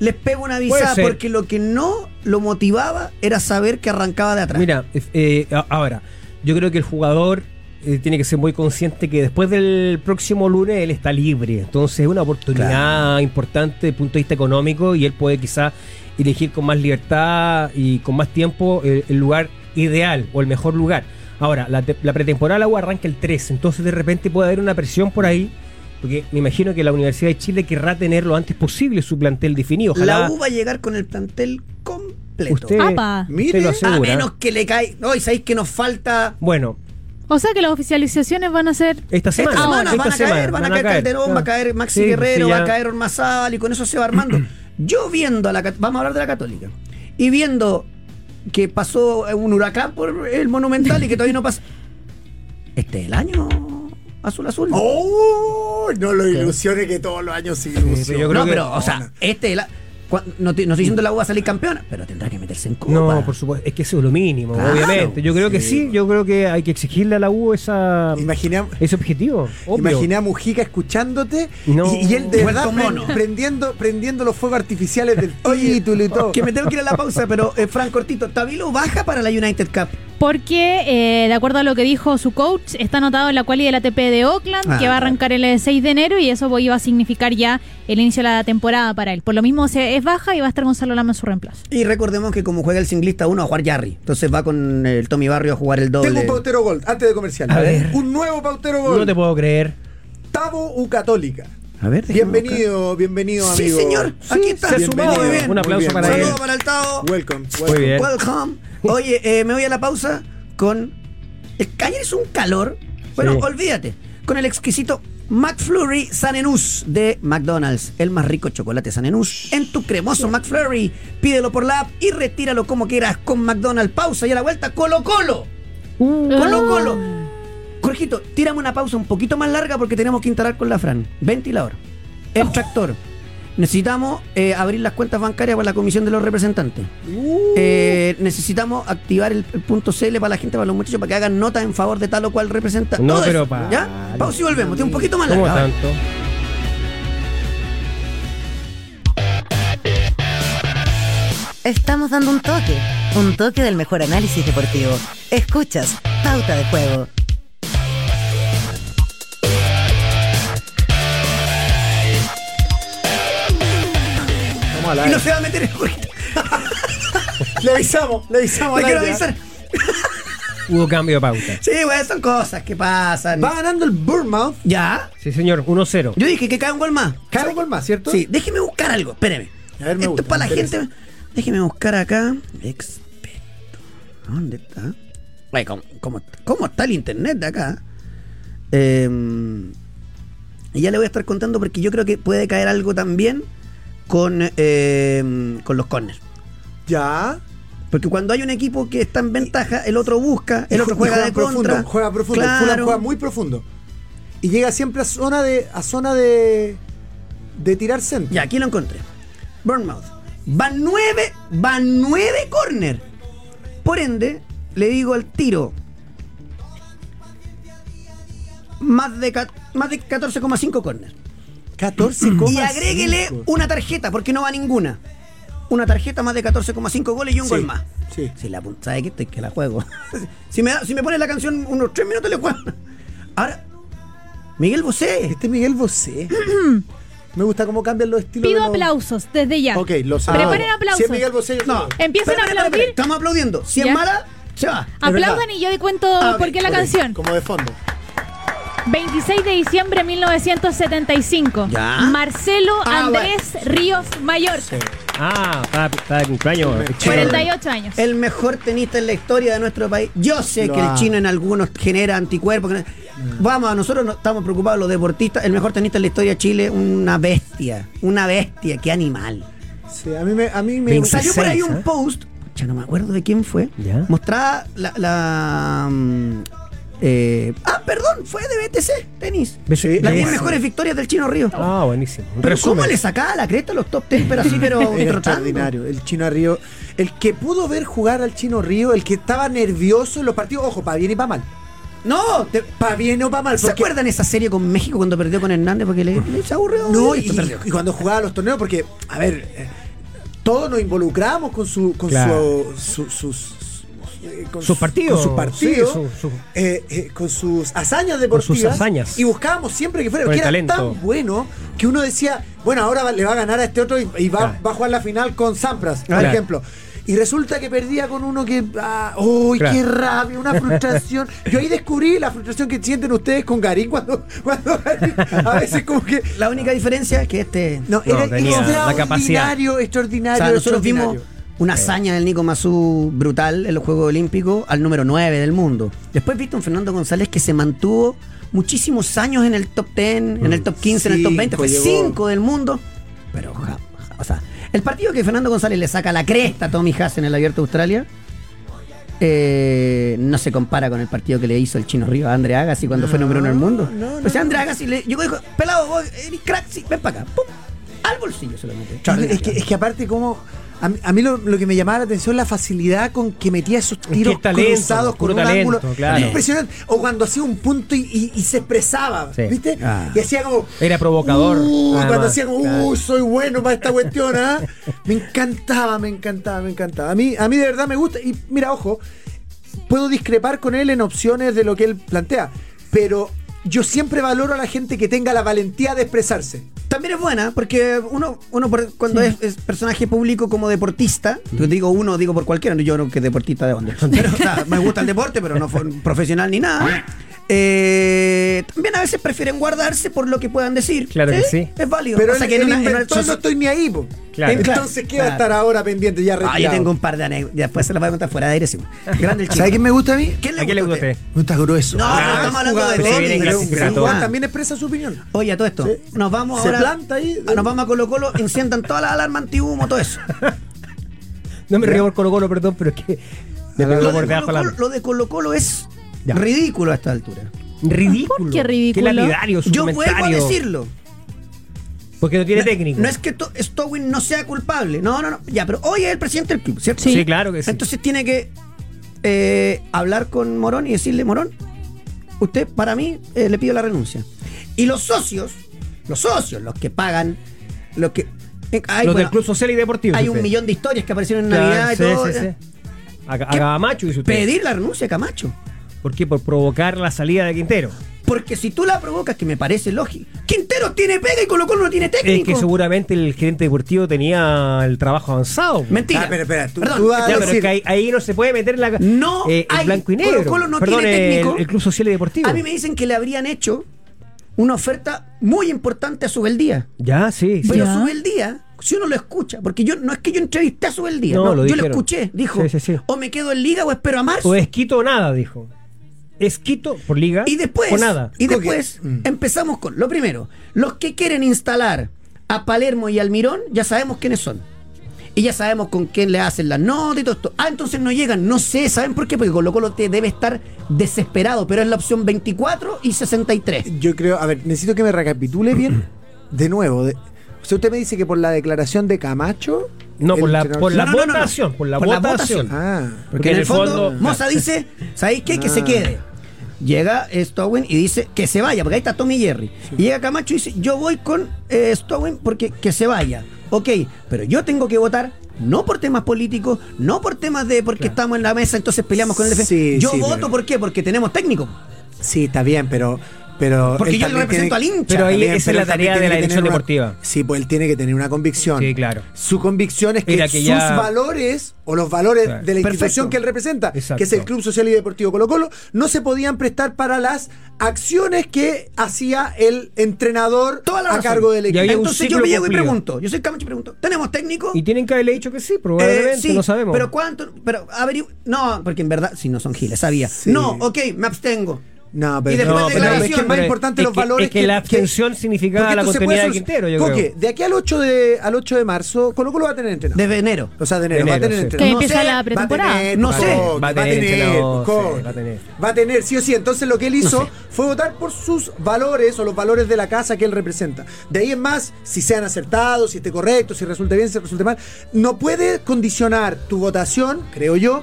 Speaker 1: les pego una
Speaker 3: Puede
Speaker 1: avisada
Speaker 3: ser.
Speaker 1: porque lo que no lo motivaba era saber que arrancaba de atrás.
Speaker 3: Mira, eh, eh, a- ahora, yo creo que el jugador eh, tiene que ser muy consciente que después del próximo lunes él está libre. Entonces es una oportunidad importante desde el punto de vista económico y él puede quizá elegir con más libertad y con más tiempo eh, el, el lugar ideal o el mejor lugar. Ahora, la, te- la pretemporada la U arranca el 3, entonces de repente puede haber una presión por ahí. Porque me imagino que la Universidad de Chile querrá tener lo antes posible su plantel definido. Ojalá
Speaker 1: La U va a llegar con el plantel completo.
Speaker 3: usted,
Speaker 4: Apa.
Speaker 3: usted
Speaker 2: Mire,
Speaker 3: lo
Speaker 2: a
Speaker 1: a
Speaker 3: asegura.
Speaker 1: menos que le caiga. No, y sabéis que nos falta.
Speaker 3: Bueno,
Speaker 4: O sea que las oficializaciones van a ser.
Speaker 3: Esta
Speaker 1: Esta semana van
Speaker 3: semana, esta
Speaker 1: a
Speaker 3: semana,
Speaker 1: caer, van a caer Calderón,
Speaker 3: claro.
Speaker 1: va a caer Maxi
Speaker 3: Ah, Sí,
Speaker 1: Guerrero,
Speaker 3: sí,
Speaker 1: va a
Speaker 3: ya.
Speaker 1: caer Ormazal y con eso se va armando. Yo viendo a la Cat- vamos a hablar de la Católica. Y viendo que pasó un huracán por el Monumental y que todavía no pasa. Este es el año azul azul.
Speaker 2: ¡Oh! No lo ilusiones que todos los años se ilusionan.
Speaker 3: pero yo creo
Speaker 1: no,
Speaker 3: que-
Speaker 1: pero, o sea, este es el a- cua- no, te- no estoy diciendo la U va a salir campeona, pero tendrá que meterse en Copa.
Speaker 3: No, por supuesto, es que eso es lo mínimo,
Speaker 1: Claro,
Speaker 3: obviamente. Yo creo que
Speaker 2: sí.
Speaker 3: sí, yo creo que hay que exigirle a la U esa,
Speaker 2: Imagina-
Speaker 3: ese objetivo. obvio.
Speaker 2: Imagina a Mujica escuchándote
Speaker 3: No.
Speaker 2: y, y él de verdad
Speaker 1: Muerto mono.
Speaker 2: pre- prendiendo, prendiendo los fuegos artificiales del título y todo.
Speaker 1: Que oh, me tengo que ir a la pausa, pero eh, Fran Cortito, Tabilo baja para la United Cup.
Speaker 4: Porque, eh, de acuerdo a lo que dijo su coach, está anotado en la quali del ATP de Oakland,
Speaker 1: Ah,
Speaker 4: que va a arrancar el 6 de enero, y eso iba a significar ya el inicio de la temporada para él. Por lo mismo, se, es baja y va a estar Gonzalo Lama en su reemplazo.
Speaker 1: Y recordemos que como juega el singlista uno va a jugar Jarry. Entonces va con el Tommy Barrio a jugar el doble.
Speaker 2: Tengo un pautero gold, antes de comercial.
Speaker 3: A ver.
Speaker 2: Un nuevo pautero
Speaker 3: No
Speaker 2: gold.
Speaker 3: te puedo creer.
Speaker 2: Tavo U Católica.
Speaker 1: A ver, déjame
Speaker 2: Bienvenido, bienvenido,
Speaker 1: Sí,
Speaker 2: amigo. Ah,
Speaker 1: señor. Aquí está.
Speaker 3: se ha
Speaker 1: Bienvenido.
Speaker 3: sumado.
Speaker 1: Muy bien.
Speaker 3: Un aplauso
Speaker 2: Muy bien,
Speaker 3: para
Speaker 2: muy
Speaker 3: él.
Speaker 1: Saludos para el Tao.
Speaker 2: Welcome, welcome.
Speaker 3: Muy bien.
Speaker 1: Welcome. Oye, eh, me voy a la pausa con... el- Ayer hizo un calor. Bueno,
Speaker 3: Sí.
Speaker 1: olvídate. Con el exquisito McFlurry Sanenus de McDonald's. El más rico chocolate Sanenus. En tu cremoso McFlurry. Pídelo por la app y retíralo como quieras con McDonald's. Pausa y a la vuelta. Colo Colo. Colo Colo. Jorgito, tírame una pausa un poquito más larga porque tenemos que instalar con la Fran. Ventilador. El tractor. Necesitamos eh, abrir las cuentas bancarias para la comisión de los representantes.
Speaker 2: Uh.
Speaker 1: Eh, necesitamos activar el, el punto CL para la gente, para los muchachos, para que hagan nota en favor de tal o cual representante.
Speaker 3: No,
Speaker 1: Todo
Speaker 3: pero
Speaker 1: eso,
Speaker 3: pa-
Speaker 1: ¿Ya? Pausa y volvemos. Tiene un poquito más
Speaker 3: ¿Cómo
Speaker 1: larga. va.
Speaker 3: tanto?
Speaker 5: Estamos dando un toque, un toque del mejor análisis deportivo. Escuchas Pauta de Juego.
Speaker 2: Vamos a
Speaker 1: Y no
Speaker 2: la
Speaker 1: se va a meter el Jorgito.
Speaker 2: Le avisamos, le avisamos.
Speaker 1: Le
Speaker 2: al
Speaker 1: quiero
Speaker 2: aire.
Speaker 1: avisar.
Speaker 3: Hubo cambio de pauta.
Speaker 1: Sí, güey, son cosas que pasan.
Speaker 2: Va ganando el Bournemouth.
Speaker 1: ¿Ya?
Speaker 3: Sí, señor, 1-0.
Speaker 1: Yo dije que cae un gol más.
Speaker 2: Cae un gol más, ¿cierto?
Speaker 1: Sí, déjeme buscar algo, espéreme.
Speaker 2: A ver, me
Speaker 1: Esto
Speaker 2: gusta,
Speaker 1: es para la
Speaker 2: me interesa.
Speaker 1: gente. Déjeme buscar acá. Experto. ¿Dónde está? Ay, ¿cómo, cómo, cómo está el internet de acá? Eh, y ya le voy a estar contando porque yo creo que puede caer algo también con, eh, con los corners.
Speaker 2: Ya.
Speaker 1: Porque cuando hay un equipo que está en ventaja, el otro busca, el
Speaker 2: Y
Speaker 1: otro
Speaker 2: ju- y
Speaker 1: juega de
Speaker 2: profundo,
Speaker 1: contra.
Speaker 2: Juega profundo,
Speaker 1: Claro.
Speaker 2: Fulham juega muy profundo. Y llega siempre a zona de a zona de de tirar centro.
Speaker 1: Ya, aquí lo encontré. Bournemouth. Van nueve, van nueve corner. Por ende, le digo al tiro. Más de, ca- más de 14,5 corner.
Speaker 2: 14
Speaker 1: Y agréguele una tarjeta, porque no va ninguna. Una tarjeta más de 14,5 goles y un
Speaker 2: Sí,
Speaker 1: gol más.
Speaker 2: sí.
Speaker 1: Si la punta de que estoy, que la juego. si, me, da- si me pones la canción unos 3 minutos, le juego. Ahora, Miguel Bosé.
Speaker 2: Este es Miguel Bosé. Me gusta cómo cambian los estilos.
Speaker 4: Pido
Speaker 2: de los-
Speaker 4: aplausos desde ya.
Speaker 2: Ok, los
Speaker 4: Preparen aplausos.
Speaker 2: Si es Miguel Bosé, yo
Speaker 1: No.
Speaker 2: soy.
Speaker 4: Empiecen a
Speaker 1: Espera, espera,
Speaker 4: aplaudir.
Speaker 1: espera. Estamos aplaudiendo. Si es
Speaker 4: Ya.
Speaker 1: mala, se va.
Speaker 4: Aplaudan y yo cuento
Speaker 1: Ah,
Speaker 4: por qué la
Speaker 2: Ok,
Speaker 4: canción.
Speaker 2: Como de fondo.
Speaker 4: 26 de diciembre de 1975.
Speaker 1: Ya.
Speaker 4: Marcelo
Speaker 1: Ah,
Speaker 4: Andrés Ríos Mayor.
Speaker 3: Ah, está, está de cumpleaños.
Speaker 2: Sí, me-
Speaker 3: Chino.
Speaker 4: 48 años.
Speaker 1: El mejor tenista en la historia de nuestro país. Yo sé
Speaker 2: Lo
Speaker 1: que el
Speaker 2: amo.
Speaker 1: chino en algunos genera anticuerpos. que no- Vamos, nosotros no estamos preocupados los deportistas. El mejor tenista en la historia de Chile, una bestia. Una bestia, qué animal.
Speaker 2: Sí, a mí me a mí me
Speaker 3: Veintiséis.
Speaker 1: Salió por ahí
Speaker 3: ¿eh?
Speaker 1: un post, ya no me acuerdo de quién fue,
Speaker 3: Ya.
Speaker 1: mostraba la, la, mm, Eh, ah, perdón, fue de BTC, tenis.
Speaker 3: Sí,
Speaker 1: Las
Speaker 3: de-
Speaker 1: 10 mejores victorias del Chino Río.
Speaker 3: Ah, buenísimo. Un
Speaker 1: Pero
Speaker 3: resumen.
Speaker 1: ¿Cómo le sacaba la cresta a los top 10? Pero así, pero
Speaker 2: Era
Speaker 1: trotando.
Speaker 2: extraordinario. El chino Río. El que pudo ver jugar al chino Río, el que estaba nervioso en los partidos, ojo, para bien y para mal.
Speaker 1: No, te-
Speaker 2: Para bien o para mal.
Speaker 1: ¿se
Speaker 2: porque-
Speaker 1: acuerdan esa serie con México cuando perdió con Hernández? Porque le, le- se aburrió.
Speaker 2: No, y,
Speaker 1: Esto perdió.
Speaker 2: y cuando jugaba los torneos, porque, a ver, eh, todos nos involucramos con su. con
Speaker 3: Claro.
Speaker 2: su- su- sus. sus- eh, con
Speaker 3: Sus
Speaker 2: su-
Speaker 3: partidos.
Speaker 2: con sus partidos,
Speaker 3: Sí, su- su-
Speaker 2: eh, eh, con sus hazañas
Speaker 3: Con
Speaker 2: deportivas,
Speaker 3: sus hazañas.
Speaker 2: y buscábamos siempre que fuera,
Speaker 3: Con
Speaker 2: que
Speaker 3: el
Speaker 2: era
Speaker 3: talento.
Speaker 2: tan bueno que uno decía, bueno, ahora va- le va a ganar a este otro y, y va,
Speaker 3: Claro.
Speaker 2: va a jugar la final con Sampras, por
Speaker 3: Claro.
Speaker 2: ejemplo. Y resulta que perdía con uno que, ah, ¡uy,
Speaker 3: Claro.
Speaker 2: qué rabia! Una frustración. Yo ahí descubrí la frustración que sienten ustedes con Garín cuando, cuando Garín a veces como que
Speaker 1: La única diferencia es que este.
Speaker 2: no,
Speaker 3: No,
Speaker 2: era
Speaker 3: tenía la capacidad.
Speaker 2: extraordinario,
Speaker 1: o
Speaker 2: extraordinario,
Speaker 1: sea, nosotros vimos
Speaker 2: extraordinario.
Speaker 1: una hazaña del Nico Mazú brutal en los Juegos Olímpicos al número 9 del mundo. Después viste un Fernando González que se mantuvo muchísimos años en el top 10, en el top 15, en el top 20, fue
Speaker 2: Cinco
Speaker 1: 5 del mundo. Pero jamás. O sea, el partido que Fernando González le saca la cresta a Tommy Haas en el Abierto de Australia. eh, no se compara con el partido que le hizo el chino Río a Andre Agassi cuando fue número uno del mundo.
Speaker 2: no,
Speaker 1: pues
Speaker 2: no,
Speaker 1: Andre Agassi le llegó y dijo: Pelado, vos eres crack, sí, ven para acá. Pum, al bolsillo se lo metió.
Speaker 2: Es que, es que aparte como... A mí, a mí lo, lo que me llamaba la atención la facilidad con que metía esos
Speaker 3: que
Speaker 2: tiros
Speaker 3: es talento,
Speaker 2: cruzados con
Speaker 3: puro
Speaker 2: un
Speaker 3: talento,
Speaker 2: ángulo
Speaker 3: claro.
Speaker 2: impresionante. O cuando hacía un punto y, y- y se expresaba,
Speaker 3: Sí.
Speaker 2: ¿viste?
Speaker 1: Ah.
Speaker 2: Y hacía como...
Speaker 3: Era provocador.
Speaker 2: "Uh",
Speaker 3: Nada
Speaker 2: cuando
Speaker 3: más,
Speaker 2: hacía como,
Speaker 3: claro.
Speaker 2: "Uh, soy bueno para esta cuestión, ¿ah?". Me encantaba, me encantaba, me encantaba. A mí, a mí de verdad me gusta. Y mira, ojo, puedo discrepar con él en opciones de lo que él plantea, pero yo siempre valoro a la gente que tenga la valentía de expresarse.
Speaker 1: También es buena, porque uno, uno por- cuando es, es personaje público como deportista, yo digo uno, digo por cualquiera, yo creo que deportista de onda. Pero, o sea, me gusta el deporte, pero no fue un profesional ni nada. Eh, también a veces prefieren guardarse por lo que puedan decir.
Speaker 3: Claro que sí.
Speaker 1: Es válido.
Speaker 2: Pero
Speaker 1: O sea,
Speaker 2: el-
Speaker 1: que en
Speaker 2: el
Speaker 1: una- en una-
Speaker 2: inventor no estoy ni ahí, po.
Speaker 3: Claro.
Speaker 2: Entonces, ¿qué va a
Speaker 1: Claro.
Speaker 2: estar ahora pendiente? Ya retirado.
Speaker 1: Ah, yo tengo un par de anécdotas. Después se las voy a contar fuera de aire. sí. Grande el chico.
Speaker 2: ¿Sabes quién me gusta a mí?
Speaker 1: ¿Quién
Speaker 3: ¿A quién le gusta a
Speaker 1: usted?
Speaker 3: usted?
Speaker 2: Me gusta grueso.
Speaker 1: No, pero estamos hablando de
Speaker 3: jugador, se
Speaker 1: Tony, pero
Speaker 3: viene
Speaker 1: un
Speaker 3: clasificatorio.
Speaker 1: jugador.
Speaker 2: Juan también expresa su opinión.
Speaker 1: Oye, a todo esto.
Speaker 2: Sí.
Speaker 1: Nos vamos
Speaker 2: Se
Speaker 1: ahora.
Speaker 2: planta ahí. eh.
Speaker 1: Ah, Nos vamos a Colo Colo, enciendan todas las alarmas antihumo, todo eso.
Speaker 3: No me río por Colo Colo, perdón, pero es que me
Speaker 1: Lo
Speaker 3: pegó
Speaker 1: de
Speaker 3: por debajo la-
Speaker 1: Colo-Colo- lo de Colo Colo es
Speaker 3: Ya.
Speaker 1: ridículo a esta altura.
Speaker 3: Ridículo.
Speaker 4: ¿Por qué ridículo?
Speaker 3: Qué lapidario su
Speaker 1: Yo vuelvo
Speaker 3: comentario.
Speaker 1: a decirlo.
Speaker 3: Porque no tiene
Speaker 1: no,
Speaker 3: técnico.
Speaker 1: No es que to- Stowin no sea culpable. No, no, no. Ya, pero hoy es el presidente del club, ¿cierto?
Speaker 3: Sí. Sí, claro que sí.
Speaker 1: Entonces tiene que eh, hablar con Morón y decirle, Morón, usted para mí eh, le pido la renuncia. Y los socios, los socios, los que pagan, los que... eh, hay,
Speaker 3: Los
Speaker 1: bueno,
Speaker 3: del Club Social y Deportivo.
Speaker 1: hay
Speaker 3: dice
Speaker 1: un
Speaker 3: usted.
Speaker 1: millón de historias que aparecieron en
Speaker 3: Claro,
Speaker 1: Navidad y
Speaker 3: sí,
Speaker 1: todo.
Speaker 3: sí, sí.
Speaker 1: eh,
Speaker 3: A, a
Speaker 1: ¿Qué?
Speaker 3: Gamacho, dice usted.
Speaker 1: Pedir la renuncia a Camacho.
Speaker 3: ¿Por qué? Por provocar la salida de Quintero.
Speaker 1: Porque si tú la provocas, que me parece lógico, Quintero tiene pega y Colo Colo no tiene técnico.
Speaker 3: Es que seguramente el gerente deportivo tenía el trabajo avanzado.
Speaker 1: Mentira.
Speaker 2: Ah, pero, espera, tú-
Speaker 1: Perdón,
Speaker 2: tú vas
Speaker 3: Ya,
Speaker 2: a
Speaker 1: te-
Speaker 3: pero es
Speaker 2: decir-
Speaker 3: que ahí, ahí no se puede meter la
Speaker 1: No
Speaker 3: eh, el
Speaker 1: hay.
Speaker 3: blanco y negro.
Speaker 1: Colo Colo no
Speaker 3: Perdón,
Speaker 1: tiene
Speaker 3: el-
Speaker 1: técnico.
Speaker 3: El, Club Social y Deportivo.
Speaker 1: A mí me dicen que le habrían hecho una oferta muy importante a Subeldía.
Speaker 3: Ya, sí. sí.
Speaker 1: Pero
Speaker 4: Ya.
Speaker 1: Subeldía, si uno lo escucha, porque yo no es que yo entrevisté a Subeldía,
Speaker 3: No,
Speaker 1: no,
Speaker 3: lo
Speaker 1: yo lo
Speaker 3: dijeron.
Speaker 1: escuché, dijo,
Speaker 3: Sí, sí, sí.
Speaker 1: o me quedo en liga o espero a marzo.
Speaker 3: O es Quito o nada, dijo. Es Quito por liga
Speaker 1: Y después,
Speaker 3: o nada.
Speaker 1: Y después empezamos con lo primero. Los que quieren instalar a Palermo y Almirón, ya sabemos quiénes son. Y ya sabemos con quién le hacen las notas y todo esto. Ah, entonces no llegan. No sé, ¿saben por qué? Porque Colo Colo te debe estar desesperado, pero es la opción 24 y 63.
Speaker 2: Yo creo, a ver, necesito que me recapitule bien de nuevo. de- o sea, usted me dice que por la declaración de Camacho.
Speaker 3: No,
Speaker 2: el
Speaker 3: por la,
Speaker 2: entrenador-
Speaker 3: por la
Speaker 1: No, no, no, no.
Speaker 3: votación. Por la
Speaker 1: Por la
Speaker 3: votación.
Speaker 1: votación.
Speaker 2: Ah,
Speaker 1: Porque en el fondo, Moza dice, ¿sabéis qué? Que se
Speaker 2: Ah.
Speaker 1: quede. Llega Stowen y dice que se vaya, porque ahí está Tommy Jerry. Y llega Camacho y dice, yo voy con eh, Stowen porque que se vaya. Ok, pero yo tengo que votar no por temas políticos, no por temas de porque estamos en la mesa, entonces peleamos con el defensa.
Speaker 2: Sí,
Speaker 1: yo
Speaker 2: sí,
Speaker 1: voto,
Speaker 2: pero-
Speaker 1: ¿por qué? Porque tenemos técnico.
Speaker 2: sí, está bien, pero. pero
Speaker 1: Porque
Speaker 2: él
Speaker 1: yo le
Speaker 2: también
Speaker 1: represento al
Speaker 2: tiene-
Speaker 1: hincha.
Speaker 3: pero ahí
Speaker 2: También,
Speaker 3: esa es la
Speaker 2: él también
Speaker 3: tarea de
Speaker 2: tiene
Speaker 3: la
Speaker 2: que tener
Speaker 3: dirección
Speaker 2: una-
Speaker 3: deportiva.
Speaker 2: Sí, pues él tiene que tener una convicción.
Speaker 3: Sí, claro.
Speaker 2: Su convicción es que,
Speaker 3: Era que
Speaker 2: sus
Speaker 3: ya-
Speaker 2: valores o los valores
Speaker 3: Claro.
Speaker 2: de la institución
Speaker 1: Perfecto.
Speaker 2: que él representa,
Speaker 3: Exacto.
Speaker 2: que es el Club Social y Deportivo Colo Colo, no se podían prestar para las acciones que hacía el entrenador
Speaker 1: Toda la
Speaker 2: a
Speaker 1: razón.
Speaker 2: cargo del
Speaker 3: Y
Speaker 2: equipo.
Speaker 3: había un
Speaker 1: Entonces yo
Speaker 3: ciclo
Speaker 1: me llego y
Speaker 3: cumplido.
Speaker 1: pregunto, yo soy Camacho y pregunto, ¿tenemos técnico?
Speaker 3: Y tienen que haberle dicho que sí,
Speaker 1: Eh,
Speaker 3: probablemente.
Speaker 1: sí,
Speaker 3: no sabemos.
Speaker 1: Pero cuánto, pero averigü- no, porque en verdad, si no son giles, sabía. No, ok, me abstengo.
Speaker 2: No, pero,
Speaker 1: Y después
Speaker 2: no,
Speaker 1: de
Speaker 2: pero
Speaker 1: la
Speaker 2: es
Speaker 1: elección,
Speaker 2: que es más
Speaker 1: pero
Speaker 2: importante
Speaker 3: es
Speaker 2: los
Speaker 3: que-
Speaker 2: valores
Speaker 3: es que la abstención significaba
Speaker 2: porque
Speaker 3: la
Speaker 2: esto se
Speaker 3: continuidad
Speaker 2: puede
Speaker 3: de
Speaker 2: solu-
Speaker 3: Quintero, yo
Speaker 2: Coque,
Speaker 3: creo.
Speaker 2: de aquí al 8 de, al 8 de marzo, Colo Colo va a tener entrenador.
Speaker 1: Desde enero.
Speaker 2: o sea, de enero,
Speaker 3: De
Speaker 2: va a
Speaker 3: enero,
Speaker 2: tener
Speaker 3: sí.
Speaker 2: entrenador.
Speaker 4: Que empieza la
Speaker 2: va a
Speaker 4: pretemporada.
Speaker 2: tener,
Speaker 1: No sé.
Speaker 2: Coque,
Speaker 3: Va a tener entrenador,
Speaker 2: Coque.
Speaker 3: sí, va a tener.
Speaker 2: Va a tener, sí o sí. Entonces lo que él hizo fue votar por sus valores o los valores de la casa que él representa. De ahí en más, si sean acertados, si esté correcto, si resulte bien, si resulte mal. No puede condicionar tu votación, creo yo,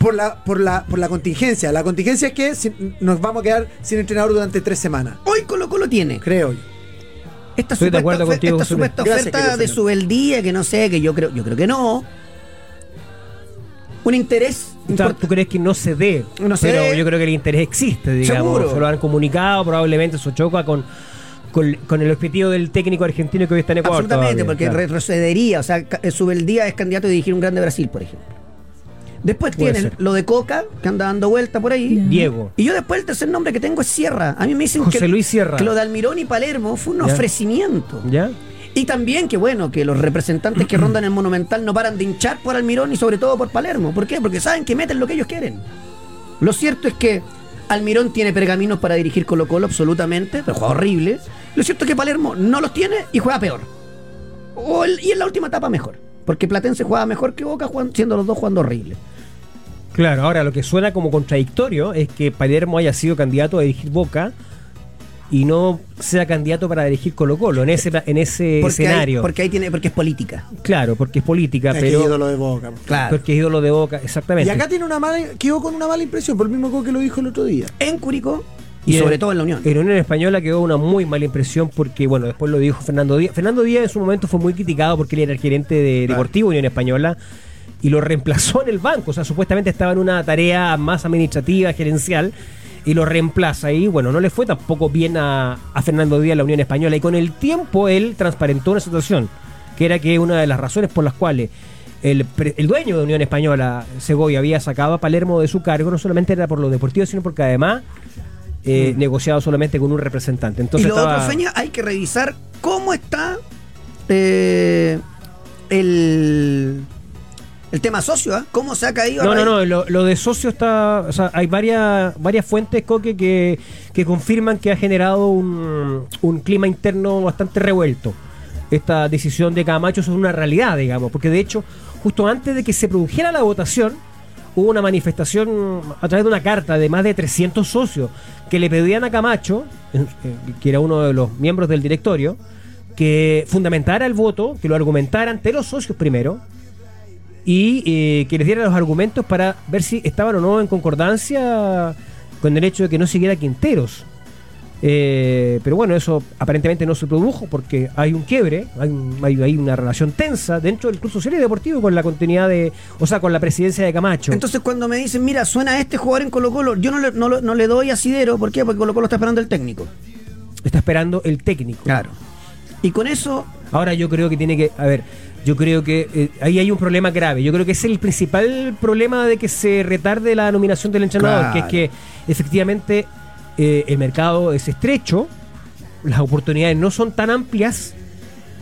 Speaker 2: por la, por la, por la contingencia. La contingencia es que si- nos vamos a quedar sin entrenador durante tres semanas,
Speaker 1: Hoy Colo Colo tiene
Speaker 2: creo yo.
Speaker 1: esta
Speaker 3: Estoy
Speaker 1: supuesta,
Speaker 3: de acuerdo
Speaker 1: ofe-
Speaker 3: contigo,
Speaker 1: esta
Speaker 3: José Luis.
Speaker 1: supuesta
Speaker 2: Gracias,
Speaker 1: oferta
Speaker 2: querido
Speaker 1: de
Speaker 2: señor.
Speaker 1: subeldía que no sé, que yo creo, yo creo que no. Un interés
Speaker 3: O sea,
Speaker 1: import-
Speaker 3: ¿Tú crees que no se dé?
Speaker 1: No se
Speaker 3: pero
Speaker 1: dé.
Speaker 3: yo creo que el interés existe, digamos.
Speaker 1: Seguro.
Speaker 3: Se lo han comunicado, probablemente eso choca con, con, con el objetivo del técnico argentino que hoy está en Ecuador.
Speaker 1: Absolutamente,
Speaker 3: todavía,
Speaker 1: porque
Speaker 3: claro.
Speaker 1: retrocedería. O sea, ca- eh, Subeldía es candidato a dirigir un grande Brasil, por ejemplo. Después
Speaker 3: Puede
Speaker 1: tienen
Speaker 3: ser.
Speaker 1: lo de Coca, que anda dando vuelta por ahí.
Speaker 3: Diego.
Speaker 1: Y yo después el tercer nombre que tengo es Sierra. A mí me dicen
Speaker 3: José
Speaker 1: que,
Speaker 3: Luis Sierra.
Speaker 1: que lo de Almirón y Palermo fue un
Speaker 3: Ya.
Speaker 1: ofrecimiento.
Speaker 3: ¿Ya?
Speaker 1: Y también que bueno, que los representantes que rondan el Monumental no paran de hinchar por Almirón y sobre todo por Palermo. ¿Por qué? Porque saben que meten lo que ellos quieren. Lo cierto es que Almirón tiene pergaminos para dirigir Colo Colo absolutamente, pero juega horrible. Lo cierto es que Palermo no los tiene y juega peor. O el- y en la última etapa mejor. Porque Platense juega mejor que Boca juegan- siendo los dos jugando horrible.
Speaker 3: Claro, ahora lo que suena como contradictorio es que Palermo haya sido candidato a dirigir Boca y no sea candidato para dirigir Colo Colo en ese, en ese
Speaker 1: Porque ahí-
Speaker 3: escenario.
Speaker 1: porque ahí tiene, porque es política.
Speaker 3: Claro, porque es política,
Speaker 2: Es
Speaker 3: pero...
Speaker 2: que ídolo de Boca.
Speaker 1: Claro.
Speaker 3: Porque es ídolo de Boca,
Speaker 2: Y
Speaker 3: exactamente.
Speaker 2: acá tiene una mala, quedó con una mala impresión, por el mismo Coque lo dijo el otro día.
Speaker 1: En Curicó y,
Speaker 3: en-
Speaker 1: sobre todo en la Unión.
Speaker 3: En Unión Española quedó una muy mala impresión porque, bueno, después lo dijo Fernando Díaz. Fernando Díaz en su momento fue muy criticado porque él era el gerente de Deportivo Unión Española y lo reemplazó en el banco. O sea, supuestamente estaba en una tarea más administrativa, gerencial. Y lo reemplaza y bueno, no le fue tampoco bien a, a Fernando Díaz en la Unión Española. Y con el tiempo él transparentó una situación, que era que una de las razones por las cuales el, pre- el dueño de Unión Española, Segovia, había sacado a Palermo de su cargo, no solamente era por lo deportivo, sino porque además eh, negociado solamente con un representante. Entonces
Speaker 1: y lo
Speaker 3: estaba-
Speaker 1: otro, Feña, hay que revisar cómo está eh, el, el tema socio, ¿ah? ¿Cómo se ha caído? a
Speaker 3: No, no,
Speaker 1: raíz-
Speaker 3: no, lo, lo de socio está... O sea, hay varias, varias fuentes, Coque, que, que confirman que ha generado un, un clima interno bastante revuelto. Esta decisión de Camacho es una realidad, digamos, porque de hecho, justo antes de que se produjera la votación, hubo una manifestación a través de una carta de más de 300 socios que le pedían a Camacho, eh, que era uno de los miembros del directorio, que fundamentara el voto, que lo argumentara ante los socios primero, y eh, que les diera los argumentos para ver si estaban o no en concordancia con el hecho de que no siguiera Quinteros. Eh, pero bueno, eso aparentemente no se produjo porque hay un quiebre, hay, un- hay- hay una relación tensa dentro del Club Social y Deportivo con la continuidad de, o sea, con la presidencia de Camacho.
Speaker 1: Entonces cuando me dicen, mira, suena este jugador en Colo Colo, yo no le, no, lo- no le doy asidero, ¿por qué? Porque Colo Colo está esperando el técnico.
Speaker 3: Está esperando el técnico.
Speaker 1: Claro. Y con eso,
Speaker 3: Ahora yo creo que tiene que, a ver, yo creo que eh, ahí hay un problema grave. Yo creo que es el principal problema de que se retarde la nominación del entrenador,
Speaker 1: Claro.
Speaker 3: que es que efectivamente eh, el mercado es estrecho, las oportunidades no son tan amplias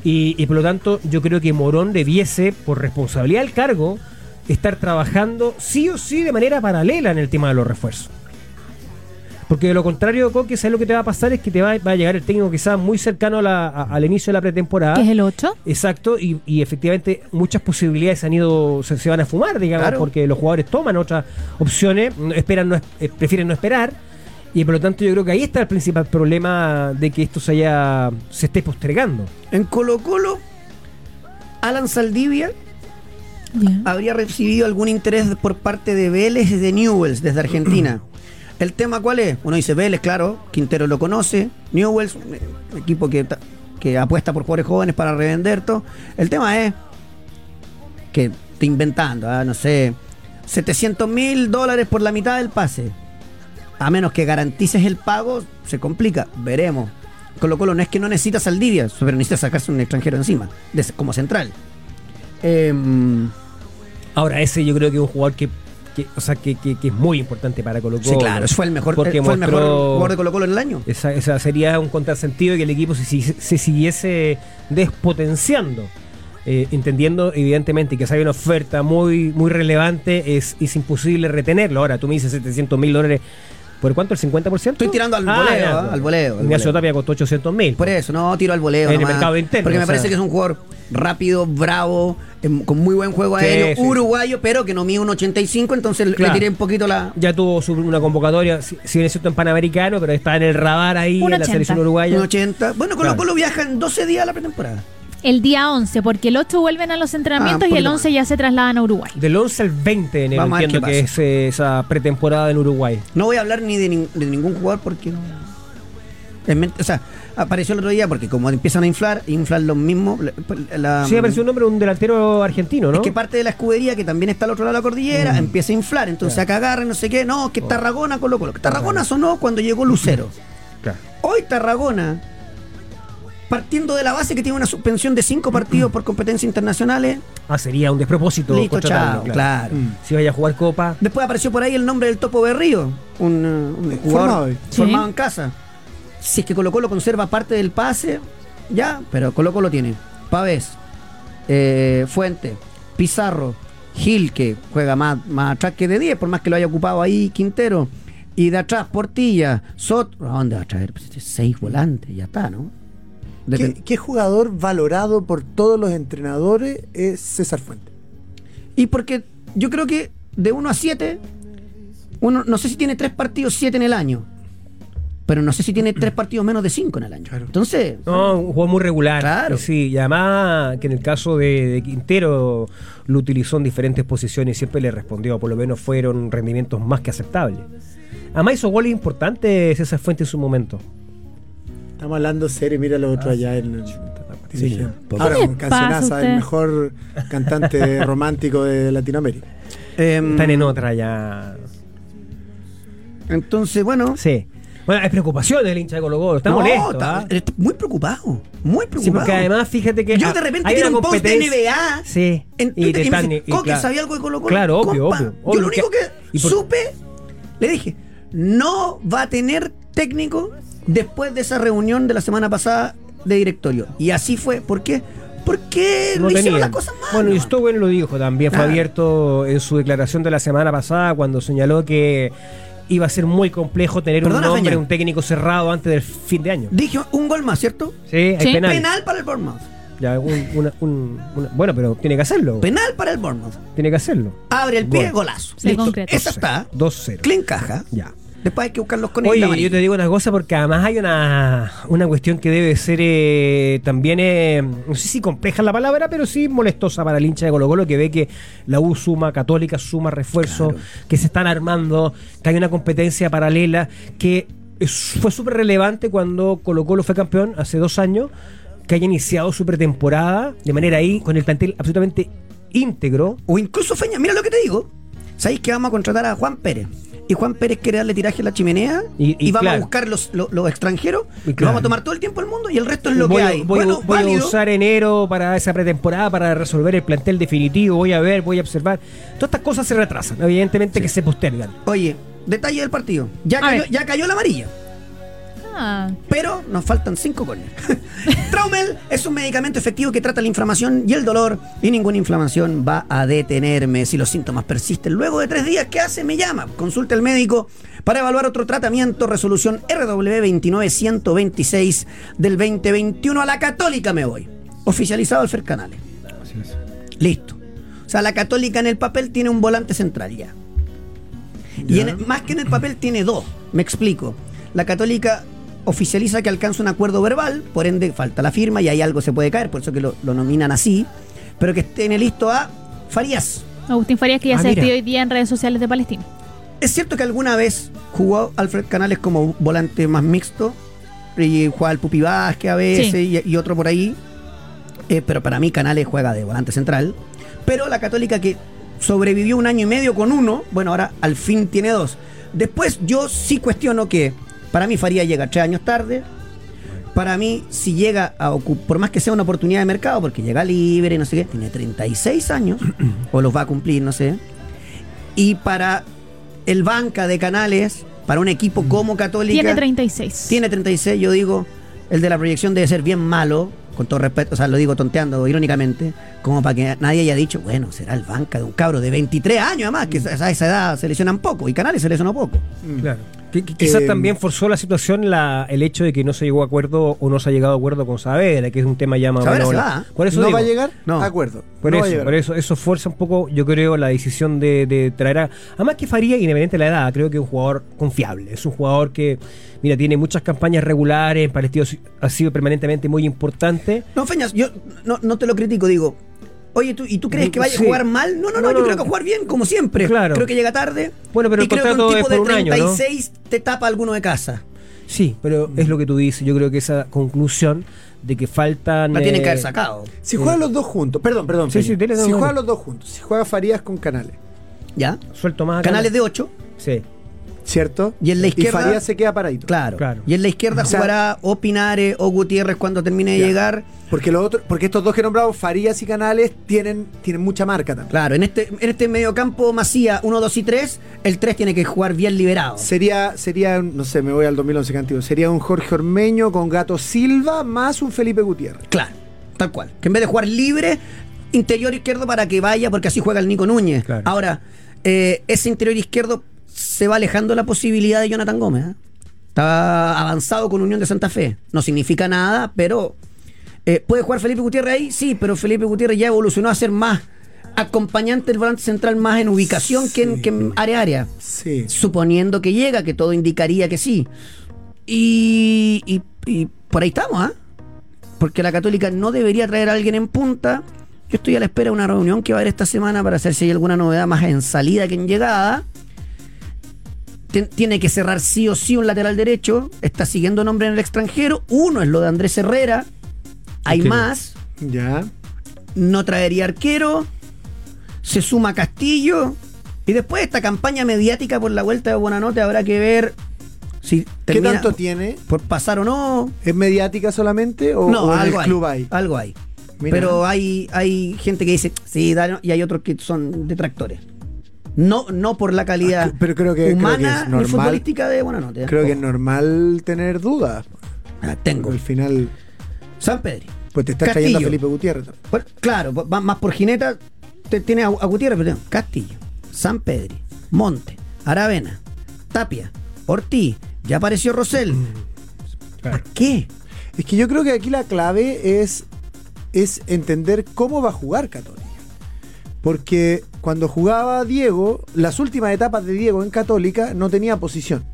Speaker 3: y, y por lo tanto yo creo que Morón debiese, por responsabilidad del cargo, estar trabajando sí o sí de manera paralela en el tema de los refuerzos. Porque de lo contrario, Coque, ¿sabes lo que te va a pasar? Es que te va, va a llegar el técnico quizás muy cercano a la- a- al inicio de la pretemporada.
Speaker 4: que es el 8.
Speaker 3: Exacto, y, y efectivamente muchas posibilidades han ido, se, se van a fumar, digamos,
Speaker 1: Claro.
Speaker 3: porque los jugadores toman otras opciones, no- esperan no es- eh, prefieren no esperar, y por lo tanto yo creo que ahí está el principal problema de que esto se haya, se esté postergando.
Speaker 1: en Colo Colo, Alan Saldivia habría recibido algún interés por parte de Vélez y de Newells desde Argentina. ¿El tema cuál es? Uno dice Vélez, claro, Quintero lo conoce, Newells, un, eh, un equipo que, ta- que apuesta por jugadores jóvenes para revender todo. El tema es que te inventando, ah, no sé, 700 mil dólares por la mitad del pase. A menos que garantices el pago, se complica, veremos. Colo Colo no es que no necesita Saldivia, pero necesita sacarse un extranjero encima, des- como central. Em,
Speaker 3: Ahora, ese yo creo que es un jugador que, que- o sea, que, que- que es muy importante para Colo Colo.
Speaker 1: Sí, claro, fue el mejor,
Speaker 3: Porque
Speaker 1: eh, fue el mejor
Speaker 3: mostró-
Speaker 1: jugador de Colo Colo en el año.
Speaker 3: Esa, esa sería un contrasentido que el equipo se, si- se siguiese despotenciando. Eh, entendiendo, evidentemente, que si hay una oferta muy, muy relevante, es, es imposible retenerlo. Ahora, tú me dices 700 mil dólares ¿Por cuánto? ¿El 50%?
Speaker 1: Estoy tirando al voleo,
Speaker 3: ya.
Speaker 1: ah, al voleo, al
Speaker 3: Ignacio
Speaker 1: voleo.
Speaker 3: Tapia costó 800 mil.
Speaker 1: Por eso, no, tiro al voleo.
Speaker 3: En el
Speaker 1: nomás.
Speaker 3: mercado interno,
Speaker 1: Porque me
Speaker 3: o
Speaker 1: parece
Speaker 3: sea.
Speaker 1: que es un jugador rápido, bravo, em, con muy buen juego
Speaker 3: Sí,
Speaker 1: aéreo,
Speaker 3: sí.
Speaker 1: uruguayo, pero que no mide un 85, entonces
Speaker 3: Claro.
Speaker 1: le tiré un poquito la.
Speaker 3: Ya tuvo su- una convocatoria, si si bien es cierto, en Panamericano, pero está en el radar ahí
Speaker 4: Un
Speaker 3: en la
Speaker 4: 80.
Speaker 3: selección
Speaker 1: un
Speaker 3: uruguaya.
Speaker 1: 80. Bueno, Colo
Speaker 3: Claro.
Speaker 1: Colo viaja en 12 días a la pretemporada.
Speaker 4: El día 11, porque el 8 vuelven a los
Speaker 1: Ah,
Speaker 4: entrenamientos
Speaker 1: un
Speaker 4: y el
Speaker 1: poquito
Speaker 4: 11 ya se trasladan a Uruguay.
Speaker 3: Del 11 al 20 de enero
Speaker 1: Vamos a ver
Speaker 3: entiendo
Speaker 1: qué
Speaker 3: que es eh, esa pretemporada en Uruguay.
Speaker 1: No voy a hablar ni de, nin- de ningún jugador porque no. es ment- O sea, apareció el otro día porque como empiezan a inflar, inflan los mismos. la- la-
Speaker 3: Sí, apareció un nombre, un delantero argentino, ¿no?
Speaker 1: Um, Es que parte de la escudería, que también está al otro lado de la cordillera, empieza a inflar. Entonces acá agarra, no sé qué. No, que Tarragona Colo Colo. Tarragona sonó cuando llegó Lucero.
Speaker 3: Claro.
Speaker 1: Hoy Tarragona, partiendo de la base que tiene una suspensión de cinco partidos por competencias internacionales,
Speaker 3: Ah, sería un despropósito.
Speaker 1: listo,
Speaker 3: contratarlo,
Speaker 1: chao, claro.
Speaker 3: Mm. Si vaya a jugar Copa.
Speaker 1: Después apareció por ahí el nombre del Topo Berrío, un, eh, un jugador
Speaker 2: Formado ahí.
Speaker 1: formado
Speaker 4: Sí.
Speaker 1: en casa. Si es que Colo Colo conserva parte del pase, ya, pero Colo Colo tiene Pavés, eh, Fuente, Pizarro, Gil, que juega más, más atrás que de 10, por más que lo haya ocupado ahí Quintero. Y de atrás, Portilla, Soto. ¿A dónde va a traer? Pues, seis volantes, ya está, ¿no?
Speaker 2: ¿Qué,
Speaker 1: Depen-
Speaker 2: qué jugador valorado por todos los entrenadores es César Fuente?
Speaker 1: Y porque yo creo que de 1 a 7, uno no sé si tiene 3 partidos 7 en el año, pero no sé si tiene 3 partidos menos de 5 en el año.
Speaker 2: Claro.
Speaker 1: Entonces,
Speaker 3: No, un juego muy regular.
Speaker 1: Claro.
Speaker 3: Sí, y además que en el caso de, de Quintero lo utilizó en diferentes posiciones y siempre le respondió. Por lo menos fueron rendimientos más que aceptables. Además hizo goles importantes César Fuente en su momento.
Speaker 2: Estamos hablando serio, mira lo otro allá en el.
Speaker 3: Ah, Sí,
Speaker 2: Ahora,
Speaker 4: ¿Qué
Speaker 2: con
Speaker 4: les pasa a
Speaker 2: Cancionaza, el
Speaker 4: ustedes?
Speaker 2: mejor cantante romántico de Latinoamérica.
Speaker 1: em,
Speaker 3: Están en otra ya.
Speaker 1: entonces bueno,
Speaker 3: Sí. Bueno, hay preocupación del hincha de Colo Colo. Está
Speaker 1: no,
Speaker 3: molesto.
Speaker 1: está-
Speaker 3: ¿ah?
Speaker 1: está muy preocupado, muy preocupado.
Speaker 3: Sí, porque además fíjate que.
Speaker 1: yo
Speaker 3: ah,
Speaker 1: de repente
Speaker 3: hay
Speaker 1: tiro
Speaker 3: una
Speaker 1: un post de
Speaker 3: competencia-
Speaker 1: NBA.
Speaker 3: Sí.
Speaker 1: En Twitter, y, me
Speaker 3: están-
Speaker 1: dice,
Speaker 3: y
Speaker 1: Coque,
Speaker 3: claro.
Speaker 1: ¿sabía algo de Colo Colo?
Speaker 3: Claro, obvio,
Speaker 1: Compa,
Speaker 3: obvio,
Speaker 1: Yo
Speaker 3: obvio,
Speaker 1: lo único
Speaker 3: que-
Speaker 1: que
Speaker 3: y por-
Speaker 1: supe, le dije, no va a tener técnico después de esa reunión de la semana pasada de directorio. Y así fue. ¿Por qué? Porque
Speaker 3: No
Speaker 1: lo hicieron
Speaker 3: tenían.
Speaker 1: las cosas mal.
Speaker 3: Bueno, y
Speaker 1: ¿no?
Speaker 3: Stowen lo dijo también. Fue
Speaker 1: Claro.
Speaker 3: abierto en su declaración de la semana pasada cuando señaló que iba a ser muy complejo tener
Speaker 1: Perdona,
Speaker 3: un nombre,
Speaker 1: Peña.
Speaker 3: un técnico cerrado antes del fin de año.
Speaker 1: Dije un gol más, ¿cierto?
Speaker 3: Sí, hay
Speaker 4: Sí.
Speaker 3: penal.
Speaker 1: Penal para el Bournemouth.
Speaker 3: Ya, un- una- un- una- bueno, pero tiene que hacerlo.
Speaker 1: Penal para el Bournemouth.
Speaker 3: Tiene que hacerlo.
Speaker 1: Abre el pie,
Speaker 3: Gol.
Speaker 1: golazo.
Speaker 4: Se concreta.
Speaker 1: Esa está.
Speaker 3: 2-0.
Speaker 1: Clean caja.
Speaker 3: Ya.
Speaker 1: Después hay que buscar los conejos.
Speaker 3: Oye, yo te digo una cosa porque además hay una, una cuestión que debe ser eh, también, eh, no sé si compleja la palabra, pero sí molestosa para el hincha de Colo Colo que ve que la U suma, Católica suma refuerzo, que se están armando, que hay una competencia paralela, que es- fue súper relevante cuando Colo Colo fue campeón hace dos años, que haya iniciado su pretemporada de manera ahí con el plantel absolutamente íntegro.
Speaker 1: O incluso Feña, mira lo que te digo. ¿Sabéis que vamos a contratar a Juan Pérez? Y Juan Pérez quiere darle tiraje a la chimenea y,
Speaker 3: Y- y
Speaker 1: vamos a
Speaker 3: claro.
Speaker 1: buscar los, los, los extranjeros.
Speaker 3: Y
Speaker 1: Lo
Speaker 3: claro.
Speaker 1: vamos a tomar todo el tiempo del mundo y el resto es lo
Speaker 3: voy,
Speaker 1: que
Speaker 3: a-
Speaker 1: hay.
Speaker 3: voy a-
Speaker 1: bueno,
Speaker 3: voy
Speaker 1: válido.
Speaker 3: a usar enero para esa pretemporada, para resolver el plantel definitivo, voy a ver, voy a observar. Todas estas cosas se retrasan, evidentemente que se postergan.
Speaker 1: Oye, detalle del partido. Ya
Speaker 4: A
Speaker 1: cayó,
Speaker 4: ver.
Speaker 1: ya cayó la amarilla,
Speaker 4: Ah,
Speaker 1: pero nos faltan cinco goles. Traumel es un medicamento efectivo que trata la inflamación y el dolor y ninguna inflamación va a detenerme. Si los síntomas persisten luego de tres días, ¿qué hace? Me llama. Consulta al médico para evaluar otro tratamiento. Resolución RW29126 del 2021 a la católica me voy. Oficializado al Canales. Listo. O sea, la Católica en el papel tiene un volante central ya. Y en- más que en el papel tiene dos. Me explico. La Católica oficializa que alcanza un acuerdo verbal, por ende falta la firma y ahí algo se puede caer, por eso que lo, lo nominan así. Pero que esté en el listo a Farías.
Speaker 4: Agustín Farías que ya
Speaker 3: Ah,
Speaker 4: se
Speaker 3: mira.
Speaker 4: despidió hoy día en redes sociales de Palestina.
Speaker 1: Es cierto que alguna vez jugó Alfred Canales como volante más mixto, y jugaba el Pupi Vázquez a veces y, y otro por ahí, eh, pero para mí Canales juega de volante central. Pero la Católica que sobrevivió un año y medio con uno, bueno, ahora al fin tiene dos. Después yo sí cuestiono que para mí Faría llega tres años tarde. Para mí, si llega a ocupar, por más que sea una oportunidad de mercado, porque llega libre, no sé qué, tiene 36 años, o los va a cumplir, no sé. Y para el banca de Canales, para un equipo como Católica.
Speaker 4: Tiene 36.
Speaker 1: Tiene 36, yo digo, el de la proyección debe ser bien malo, con todo respeto, o sea, lo digo tonteando, irónicamente, como para que nadie haya dicho, bueno, será el banca de un cabro de 23 años, además, que a esa edad se lesionan poco, y Canales se lesionó poco.
Speaker 3: Claro. Que- que Quizás
Speaker 2: Mm. Eh,
Speaker 3: también forzó la situación la, el hecho de que no se llegó a acuerdo o no se ha llegado a acuerdo con Saavedra, que es un tema ya más o
Speaker 2: Saavedra
Speaker 3: menos-
Speaker 2: se va, ¿eh?
Speaker 3: Por eso
Speaker 2: no
Speaker 3: digo,
Speaker 2: va a llegar
Speaker 3: no.
Speaker 2: a acuerdo.
Speaker 3: Por,
Speaker 2: No va a
Speaker 3: eso,
Speaker 2: llegar.
Speaker 3: por eso, eso fuerza un poco, yo creo, la decisión de, de traer a. Además que Faría, independiente de la edad, creo que es un jugador confiable. Es un jugador que, mira, tiene muchas campañas regulares, partidos ha sido permanentemente muy importante.
Speaker 1: No, Feñas, yo no, no te lo critico, digo. Oye, ¿tú, ¿y tú crees que vaya
Speaker 3: Sí.
Speaker 1: a jugar mal? No, no, no,
Speaker 3: No,
Speaker 1: yo
Speaker 3: no.
Speaker 1: creo que va a jugar bien, como siempre.
Speaker 3: Claro.
Speaker 1: Creo que llega tarde.
Speaker 3: Bueno, pero
Speaker 1: y
Speaker 3: el
Speaker 1: creo que un
Speaker 3: contrato
Speaker 1: tipo
Speaker 3: es
Speaker 1: de
Speaker 3: por un año, ¿no?
Speaker 1: 36 te tapa alguno de casa.
Speaker 3: Sí, pero
Speaker 1: Mm.
Speaker 3: es lo que tú dices. Yo creo que esa conclusión de que faltan.
Speaker 1: La tienen que
Speaker 3: eh,
Speaker 1: haber sacado.
Speaker 2: Si juegan los dos juntos, perdón, perdón.
Speaker 3: Sí,
Speaker 2: Peña.
Speaker 3: sí, dele, dele,
Speaker 2: si
Speaker 3: dele.
Speaker 2: juegan los dos juntos, si juega Farías con Canales,
Speaker 1: ¿Ya?
Speaker 3: Suelto más. acá.
Speaker 1: Canales de 8.
Speaker 3: Sí.
Speaker 2: ¿cierto?
Speaker 1: Y en la izquierda-
Speaker 2: Farías se queda paradito.
Speaker 1: Claro.
Speaker 3: Claro.
Speaker 1: Y en la izquierda
Speaker 2: O sea-
Speaker 1: jugará o Pinares o Gutiérrez cuando termine de
Speaker 2: Ya.
Speaker 1: llegar.
Speaker 2: Porque, los otros, porque estos dos que he nombrado, Farías y Canales, tienen, tienen mucha marca también.
Speaker 1: Claro, en este, en este medio campo Macía 1, 2 y 3, el 3 tiene que jugar bien liberado.
Speaker 2: Sería, sería, un- no sé, me voy al 2011 que antiguo, sería un Jorge Ormeño con Gato Silva más un Felipe Gutiérrez.
Speaker 1: Claro, tal cual. Que en vez de jugar libre, interior izquierdo para que vaya, porque así juega el Nico Núñez.
Speaker 3: Claro.
Speaker 1: Ahora, eh, ese interior izquierdo se va alejando la posibilidad de Jonathan Gómez. ¿eh? Está avanzado con Unión de Santa Fe. No significa nada, pero. eh, ¿Puede jugar Felipe Gutiérrez ahí? Sí, pero Felipe Gutiérrez ya evolucionó a ser más acompañante del volante central, más en ubicación que en-
Speaker 2: Sí.
Speaker 1: que en área-área
Speaker 2: Sí.
Speaker 1: suponiendo que llega, que todo indicaría que sí. Y, y- y por ahí estamos, ¿ah? Porque la Católica no debería traer a alguien en punta. Yo estoy a la espera de una reunión que va a haber esta semana para hacer si hay alguna novedad más en salida que en llegada. Tien- tiene que cerrar sí o sí un lateral derecho. Está siguiendo nombre en el extranjero. Uno es lo de Andrés Herrera. Hay
Speaker 3: Entiendo.
Speaker 1: más.
Speaker 2: Ya.
Speaker 1: No traería arquero. Se suma Castillo. Y después de esta campaña mediática por la vuelta de Buenanote habrá que ver si
Speaker 2: ¿Qué
Speaker 1: termina
Speaker 2: tanto tiene?
Speaker 1: por pasar o no.
Speaker 2: ¿Es mediática solamente o,
Speaker 1: no,
Speaker 2: o en
Speaker 1: algo
Speaker 2: el
Speaker 1: hay,
Speaker 2: club hay?
Speaker 1: Algo hay.
Speaker 2: Mira.
Speaker 1: Pero hay, hay gente que dice, sí, dale", y hay otros que son detractores. No, no por la
Speaker 2: Ah,
Speaker 1: calidad
Speaker 2: que- pero creo que- creo
Speaker 1: humana
Speaker 2: que es normal.
Speaker 1: ni futbolística de Buenanote. ¿eh?
Speaker 2: Creo que es normal tener dudas.
Speaker 1: Ah, Tengo.
Speaker 2: Al final,
Speaker 1: San Pedro.
Speaker 2: pues te estás trayendo a
Speaker 1: Castillo.
Speaker 2: Felipe Gutiérrez.
Speaker 1: Bueno, claro, va- más por jineta, te, tiene a, a Gutiérrez, pero tiene Castillo, San Pedri, Monte, Aravena, Tapia, Ortiz, ya apareció Rosel.
Speaker 2: Mm.
Speaker 3: Claro.
Speaker 1: ¿Qué?
Speaker 2: Es que yo creo que aquí la clave es, es entender cómo va a jugar Católica. Porque cuando jugaba Diego, las últimas etapas de Diego en Católica no tenía posición.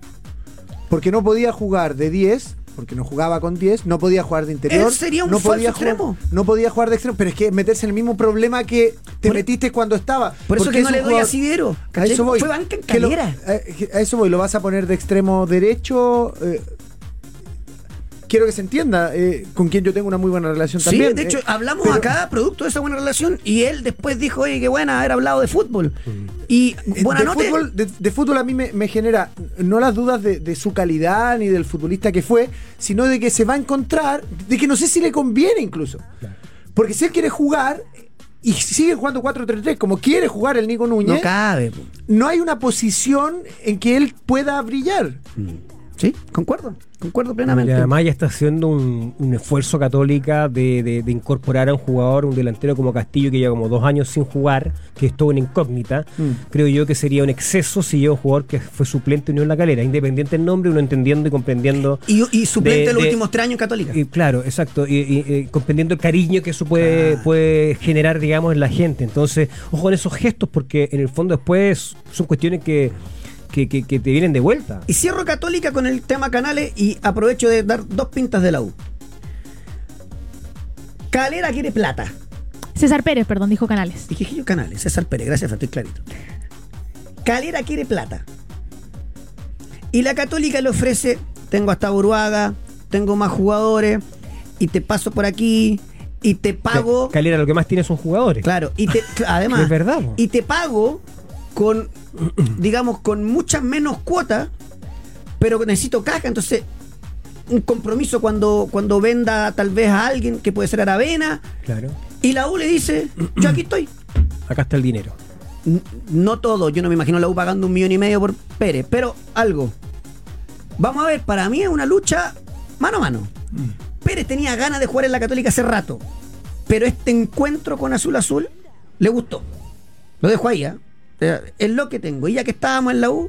Speaker 2: Porque no podía jugar de 10, porque no jugaba con 10, no podía jugar de interior.
Speaker 1: Él sería un
Speaker 2: no podía
Speaker 1: falso
Speaker 2: jugar-
Speaker 1: extremo.
Speaker 2: No podía jugar de extremo, pero es que meterse en el mismo problema que te
Speaker 1: Por-
Speaker 2: metiste cuando estaba.
Speaker 1: Por eso
Speaker 2: Porque
Speaker 1: que no
Speaker 2: es un
Speaker 1: le doy
Speaker 2: jugador-
Speaker 1: asidero.
Speaker 2: a
Speaker 1: ¿cachai?
Speaker 2: eso voy.
Speaker 1: Fue banca en
Speaker 2: Que lo-
Speaker 1: calera.
Speaker 2: a, a eso voy, lo vas a poner de extremo derecho. eh, quiero que se entienda, eh, con quien yo tengo una muy buena relación
Speaker 1: Sí,
Speaker 2: también.
Speaker 1: de
Speaker 2: eh,
Speaker 1: hecho, ah, hablamos
Speaker 2: pero-
Speaker 1: acá producto de esa buena relación y él después dijo, oye, qué buena haber hablado de fútbol. Y
Speaker 2: eh,
Speaker 1: buena
Speaker 2: de,
Speaker 1: noche.
Speaker 2: fútbol, de, de fútbol a mí me, me genera no las dudas de, de su calidad ni del futbolista que fue, sino de que se va a encontrar, de que no sé si le conviene incluso. Porque si él quiere jugar y sigue jugando 4-3-3 como quiere jugar el Nico Núñez,
Speaker 1: No cabe. po.
Speaker 2: no hay una posición en que él pueda brillar.
Speaker 1: Sí, concuerdo, concuerdo
Speaker 3: Y
Speaker 1: plenamente.
Speaker 3: además ya está haciendo un, un esfuerzo católica de, de- de incorporar a un jugador, un delantero como Castillo, que lleva como dos años sin jugar, que es toda una incógnita.
Speaker 1: Mm.
Speaker 3: Creo yo que sería un exceso si lleva un jugador que fue suplente de Unión La Calera, independiente del nombre, uno entendiendo y comprendiendo.
Speaker 1: Y, y suplente
Speaker 3: de-
Speaker 1: los
Speaker 3: de-
Speaker 1: últimos tres años en Católica.
Speaker 3: y claro, exacto, y, y- y comprendiendo el cariño que eso puede, puede generar, digamos, en la gente. Entonces, ojo con esos gestos, porque en el fondo después son cuestiones que, que- que- que te vienen de vuelta.
Speaker 1: Y cierro Católica con el tema Canales y aprovecho de dar dos pintas de la U. Calera quiere plata.
Speaker 4: César Pérez, perdón, dijo Canales.
Speaker 1: Dije que yo Canales, César Pérez, gracias, Fran, estoy clarito. Calera quiere plata. Y la Católica le ofrece, tengo hasta Buruaga, tengo más jugadores, y te paso por aquí, y te pago.
Speaker 3: Calera, lo que más tiene son jugadores.
Speaker 1: Claro, y te, cl- además,
Speaker 3: Es verdad, po.
Speaker 1: y te pago con, digamos, con muchas menos cuotas, pero necesito caja, entonces un compromiso cuando, cuando venda tal vez a alguien que puede ser Aravena,
Speaker 3: Claro.
Speaker 1: y la U le dice, yo aquí estoy.
Speaker 3: Acá está el dinero.
Speaker 1: N- No todo, yo no me imagino la U pagando un millón y medio por Pérez, pero algo. Vamos a ver, para mí es una lucha mano a mano.
Speaker 3: Mm.
Speaker 1: Pérez tenía ganas de jugar en la Católica hace rato, pero este encuentro con Azul Azul le gustó. Lo dejo ahí, ¿ah? Eh, Es lo que tengo. Y ya que estábamos en la U,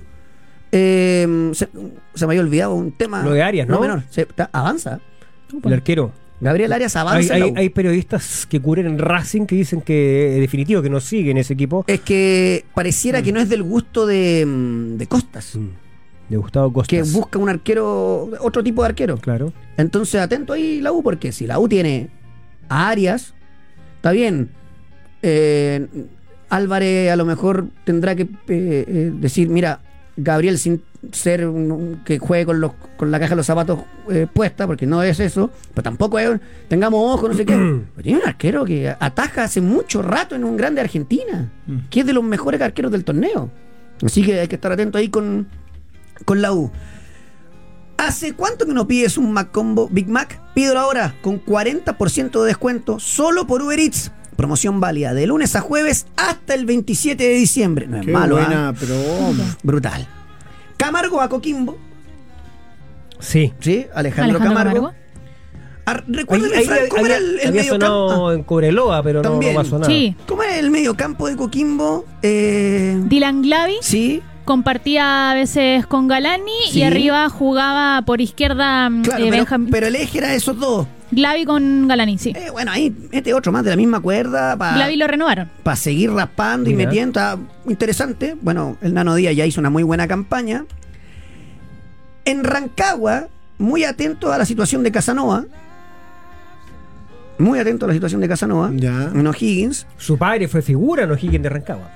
Speaker 1: Eh, se, se me había olvidado un tema.
Speaker 3: Lo de Arias, ¿no?
Speaker 1: menor. Se- ta- avanza.
Speaker 3: El arquero.
Speaker 1: Gabriel Arias
Speaker 3: Hay,
Speaker 1: avanza. en la
Speaker 3: hay-
Speaker 1: U.
Speaker 3: hay periodistas que cubren en Racing que dicen que eh, definitivo que no siguen ese equipo.
Speaker 1: Es que pareciera
Speaker 3: Mm.
Speaker 1: que no es del gusto de, mm, de Costas,
Speaker 3: De Gustavo Costa.
Speaker 1: que busca un arquero, otro tipo de arquero.
Speaker 3: Claro.
Speaker 1: Entonces, atento ahí la U, porque si la U tiene a Arias, está bien. eh, Álvarez a lo mejor tendrá que eh, eh, decir, mira, Gabriel sin ser un- un que juegue con, los, con la caja de los zapatos eh, puesta, porque no es eso, pero tampoco es, tengamos ojo, no sé qué. Pero tiene un arquero que ataja hace mucho rato en un grande Argentina, que es de los mejores arqueros del torneo. Así que hay que estar atento ahí con, con la U. ¿Hace cuánto que no pides un Mac Combo Big Mac? Pídelo ahora con 40% de descuento solo por Uber Eats. Promoción válida de lunes a jueves hasta el 27 de diciembre. No es
Speaker 2: Qué
Speaker 1: malo,
Speaker 2: buena
Speaker 1: ¿ah?
Speaker 2: promo.
Speaker 1: Brutal. Camargo a Coquimbo,
Speaker 3: Sí.
Speaker 1: ¿sí? Alejandro, Camargo. Ar- Recuerden,
Speaker 3: Ahí- ahí-
Speaker 1: Fran, ¿cómo
Speaker 3: había,
Speaker 1: era el, el
Speaker 3: había sonado
Speaker 1: mediocampo?
Speaker 3: en Cobreloa, pero no,
Speaker 1: También.
Speaker 3: no pasó nada.
Speaker 4: Sí.
Speaker 1: Ah. ¿Cómo era el mediocampo de Coquimbo? Eh,
Speaker 4: Dylan Glavi
Speaker 1: sí,
Speaker 4: compartía a veces con Galani
Speaker 1: Sí.
Speaker 4: y arriba jugaba por izquierda mm,
Speaker 1: claro,
Speaker 4: eh,
Speaker 1: pero,
Speaker 4: Benjam-
Speaker 1: pero el eje era esos dos.
Speaker 4: Glavi con Galani, sí.
Speaker 1: Eh, bueno, ahí este otro más de la misma cuerda. para
Speaker 4: Glavi lo renovaron.
Speaker 1: para seguir raspando y
Speaker 3: Mira.
Speaker 1: metiendo. Está interesante. Bueno, el Nano Díaz ya hizo una muy buena campaña. En Rancagua, muy atento a la situación de Casanova. Muy atento a la situación de Casanova.
Speaker 2: Ya.
Speaker 1: En O'Higgins.
Speaker 3: Su padre fue figura, no Higgins de Rancagua.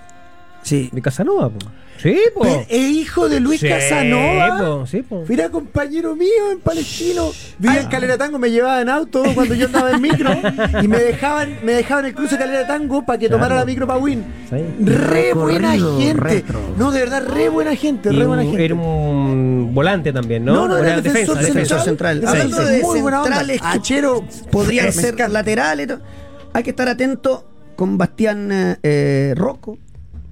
Speaker 1: Sí.
Speaker 3: De Casanova, po. Sí, po.
Speaker 2: Pero Es hijo de Luis
Speaker 3: Sí,
Speaker 2: Casanova.
Speaker 3: po, Sí, po.
Speaker 2: Mira, compañero mío en Palestino. Vivía
Speaker 3: Ah.
Speaker 2: en Calera Tango, me llevaba en auto cuando yo andaba en micro y me dejaban, me dejaban en el cruce de Calera Tango para que tomara la micro para Win.
Speaker 3: Sí.
Speaker 2: Re buena
Speaker 1: Recorrido
Speaker 2: gente.
Speaker 1: retro.
Speaker 2: No, de verdad, re buena gente,
Speaker 3: Y
Speaker 2: re buena
Speaker 3: un-
Speaker 2: gente.
Speaker 3: Era un volante también, ¿no?
Speaker 2: No, no, era
Speaker 3: Volante,
Speaker 2: defensor,
Speaker 1: defensa,
Speaker 2: central.
Speaker 1: central. Hablando
Speaker 2: Defensor
Speaker 1: de
Speaker 2: muy buena onda. Ah,
Speaker 1: centrales,
Speaker 2: Achero
Speaker 1: Podrían
Speaker 2: Eh, me
Speaker 1: ser
Speaker 2: encanta.
Speaker 1: laterales. to- Hay que estar atento con Bastián eh, eh, Rocco.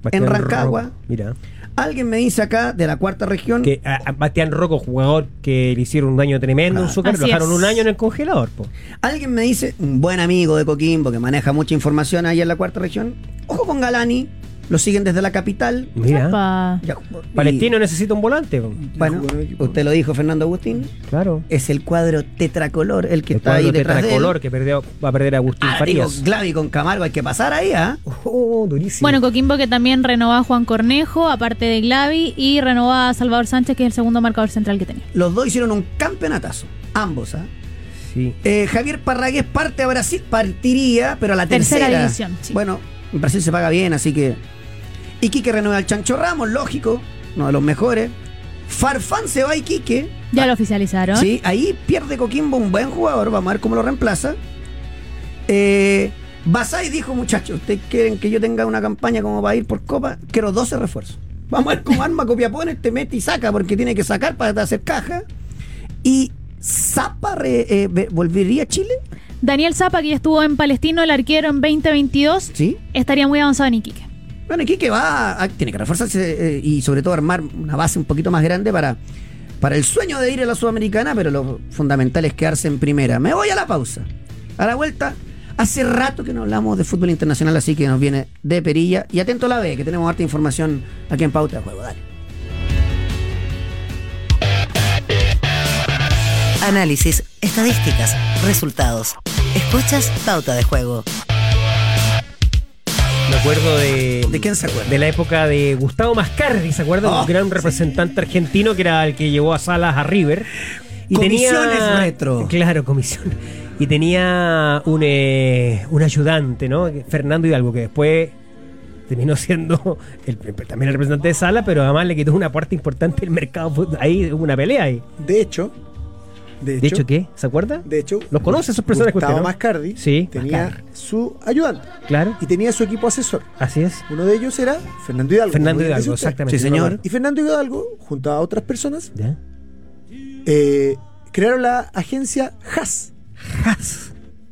Speaker 3: Bastián
Speaker 1: en Rancagua.
Speaker 3: Rocco, Mira.
Speaker 1: Alguien me dice acá, de la cuarta región,
Speaker 3: Que a, a Bastián Rocco, jugador que le hicieron un daño tremendo en su carrera, lo
Speaker 4: Así
Speaker 3: dejaron
Speaker 4: es.
Speaker 3: un año en el congelador, po.
Speaker 1: Alguien me dice, un buen amigo de Coquimbo que maneja mucha información ahí en la cuarta región. Ojo con Galani, lo siguen desde la capital.
Speaker 3: Mira.
Speaker 4: Pa-
Speaker 1: Ya, y-
Speaker 3: Palestino necesita un volante, po.
Speaker 1: Bueno,
Speaker 2: Jugó en el equipo.
Speaker 1: usted lo dijo, Fernando Agustín.
Speaker 3: Claro.
Speaker 1: Es el cuadro tetracolor, el que
Speaker 3: El
Speaker 1: está ahí
Speaker 3: cuadro
Speaker 1: detrás de él.
Speaker 3: tetracolor que perdió, va a perder a Agustín
Speaker 1: Ah, digo,
Speaker 3: Farías.
Speaker 1: Glavi con Camargo, hay que pasar ahí, ¿ah?
Speaker 3: Oh, durísimo.
Speaker 4: Bueno, Coquimbo que también renovó a Juan Cornejo, aparte de Glavi, y renovó a Salvador Sánchez, que es el segundo marcador central que tenía.
Speaker 1: Los dos hicieron un campeonatazo, ambos, ¿ah?
Speaker 3: sí.
Speaker 1: Eh, Javier Parragués parte a Brasil, partiría, pero a la tercera.
Speaker 4: Tercera división, sí.
Speaker 1: Bueno, en Brasil se paga bien, así que. Y Quique renueva al Chancho Ramos, lógico, uno de los mejores. Farfán se va a Quique.
Speaker 4: Ya lo oficializaron.
Speaker 1: Ah. Sí, ahí pierde Coquimbo un buen jugador, vamos a ver cómo lo reemplaza. Eh, Basay dijo, muchachos, ¿ustedes quieren que yo tenga una campaña como para ir por copa? Quiero 12 refuerzos. Vamos a ver cómo arma Copiapón, este mete y saca, porque tiene que sacar para hacer caja. Y Zapa re- eh, ve- volvería a Chile,
Speaker 4: Daniel Zapa, que ya estuvo en Palestino, el arquero en 2022,
Speaker 1: ¿sí?
Speaker 4: estaría muy avanzado en Iquique.
Speaker 1: Bueno, y Quique va, a- tiene que reforzarse eh, y sobre todo armar una base un poquito más grande para, para el sueño de ir a la Sudamericana, pero lo fundamental es quedarse en primera. Me voy a la pausa. A la vuelta, hace rato que no hablamos de fútbol internacional, así que nos viene de perilla. Y atento a la B, que tenemos harta información aquí en Pauta de Juego. Dale.
Speaker 5: Análisis, estadísticas, resultados. Escuchas Pauta de Juego.
Speaker 3: Me acuerdo de.
Speaker 1: ¿De quién se acuerda?
Speaker 3: De la época de Gustavo Mascardi, ¿se acuerdan?
Speaker 2: Ah,
Speaker 1: Oh,
Speaker 3: un gran representante argentino que era el que llevó a Salas a River.
Speaker 1: Comisiones retro.
Speaker 3: Claro, comisión. Y tenía un, eh, un ayudante, ¿no? Fernando Hidalgo, que después terminó siendo el- también el representante de Sala, pero además le quitó una parte importante del mercado. fut- Ahí hubo una pelea ahí.
Speaker 2: De hecho, de hecho,
Speaker 3: De hecho, ¿qué? ¿Se acuerda?
Speaker 2: de hecho,
Speaker 3: ¿Los conoce esos personajes que usted,
Speaker 2: Gustavo
Speaker 3: no?
Speaker 2: Mascardi
Speaker 3: Sí,
Speaker 2: tenía
Speaker 3: Mascardi.
Speaker 2: su ayudante
Speaker 3: Claro,
Speaker 2: y tenía su equipo asesor.
Speaker 3: así es.
Speaker 2: Uno de ellos era Fernando Hidalgo. como
Speaker 3: Fernando
Speaker 2: bien dice
Speaker 3: Hidalgo,
Speaker 2: usted.
Speaker 3: exactamente.
Speaker 1: Sí, señor.
Speaker 2: Y Fernando Hidalgo, junto a otras personas,
Speaker 3: ¿Ya?
Speaker 2: eh, crearon la agencia HAS.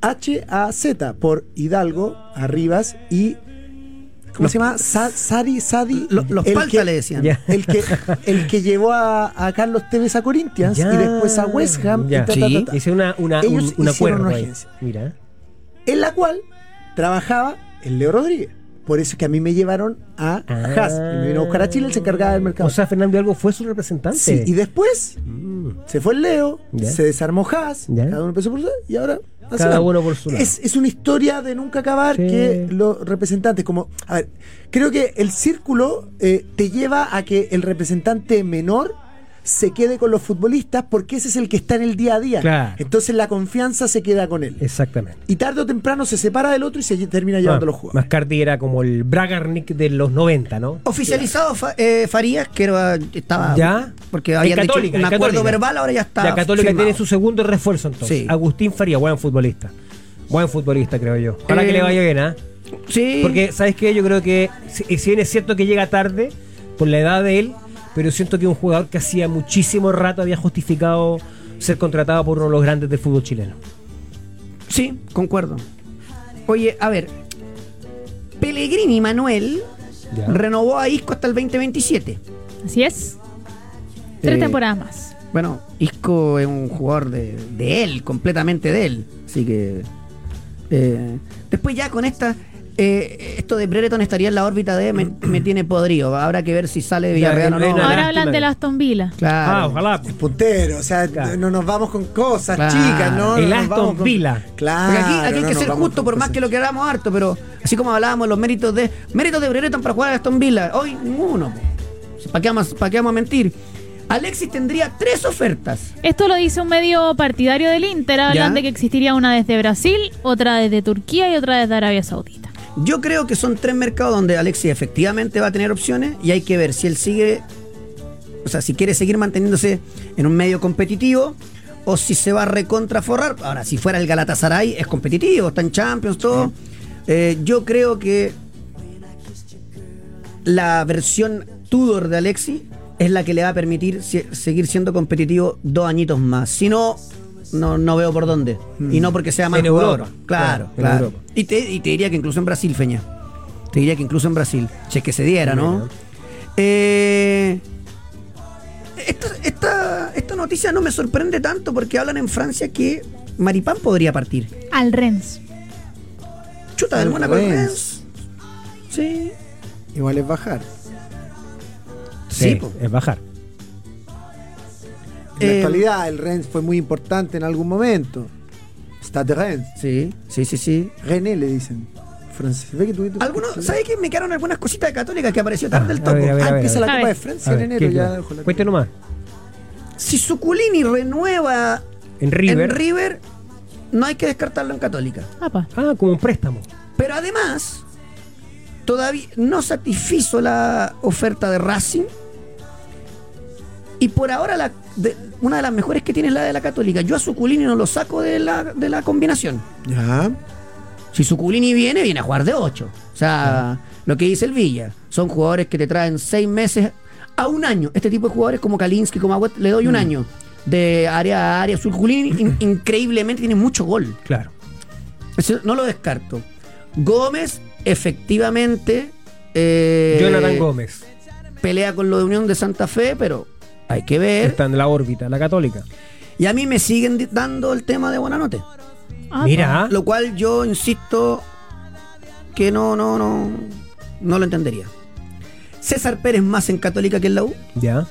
Speaker 2: H-A-Z, por Hidalgo, Arribas y. ¿Cómo se llama? Sa- Sadi, Sadi.
Speaker 1: Lo- los
Speaker 2: el
Speaker 1: palta
Speaker 2: que-
Speaker 1: le decían.
Speaker 3: Ya.
Speaker 2: El que, el que llevó a, a Carlos Tevez a Corinthians
Speaker 3: Ya,
Speaker 2: y después a West Ham. y
Speaker 3: ya.
Speaker 2: ta, ta,
Speaker 1: Sí.
Speaker 2: ta, ta,
Speaker 3: Hice una, una,
Speaker 2: Ellos
Speaker 3: un, un
Speaker 2: hicieron
Speaker 3: acuerdo
Speaker 2: una
Speaker 3: ahí.
Speaker 2: agencia.
Speaker 3: Mira.
Speaker 2: en la cual trabajaba el Leo Rodríguez. Por eso es que a mí me llevaron a
Speaker 3: Ah.
Speaker 2: Haas. Y me vino a buscar a Chile, él se encargaba del mercado.
Speaker 3: O sea, Fernando Hidalgo fue su representante. Mm.
Speaker 2: Sí, y después se fue el Leo,
Speaker 3: Ya.
Speaker 2: se desarmó Haas,
Speaker 3: Ya.
Speaker 2: cada uno empezó por su lado y ahora. hace
Speaker 3: Cada
Speaker 2: algo.
Speaker 3: uno por su lado.
Speaker 2: Es, es una historia de nunca acabar
Speaker 3: Sí.
Speaker 2: que los representantes, como. A ver, creo que el círculo eh, te lleva a que el representante menor se quede con los futbolistas porque ese es el que está en el día a día.
Speaker 3: Claro.
Speaker 2: Entonces la confianza se queda con él.
Speaker 3: Exactamente.
Speaker 2: Y tarde o temprano se separa del otro y se lle- termina llevando los jugadores.
Speaker 3: Mascardi Ah, era como el Bragarnik de los 90, ¿no?
Speaker 1: Oficializado Fa- eh, Farías, que era- estaba.
Speaker 3: Ya.
Speaker 1: Ah, Porque
Speaker 3: Es
Speaker 1: habían dicho
Speaker 3: católica,
Speaker 1: un
Speaker 3: es
Speaker 1: acuerdo
Speaker 3: católica.
Speaker 1: verbal, ahora ya está.
Speaker 3: La Católica
Speaker 1: firmado.
Speaker 3: tiene su segundo refuerzo entonces.
Speaker 1: Sí.
Speaker 3: Agustín Faría, buen futbolista. Buen futbolista, creo yo. Ojalá
Speaker 1: Eh,
Speaker 3: que le vaya bien, ¿ah?
Speaker 1: Sí.
Speaker 3: Porque, ¿sabes qué? Yo creo que, si, si bien es cierto que llega tarde, por la edad de él, pero siento que un jugador que hacía muchísimo rato había justificado ser contratado por uno de los grandes del fútbol chileno.
Speaker 1: Sí, concuerdo. Oye, a ver. Pellegrini Manuel
Speaker 3: Ya.
Speaker 1: renovó a Isco hasta el 2027.
Speaker 4: Así es. Tres
Speaker 1: Eh,
Speaker 4: temporadas más.
Speaker 1: Bueno, Isco es un jugador de, de él, completamente de él. Así que. eh, después ya con esta. eh, esto de Brereton estaría en la órbita de me, me tiene podrido. Habrá que ver si sale de
Speaker 3: Ya,
Speaker 1: Villarreal o
Speaker 3: no,
Speaker 1: no.
Speaker 3: no,
Speaker 4: Ahora
Speaker 3: lástima
Speaker 4: hablan
Speaker 3: que-
Speaker 4: de las Aston Villa.
Speaker 1: Claro.
Speaker 3: Ah, ojalá.
Speaker 2: El puntero, o sea,
Speaker 3: Claro.
Speaker 2: no nos vamos con cosas
Speaker 1: Claro.
Speaker 2: chicas, ¿no?
Speaker 3: El
Speaker 2: No nos
Speaker 3: Aston
Speaker 2: vamos con-
Speaker 3: Villa.
Speaker 2: Claro.
Speaker 1: Porque aquí, aquí hay
Speaker 2: Ah, no
Speaker 1: que
Speaker 2: nos
Speaker 1: ser
Speaker 2: vamos
Speaker 1: justo,
Speaker 2: con
Speaker 1: por más
Speaker 2: cosas
Speaker 1: que lo queramos harto, pero así como hablábamos los méritos de méritos de Brereton para jugar a Aston Villa, hoy ninguno. ¿Para qué, vamos, pa' qué vamos a mentir? Alexis tendría tres ofertas.
Speaker 4: Esto lo dice un medio partidario del Inter. Hablan
Speaker 1: Ya.
Speaker 4: de que existiría una desde Brasil, otra desde Turquía y otra desde Arabia Saudita.
Speaker 1: Yo creo que son tres mercados donde Alexis efectivamente va a tener opciones y hay que ver si él sigue, o sea, si quiere seguir manteniéndose en un medio competitivo o si se va a recontraforrar. Ahora, si fuera el Galatasaray, es competitivo, está en Champions, todo. Eh, yo creo que la versión Tudor de Alexis es la que le va a permitir si- seguir siendo competitivo dos añitos más. Si no, no, no veo por dónde. Y no porque sea más
Speaker 3: Mm. En
Speaker 1: jugador.
Speaker 3: Europa.
Speaker 1: Claro,
Speaker 3: Claro, en
Speaker 1: claro.
Speaker 3: Europa.
Speaker 1: Y, te, y te diría que incluso en Brasil, Feña. Te diría que incluso en Brasil. Si es que se diera, ¿no?
Speaker 3: Mira.
Speaker 1: Eh, esta, esta- esta noticia no me sorprende tanto porque hablan en Francia que Maripán podría partir.
Speaker 4: Al Rennes.
Speaker 1: Chuta, del
Speaker 2: Al
Speaker 1: Mónaco al
Speaker 2: revés.
Speaker 1: Rennes. Sí.
Speaker 2: Igual es bajar.
Speaker 1: Sí, po.
Speaker 3: es bajar.
Speaker 2: En la
Speaker 1: Eh,
Speaker 2: actualidad, el Rennes fue muy importante en algún momento. Stade Rennes.
Speaker 1: Sí, sí, sí, sí.
Speaker 2: René le dicen. Francés. ¿Ve que tuviste-
Speaker 1: Algunos, ¿sabes qué? Me quedaron algunas cositas de católicas que apareció tarde el
Speaker 3: A
Speaker 1: topo.
Speaker 3: ver, a ver,
Speaker 2: Ah,
Speaker 3: a ver,
Speaker 2: empieza
Speaker 3: a
Speaker 2: la
Speaker 4: ver.
Speaker 2: Copa de
Speaker 3: A
Speaker 2: Francia
Speaker 3: ver,
Speaker 2: en enero.
Speaker 3: ¿qué-
Speaker 2: Ya
Speaker 3: qué-
Speaker 2: ojo, la-
Speaker 3: Cuéntanos más.
Speaker 1: Si Suculini renueva
Speaker 3: En
Speaker 1: en
Speaker 3: River.
Speaker 1: River, no hay que descartarlo en Católica.
Speaker 4: Apa.
Speaker 3: ah, como un préstamo.
Speaker 1: Pero además, todavía no satisfizo la oferta de Racing. Y por ahora la, de- una de las mejores que tiene es la de la Católica. Yo a Suculini no lo saco de la, de la combinación.
Speaker 2: Ya.
Speaker 1: Si Suculini viene, viene a jugar de 8. O sea, lo que dice el Villa. Son jugadores que te traen 6 meses a un año. Este tipo de jugadores como Kalinski, como Agüet, le doy un año. De área a área. Suculini in- increíblemente tiene mucho gol.
Speaker 3: Claro.
Speaker 1: Eso no lo descarto. Gómez, efectivamente. eh,
Speaker 3: Jonathan Gómez.
Speaker 1: Pelea con lo de Unión de Santa Fe, pero hay que ver.
Speaker 3: Está en la órbita, la católica.
Speaker 1: Y a mí me siguen di- dando el tema de Buenanote.
Speaker 4: Apa.
Speaker 3: Mira,
Speaker 1: Lo cual yo insisto que no, no, no, no lo entendería. César Pérez más en Católica que en la U.
Speaker 3: ya.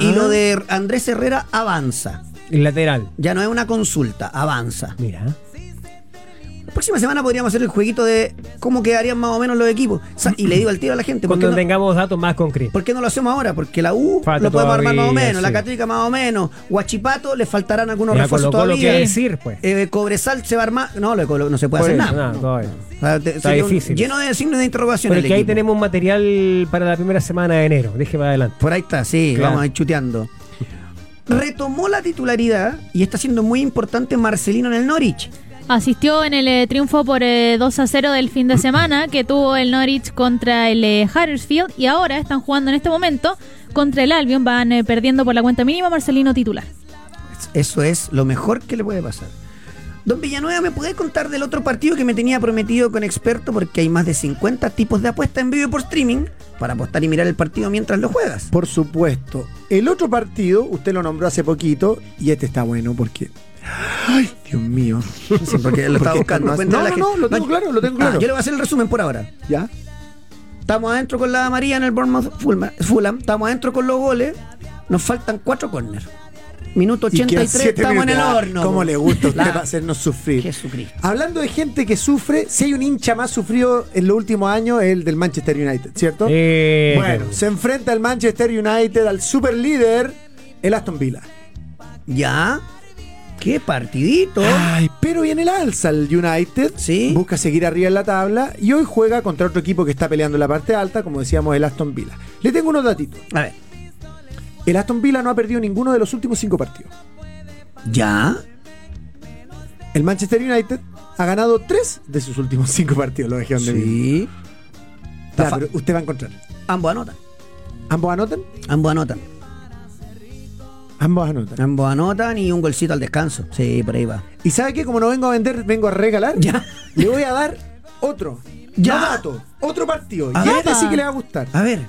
Speaker 1: Y
Speaker 3: Ah.
Speaker 1: lo de Andrés Herrera avanza.
Speaker 3: El lateral.
Speaker 1: Ya no es una consulta, avanza.
Speaker 3: Mira.
Speaker 1: La próxima semana podríamos hacer el jueguito de cómo quedarían más o menos los equipos. Sa- y le digo al tiro a la gente. ¿por qué
Speaker 3: Cuando
Speaker 1: no-
Speaker 3: tengamos datos más concretos.
Speaker 1: ¿Por qué no lo hacemos ahora? Porque la U
Speaker 3: Falta
Speaker 1: lo podemos armar más o
Speaker 3: todavía,
Speaker 1: menos, la
Speaker 3: sí.
Speaker 1: Católica más o menos, Huachipato le faltarán algunos
Speaker 3: Ya
Speaker 1: refuerzos
Speaker 3: colocó lo que
Speaker 1: todavía.
Speaker 3: decir, pues.
Speaker 1: Eh, Cobresal se va a armar. No, lo de Colo- no se puede
Speaker 3: Por
Speaker 1: hacer
Speaker 3: eso,
Speaker 1: nada.
Speaker 3: nada,
Speaker 1: No.
Speaker 3: todavía.
Speaker 1: O sea, te-
Speaker 3: Está
Speaker 1: sería un-
Speaker 3: difícil.
Speaker 1: Lleno de signos de interrogación.
Speaker 3: Pero
Speaker 1: el
Speaker 3: que ahí
Speaker 1: equipo.
Speaker 3: tenemos material para la primera semana de enero. Déjeme adelante.
Speaker 1: Por ahí está, sí,
Speaker 3: Claro.
Speaker 1: vamos a ir chuteando. Retomó la titularidad y está siendo muy importante Marcelino en el Norwich.
Speaker 4: Asistió en el eh, triunfo por eh, 2 a 0 del fin de semana que tuvo el Norwich contra el eh, Huddersfield y ahora están jugando en este momento contra el Albion. Van eh, perdiendo por la cuenta mínima Marcelino titular.
Speaker 1: Eso es lo mejor que le puede pasar. Don Villanueva, ¿me puede contar del otro partido que me tenía prometido con experto? Porque hay más de 50 tipos de apuesta en vivo y por streaming para apostar y mirar el partido mientras lo
Speaker 2: Ah,
Speaker 1: juegas.
Speaker 2: Por supuesto. El otro partido, usted lo nombró hace poquito, y este está bueno porque Ay, Dios mío.
Speaker 1: Sí, porque lo estaba
Speaker 2: Porque
Speaker 1: buscando.
Speaker 2: más-
Speaker 1: Cuéntale a la
Speaker 2: No, no,
Speaker 1: gente.
Speaker 2: no, lo tengo claro, lo tengo
Speaker 1: Ah,
Speaker 2: claro.
Speaker 1: yo le voy a hacer el resumen por ahora.
Speaker 2: ¿Ya?
Speaker 1: Estamos adentro con la María en el Bournemouth Fulham. Fulham. Estamos adentro con los goles. Nos faltan cuatro corners. Minuto
Speaker 2: Y quedan
Speaker 1: 83,
Speaker 2: siete
Speaker 1: estamos en el
Speaker 2: minutos. Ah,
Speaker 1: horno.
Speaker 2: ¿Cómo le gusta a usted
Speaker 1: La-
Speaker 2: para hacernos sufrir?
Speaker 1: Jesucristo.
Speaker 2: Hablando de gente que sufre, si hay un hincha más sufrido en los últimos años, es el del Manchester United, ¿cierto?
Speaker 3: Eh,
Speaker 2: Bueno, se enfrenta el Manchester United al super líder, el Aston Villa.
Speaker 1: Ya. Qué partidito.
Speaker 2: Ay, pero viene el alza el United.
Speaker 1: Sí.
Speaker 2: Busca seguir arriba en la tabla y hoy juega contra otro equipo que está peleando en la parte alta, como decíamos, el Aston Villa. Le tengo unos datitos.
Speaker 1: A ver.
Speaker 2: El Aston Villa no ha perdido ninguno de los últimos cinco partidos.
Speaker 1: Ya.
Speaker 2: El Manchester United ha ganado tres de sus últimos cinco partidos, lo dejé donde mismo.
Speaker 1: Sí.
Speaker 2: Ya, pero usted va a encontrar.
Speaker 1: Ambos anotan.
Speaker 2: ¿Ambos anotan?
Speaker 1: Ambos anotan.
Speaker 2: Ambos anotan.
Speaker 1: Ambos anotan y un golcito al descanso. Sí, por ahí va.
Speaker 2: ¿Y sabe qué? Como no vengo a vender, vengo a regalar.
Speaker 1: Ya.
Speaker 2: Le voy a dar otro.
Speaker 1: Ya.
Speaker 2: No dato, otro partido.
Speaker 1: A
Speaker 2: y
Speaker 1: ver.
Speaker 2: este sí que le va a gustar.
Speaker 1: A ver.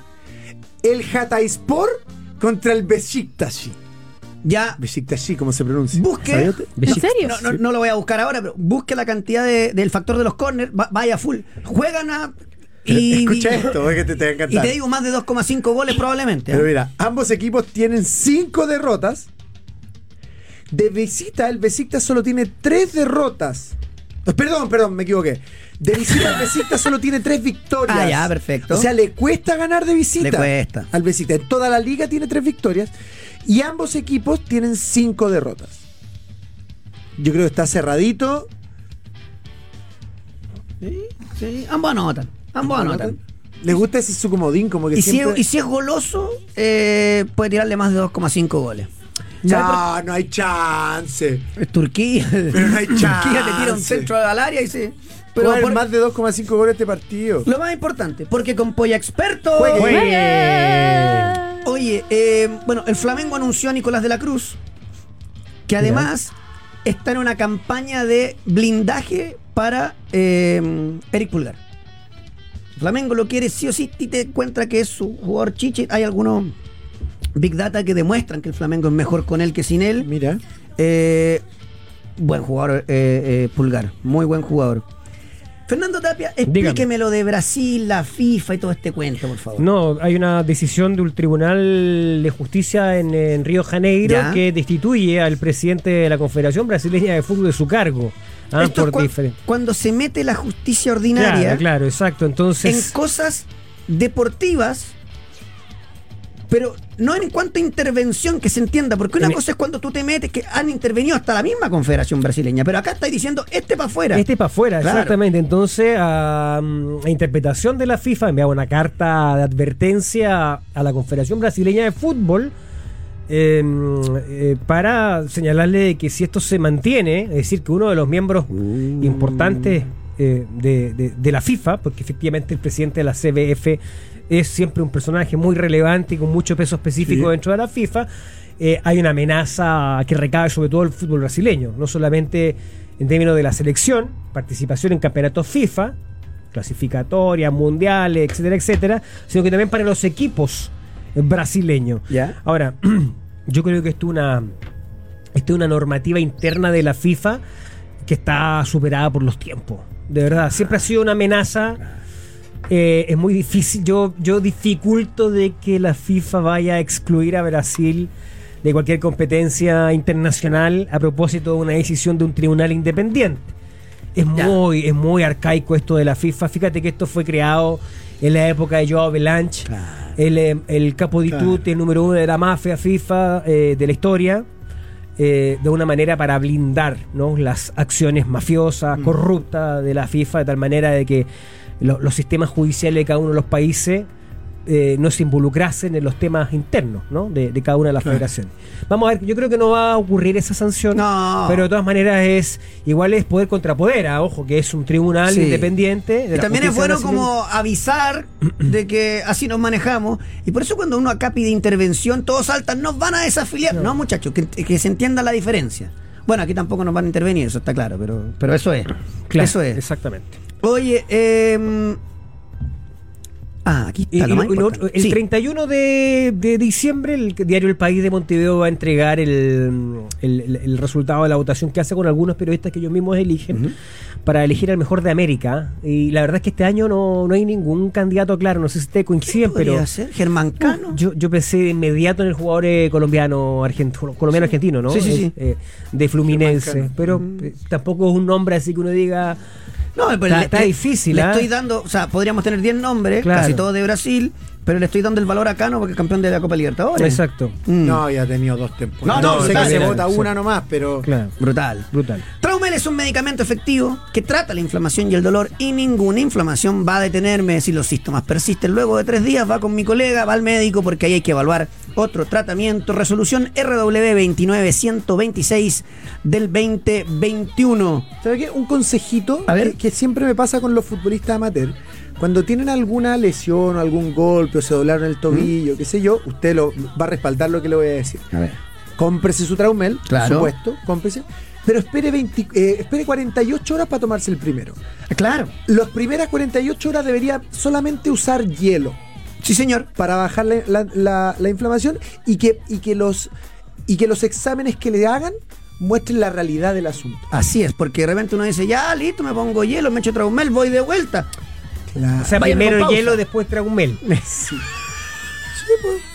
Speaker 2: El Hatayspor contra el Besiktas.
Speaker 1: Ya.
Speaker 2: Besiktas, ¿cómo se pronuncia?
Speaker 1: Busque.
Speaker 2: ¿Sabía usted?
Speaker 4: ¿En serio?
Speaker 1: No, no, no lo voy a buscar ahora, pero busque la cantidad de- del factor de los corners. va- vaya full. Juegan a. Y,
Speaker 2: Escucha esto, es que te, te va a
Speaker 1: y
Speaker 2: encantar.
Speaker 1: te digo más de 2,5 goles probablemente. ¿eh?
Speaker 2: Pero mira, ambos equipos tienen cinco derrotas. De visita, el Besiktas solo tiene tres derrotas. Eh, Perdón, perdón, me equivoqué. De visita, el Besiktas solo tiene tres victorias.
Speaker 1: Ah, ya, perfecto.
Speaker 2: O sea, le cuesta ganar de visita.
Speaker 1: Le cuesta.
Speaker 2: Al Besiktas. En toda la liga tiene tres victorias. Y ambos equipos tienen cinco derrotas. Yo creo que está cerradito.
Speaker 1: Sí, sí, ambos anotan. Ambos anotan.
Speaker 2: ¿Les gusta ese su comodín? Como que
Speaker 1: Y si, es,
Speaker 2: siempre...
Speaker 1: y si es goloso, eh, puede tirarle más de 2,5 goles. ¿Sabe por
Speaker 2: No, no hay chance.
Speaker 1: Es Turquía.
Speaker 2: Pero no hay
Speaker 1: Turquía te tira un
Speaker 2: chance.
Speaker 1: centro al área y se.
Speaker 2: Pero
Speaker 1: Pero por-
Speaker 2: más de 2,5 goles este partido.
Speaker 1: lo más importante, porque con Polla Experto.
Speaker 2: Juegue. Juegue.
Speaker 4: Juegue.
Speaker 1: Oye, eh, bueno, el Flamengo anunció a Nicolás de la Cruz, que además está en una campaña de blindaje para eh, Eric Pulgar. Flamengo lo quiere sí o sí, y te encuentra que es su jugador chiche. Hay algunos Big Data que demuestran que el Flamengo es mejor con él que sin él.
Speaker 2: Mira.
Speaker 1: Eh, buen jugador, eh, eh, Pulgar. Muy buen jugador. Fernando Tapia,
Speaker 3: Dígame.
Speaker 1: explíqueme lo de Brasil, la FIFA y todo este cuento, por favor.
Speaker 3: No, hay una decisión de un tribunal de justicia en, en Río Janeiro
Speaker 1: Ya.
Speaker 3: que destituye al presidente de la Confederación Brasileña de Fútbol de su cargo. Ah,
Speaker 1: Esto
Speaker 3: por
Speaker 1: es cua-
Speaker 3: diferen-
Speaker 1: Cuando se mete la justicia ordinaria
Speaker 3: Claro, claro, exacto.
Speaker 1: en
Speaker 3: Entonces,
Speaker 1: cosas deportivas, pero no en cuanto a intervención que se entienda, porque una
Speaker 3: En-
Speaker 1: cosa es cuando tú te metes, que han intervenido hasta la misma Confederación Brasileña, pero acá estáis diciendo, este para afuera.
Speaker 3: este para afuera,
Speaker 1: Claro.
Speaker 3: exactamente. Entonces, a, mm, a interpretación de la FIFA, enviaba una carta de advertencia a la Confederación Brasileña de Fútbol eh, eh, para señalarle de que si esto se mantiene, es decir, que uno de los miembros importantes eh, de, de- de la FIFA, porque efectivamente el presidente de la CBF es siempre un personaje muy relevante y con mucho peso específico
Speaker 2: Sí.
Speaker 3: dentro de la FIFA, eh, hay una amenaza que recae sobre todo el fútbol brasileño, no solamente en términos de la selección, participación en campeonatos FIFA, clasificatorias, mundiales, etcétera, etcétera, sino que también para los equipos brasileños.
Speaker 1: Ya.
Speaker 3: Ahora, yo creo que esto es una, esto es una normativa interna de la FIFA que está superada por los tiempos. De verdad, siempre ha sido una amenaza. Eh, es muy difícil. Yo, yo dificulto de que la FIFA vaya a excluir a Brasil de cualquier competencia internacional a propósito de una decisión de un tribunal independiente. Es
Speaker 1: Ya.
Speaker 3: muy, es muy arcaico esto de la FIFA. Fíjate que esto fue creado en la época de Joao Belanch, el, eh, el capo di
Speaker 2: Claro.
Speaker 3: tutti, el número uno de la mafia FIFA eh, de la historia, eh, de una manera para blindar ¿no? las acciones
Speaker 1: Mm.
Speaker 3: mafiosas, corruptas de la FIFA, de tal manera de que lo- los sistemas judiciales de cada uno de los países eh, no se involucrasen en los temas internos ¿no? de, de cada una de las federaciones. Vamos a ver, yo creo que no va a ocurrir esa sanción,
Speaker 1: No.
Speaker 3: pero de todas maneras es igual es poder contra poder, ah, ojo, que es un tribunal
Speaker 1: Sí.
Speaker 3: independiente. de
Speaker 1: Y
Speaker 3: la
Speaker 1: también es
Speaker 3: justicia
Speaker 1: bueno
Speaker 3: brasileña.
Speaker 1: como avisar de que así nos manejamos. Y por eso cuando uno acá pide intervención, todos saltan, nos van a desafiliar. No, muchachos, que, que se entienda la diferencia. Bueno, aquí tampoco nos van a intervenir, eso está claro, pero, pero eso es.
Speaker 3: Claro,
Speaker 1: eso es.
Speaker 3: Exactamente.
Speaker 1: Oye, eh, Ah, aquí está
Speaker 3: Y- y
Speaker 1: lo
Speaker 3: lo-
Speaker 1: más
Speaker 3: y lo
Speaker 1: importante.
Speaker 3: otro, el
Speaker 1: Sí.
Speaker 3: 31 de, de diciembre, el diario El País de Montevideo va a entregar el, el- el- el resultado de la votación que hace con algunos periodistas que ellos mismos eligen para elegir al mejor de América. Y la verdad es que este año no, no hay ningún candidato claro. No sé si ustedes coinciden,
Speaker 1: podría
Speaker 3: pero
Speaker 1: ser? ¿Germán Cano?
Speaker 3: yo, yo pensé de inmediato en el jugador eh, colombiano argentino, colombiano argentino, ¿no?
Speaker 1: Sí, sí,
Speaker 3: Es,
Speaker 1: sí. Mm.
Speaker 3: eh, de Fluminense,
Speaker 2: Germán Cano.
Speaker 3: pero eh, tampoco es un nombre así que uno diga.
Speaker 1: No, pero
Speaker 3: Está-
Speaker 1: le-
Speaker 3: está
Speaker 1: le-
Speaker 3: difícil,
Speaker 1: Le
Speaker 3: ¿ah?
Speaker 1: estoy dando, o sea, podríamos tener 10 nombres,
Speaker 3: Claro.
Speaker 1: casi todos de Brasil, pero le estoy dando el valor a Cano porque es campeón de la Copa Libertadores.
Speaker 3: Exacto.
Speaker 1: Mm,
Speaker 2: No, ya ha tenido dos temporadas.
Speaker 1: No, no,
Speaker 2: sé que
Speaker 1: claro,
Speaker 2: se
Speaker 1: claro,
Speaker 2: vota
Speaker 3: sí.
Speaker 2: una nomás, pero.
Speaker 3: Claro,
Speaker 1: Brutal.
Speaker 3: brutal.
Speaker 1: Traumel es un medicamento efectivo que trata la inflamación y el dolor y ninguna inflamación va a detenerme si los síntomas persisten. Luego de tres días va con mi colega, va al médico porque ahí hay que evaluar otro tratamiento. Resolución RW 29126 del 2021.
Speaker 2: ¿Sabes qué? Un consejito
Speaker 1: A ver.
Speaker 2: Que, que siempre me pasa con los futbolistas amateur. Cuando tienen alguna lesión o algún golpe o se doblaron el
Speaker 1: Mm.
Speaker 2: tobillo, qué sé yo, usted lo, va a respaldar lo que le voy a decir.
Speaker 1: A ver.
Speaker 2: Cómprese su Traumel,
Speaker 1: Claro.
Speaker 2: por supuesto, cómprese. Pero espere, 20 eh, espere 48 horas para tomarse el primero.
Speaker 1: Claro.
Speaker 2: Las primeras 48 horas debería solamente usar hielo
Speaker 1: Sí, señor.
Speaker 2: para bajar la, la- la- la inflamación y que, y, que los, y que los exámenes que le hagan muestren la realidad del asunto.
Speaker 1: Así es, porque de repente uno dice, ya, listo, me pongo hielo, me echo Traumel, voy de vuelta.
Speaker 2: Claro.
Speaker 3: O sea,
Speaker 1: Vayan con
Speaker 3: primero
Speaker 1: pausa.
Speaker 3: hielo, después tragumel.
Speaker 2: pues,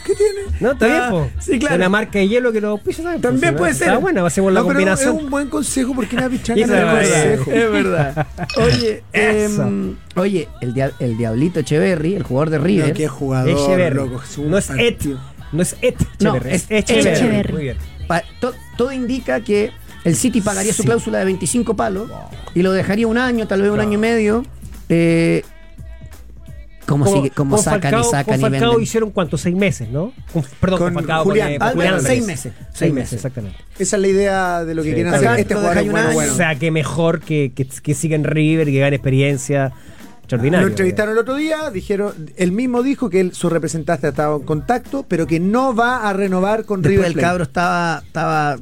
Speaker 2: ¿Qué tiene?
Speaker 3: No, está
Speaker 1: Ah,
Speaker 3: bien, po.
Speaker 1: sí, claro.
Speaker 3: Una marca de hielo que lo pisa ¿sabes?
Speaker 1: También
Speaker 3: Pues,
Speaker 1: puede
Speaker 3: está
Speaker 1: ser.
Speaker 3: buena, hacemos la
Speaker 2: No, pero
Speaker 3: combinación.
Speaker 2: es un buen consejo porque una pichanga
Speaker 3: Esa
Speaker 2: no da
Speaker 3: es verdad.
Speaker 2: consejo.
Speaker 1: Es verdad. Oye,
Speaker 3: Eso.
Speaker 1: em, oye el, dia- el Diablito Echeverry, el jugador de River.
Speaker 2: No, qué jugador,
Speaker 3: Echeverri.
Speaker 2: loco. es un
Speaker 3: No es Et.
Speaker 2: partido.
Speaker 3: No es Et.
Speaker 1: No,
Speaker 3: Echeverri,
Speaker 1: es
Speaker 3: Echeverri.
Speaker 4: Echeverri.
Speaker 3: Muy bien.
Speaker 1: Pa- to- todo indica que el City pagaría su
Speaker 3: Sí.
Speaker 1: cláusula de 25 palos y lo dejaría un año, tal vez un
Speaker 3: Claro.
Speaker 1: año y medio. Eh, ¿Cómo,
Speaker 3: Como-
Speaker 1: sigue? ¿Cómo
Speaker 3: con
Speaker 1: sacan
Speaker 3: Falcao-
Speaker 1: y sacan
Speaker 3: con
Speaker 1: y
Speaker 3: Falcao
Speaker 1: venden?
Speaker 3: hicieron cuánto? ¿Seis meses, no? Con- perdón, con,
Speaker 2: Con
Speaker 3: Falcao.
Speaker 2: Julián
Speaker 3: eh,
Speaker 1: Álvarez,
Speaker 3: Álvarez.
Speaker 1: Ah, seis meses,
Speaker 3: Seis
Speaker 1: seis
Speaker 3: meses,
Speaker 1: meses.
Speaker 3: exactamente.
Speaker 2: Esa es la idea de lo que
Speaker 3: Sí,
Speaker 2: quieren
Speaker 3: está
Speaker 2: hacer.
Speaker 1: bien.
Speaker 2: Este
Speaker 1: Lo
Speaker 2: jugador
Speaker 1: dejáis
Speaker 2: es
Speaker 1: un
Speaker 2: bueno,
Speaker 1: año.
Speaker 2: bueno.
Speaker 3: O sea, que mejor que, que, que siga en River, que gane experiencia. Extraordinario.
Speaker 2: Lo entrevistaron el otro día, dijeron, él mismo dijo que él, su representante estaba en contacto, pero que no va a renovar con
Speaker 1: Después
Speaker 2: River
Speaker 1: el
Speaker 2: Plate.
Speaker 1: cabro estaba, estaba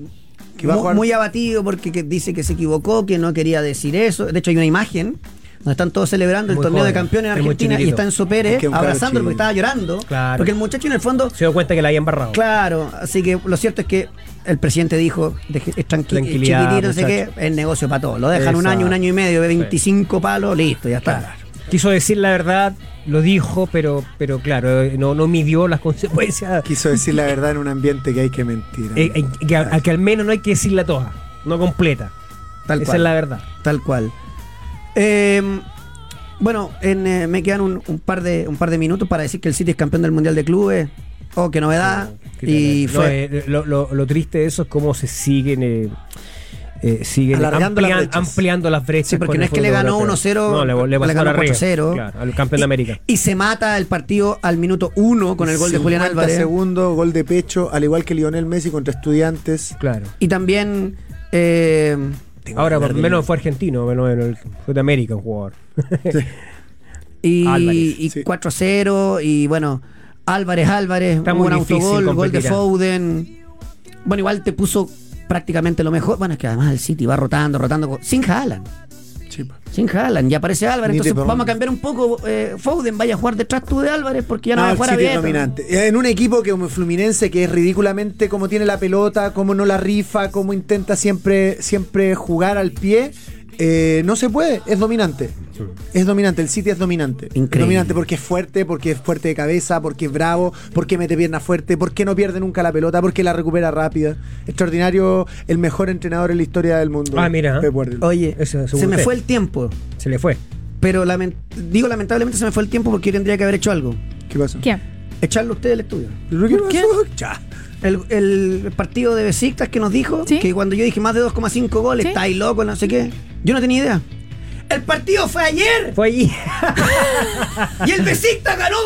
Speaker 2: Que va a
Speaker 1: mu- muy,
Speaker 2: jugar-
Speaker 1: abatido porque que- dice que se equivocó, que no quería decir eso. De hecho, hay una imagen donde están todos celebrando el
Speaker 3: Muy
Speaker 1: torneo de
Speaker 3: joven,
Speaker 1: campeones en
Speaker 3: es muy
Speaker 1: Argentina y
Speaker 3: chiquitito.
Speaker 1: está Enzo
Speaker 2: Es
Speaker 1: Pérez
Speaker 2: que es un cabro
Speaker 1: abrazándolo porque
Speaker 2: chico.
Speaker 1: estaba llorando.
Speaker 3: Claro.
Speaker 1: Porque el muchacho en el fondo,
Speaker 3: Se dio cuenta que la habían barrado.
Speaker 1: claro. Así que lo cierto es que el presidente dijo, deje- es tranqui-
Speaker 3: Tranquilidad,
Speaker 1: chiquitito, no sé qué,
Speaker 3: muchacho.
Speaker 1: el negocio para todos. Lo dejan un
Speaker 3: Exacto.
Speaker 1: año, un año y medio, de 25 palos, listo, ya está.
Speaker 3: Quiso decir la verdad, lo dijo, pero, pero claro, eh, no, no midió las consecuencias
Speaker 2: Quiso decir la verdad en un ambiente que hay que mentir.
Speaker 3: Eh, eh, que, a- que al menos no hay que decirla toda, no completa.
Speaker 1: Tal
Speaker 3: Esa
Speaker 1: cual.
Speaker 3: es la verdad.
Speaker 1: Tal cual. Eh, bueno, en, eh, me quedan un, un par de, un par de minutos para decir que el City es campeón del Mundial de Clubes. Oh, qué novedad. y
Speaker 3: No,
Speaker 1: fue.
Speaker 3: eh, lo, lo- lo triste de eso es cómo se siguen, eh, eh, siguen
Speaker 2: Alargando
Speaker 3: amplian-
Speaker 2: las brechas.
Speaker 3: ampliando las brechas.
Speaker 1: Sí, porque
Speaker 3: con
Speaker 1: no
Speaker 3: el
Speaker 1: es que le
Speaker 3: fútbol
Speaker 1: ganó
Speaker 3: europeo.
Speaker 1: 1-0,
Speaker 3: No, le, le,
Speaker 1: le
Speaker 3: pasaron
Speaker 1: ganó
Speaker 3: arriba,
Speaker 1: 4-0.
Speaker 3: claro, al campeón de América.
Speaker 1: Y se mata el partido al minuto 1 con el gol de Julián Álvarez.
Speaker 2: segundo, gol de pecho, al igual que Lionel Messi contra Estudiantes.
Speaker 3: Claro.
Speaker 1: Y también. eh,
Speaker 3: Ahora, por menos fue argentino, menos menos- fue de América un jugador.
Speaker 1: y
Speaker 3: Álvarez,
Speaker 1: y
Speaker 2: sí.
Speaker 1: 4-0. Y bueno, Álvarez, Álvarez.
Speaker 3: Está
Speaker 1: un
Speaker 3: muy difícil
Speaker 1: autogol, gol de
Speaker 3: competir, ¿eh?
Speaker 1: Foden. Bueno, igual te puso prácticamente lo mejor. Bueno, es que además el City va rotando, rotando. con- Sin Haaland. Sin Haaland, ya aparece Álvarez.
Speaker 2: Ni
Speaker 1: Entonces
Speaker 2: te pongo.
Speaker 1: vamos a cambiar un poco. eh, Foden, vaya a jugar detrás tú de Álvarez porque ya no,
Speaker 2: No,
Speaker 1: va a
Speaker 2: el
Speaker 1: jugar a
Speaker 2: City es
Speaker 1: Vieta.
Speaker 2: dominante. En un equipo que como Fluminense, que es ridículamente como tiene la pelota, cómo no la rifa, cómo intenta siempre, siempre jugar al pie, eh, no se puede, es dominante. Es dominante, el City es dominante.
Speaker 1: Increíble.
Speaker 2: Es dominante porque es fuerte, porque es fuerte de cabeza, porque es bravo, porque mete pierna fuerte, porque no pierde nunca la pelota, porque la recupera rápida. Extraordinario, el mejor entrenador en la historia del mundo.
Speaker 3: Ah, mira.
Speaker 2: Pep Guardiola.
Speaker 1: Oye,
Speaker 3: Eso, según
Speaker 1: se me
Speaker 3: usted.
Speaker 1: fue el tiempo.
Speaker 3: Se le fue.
Speaker 1: Pero lamen- digo lamentablemente se me fue el tiempo porque yo tendría que haber hecho algo.
Speaker 2: ¿Qué pasó?
Speaker 4: ¿Qué?
Speaker 1: Echarlo a usted del estudio.
Speaker 2: ¿Qué
Speaker 1: ¿Qué?
Speaker 2: pasó? Ya.
Speaker 1: El, el partido de Besiktas que nos dijo
Speaker 4: Sí.
Speaker 1: que cuando yo dije más de 2,5 goles,
Speaker 4: Sí.
Speaker 1: está ahí loco, no sé qué. Yo no tenía idea. El partido fue ayer
Speaker 3: Fue allí.
Speaker 1: y el Besiktas ganó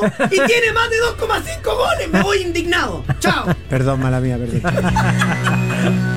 Speaker 1: 2-1 y tiene más de 2,5 goles. Me voy indignado. Chao.
Speaker 2: Perdón, mala mía, perdón.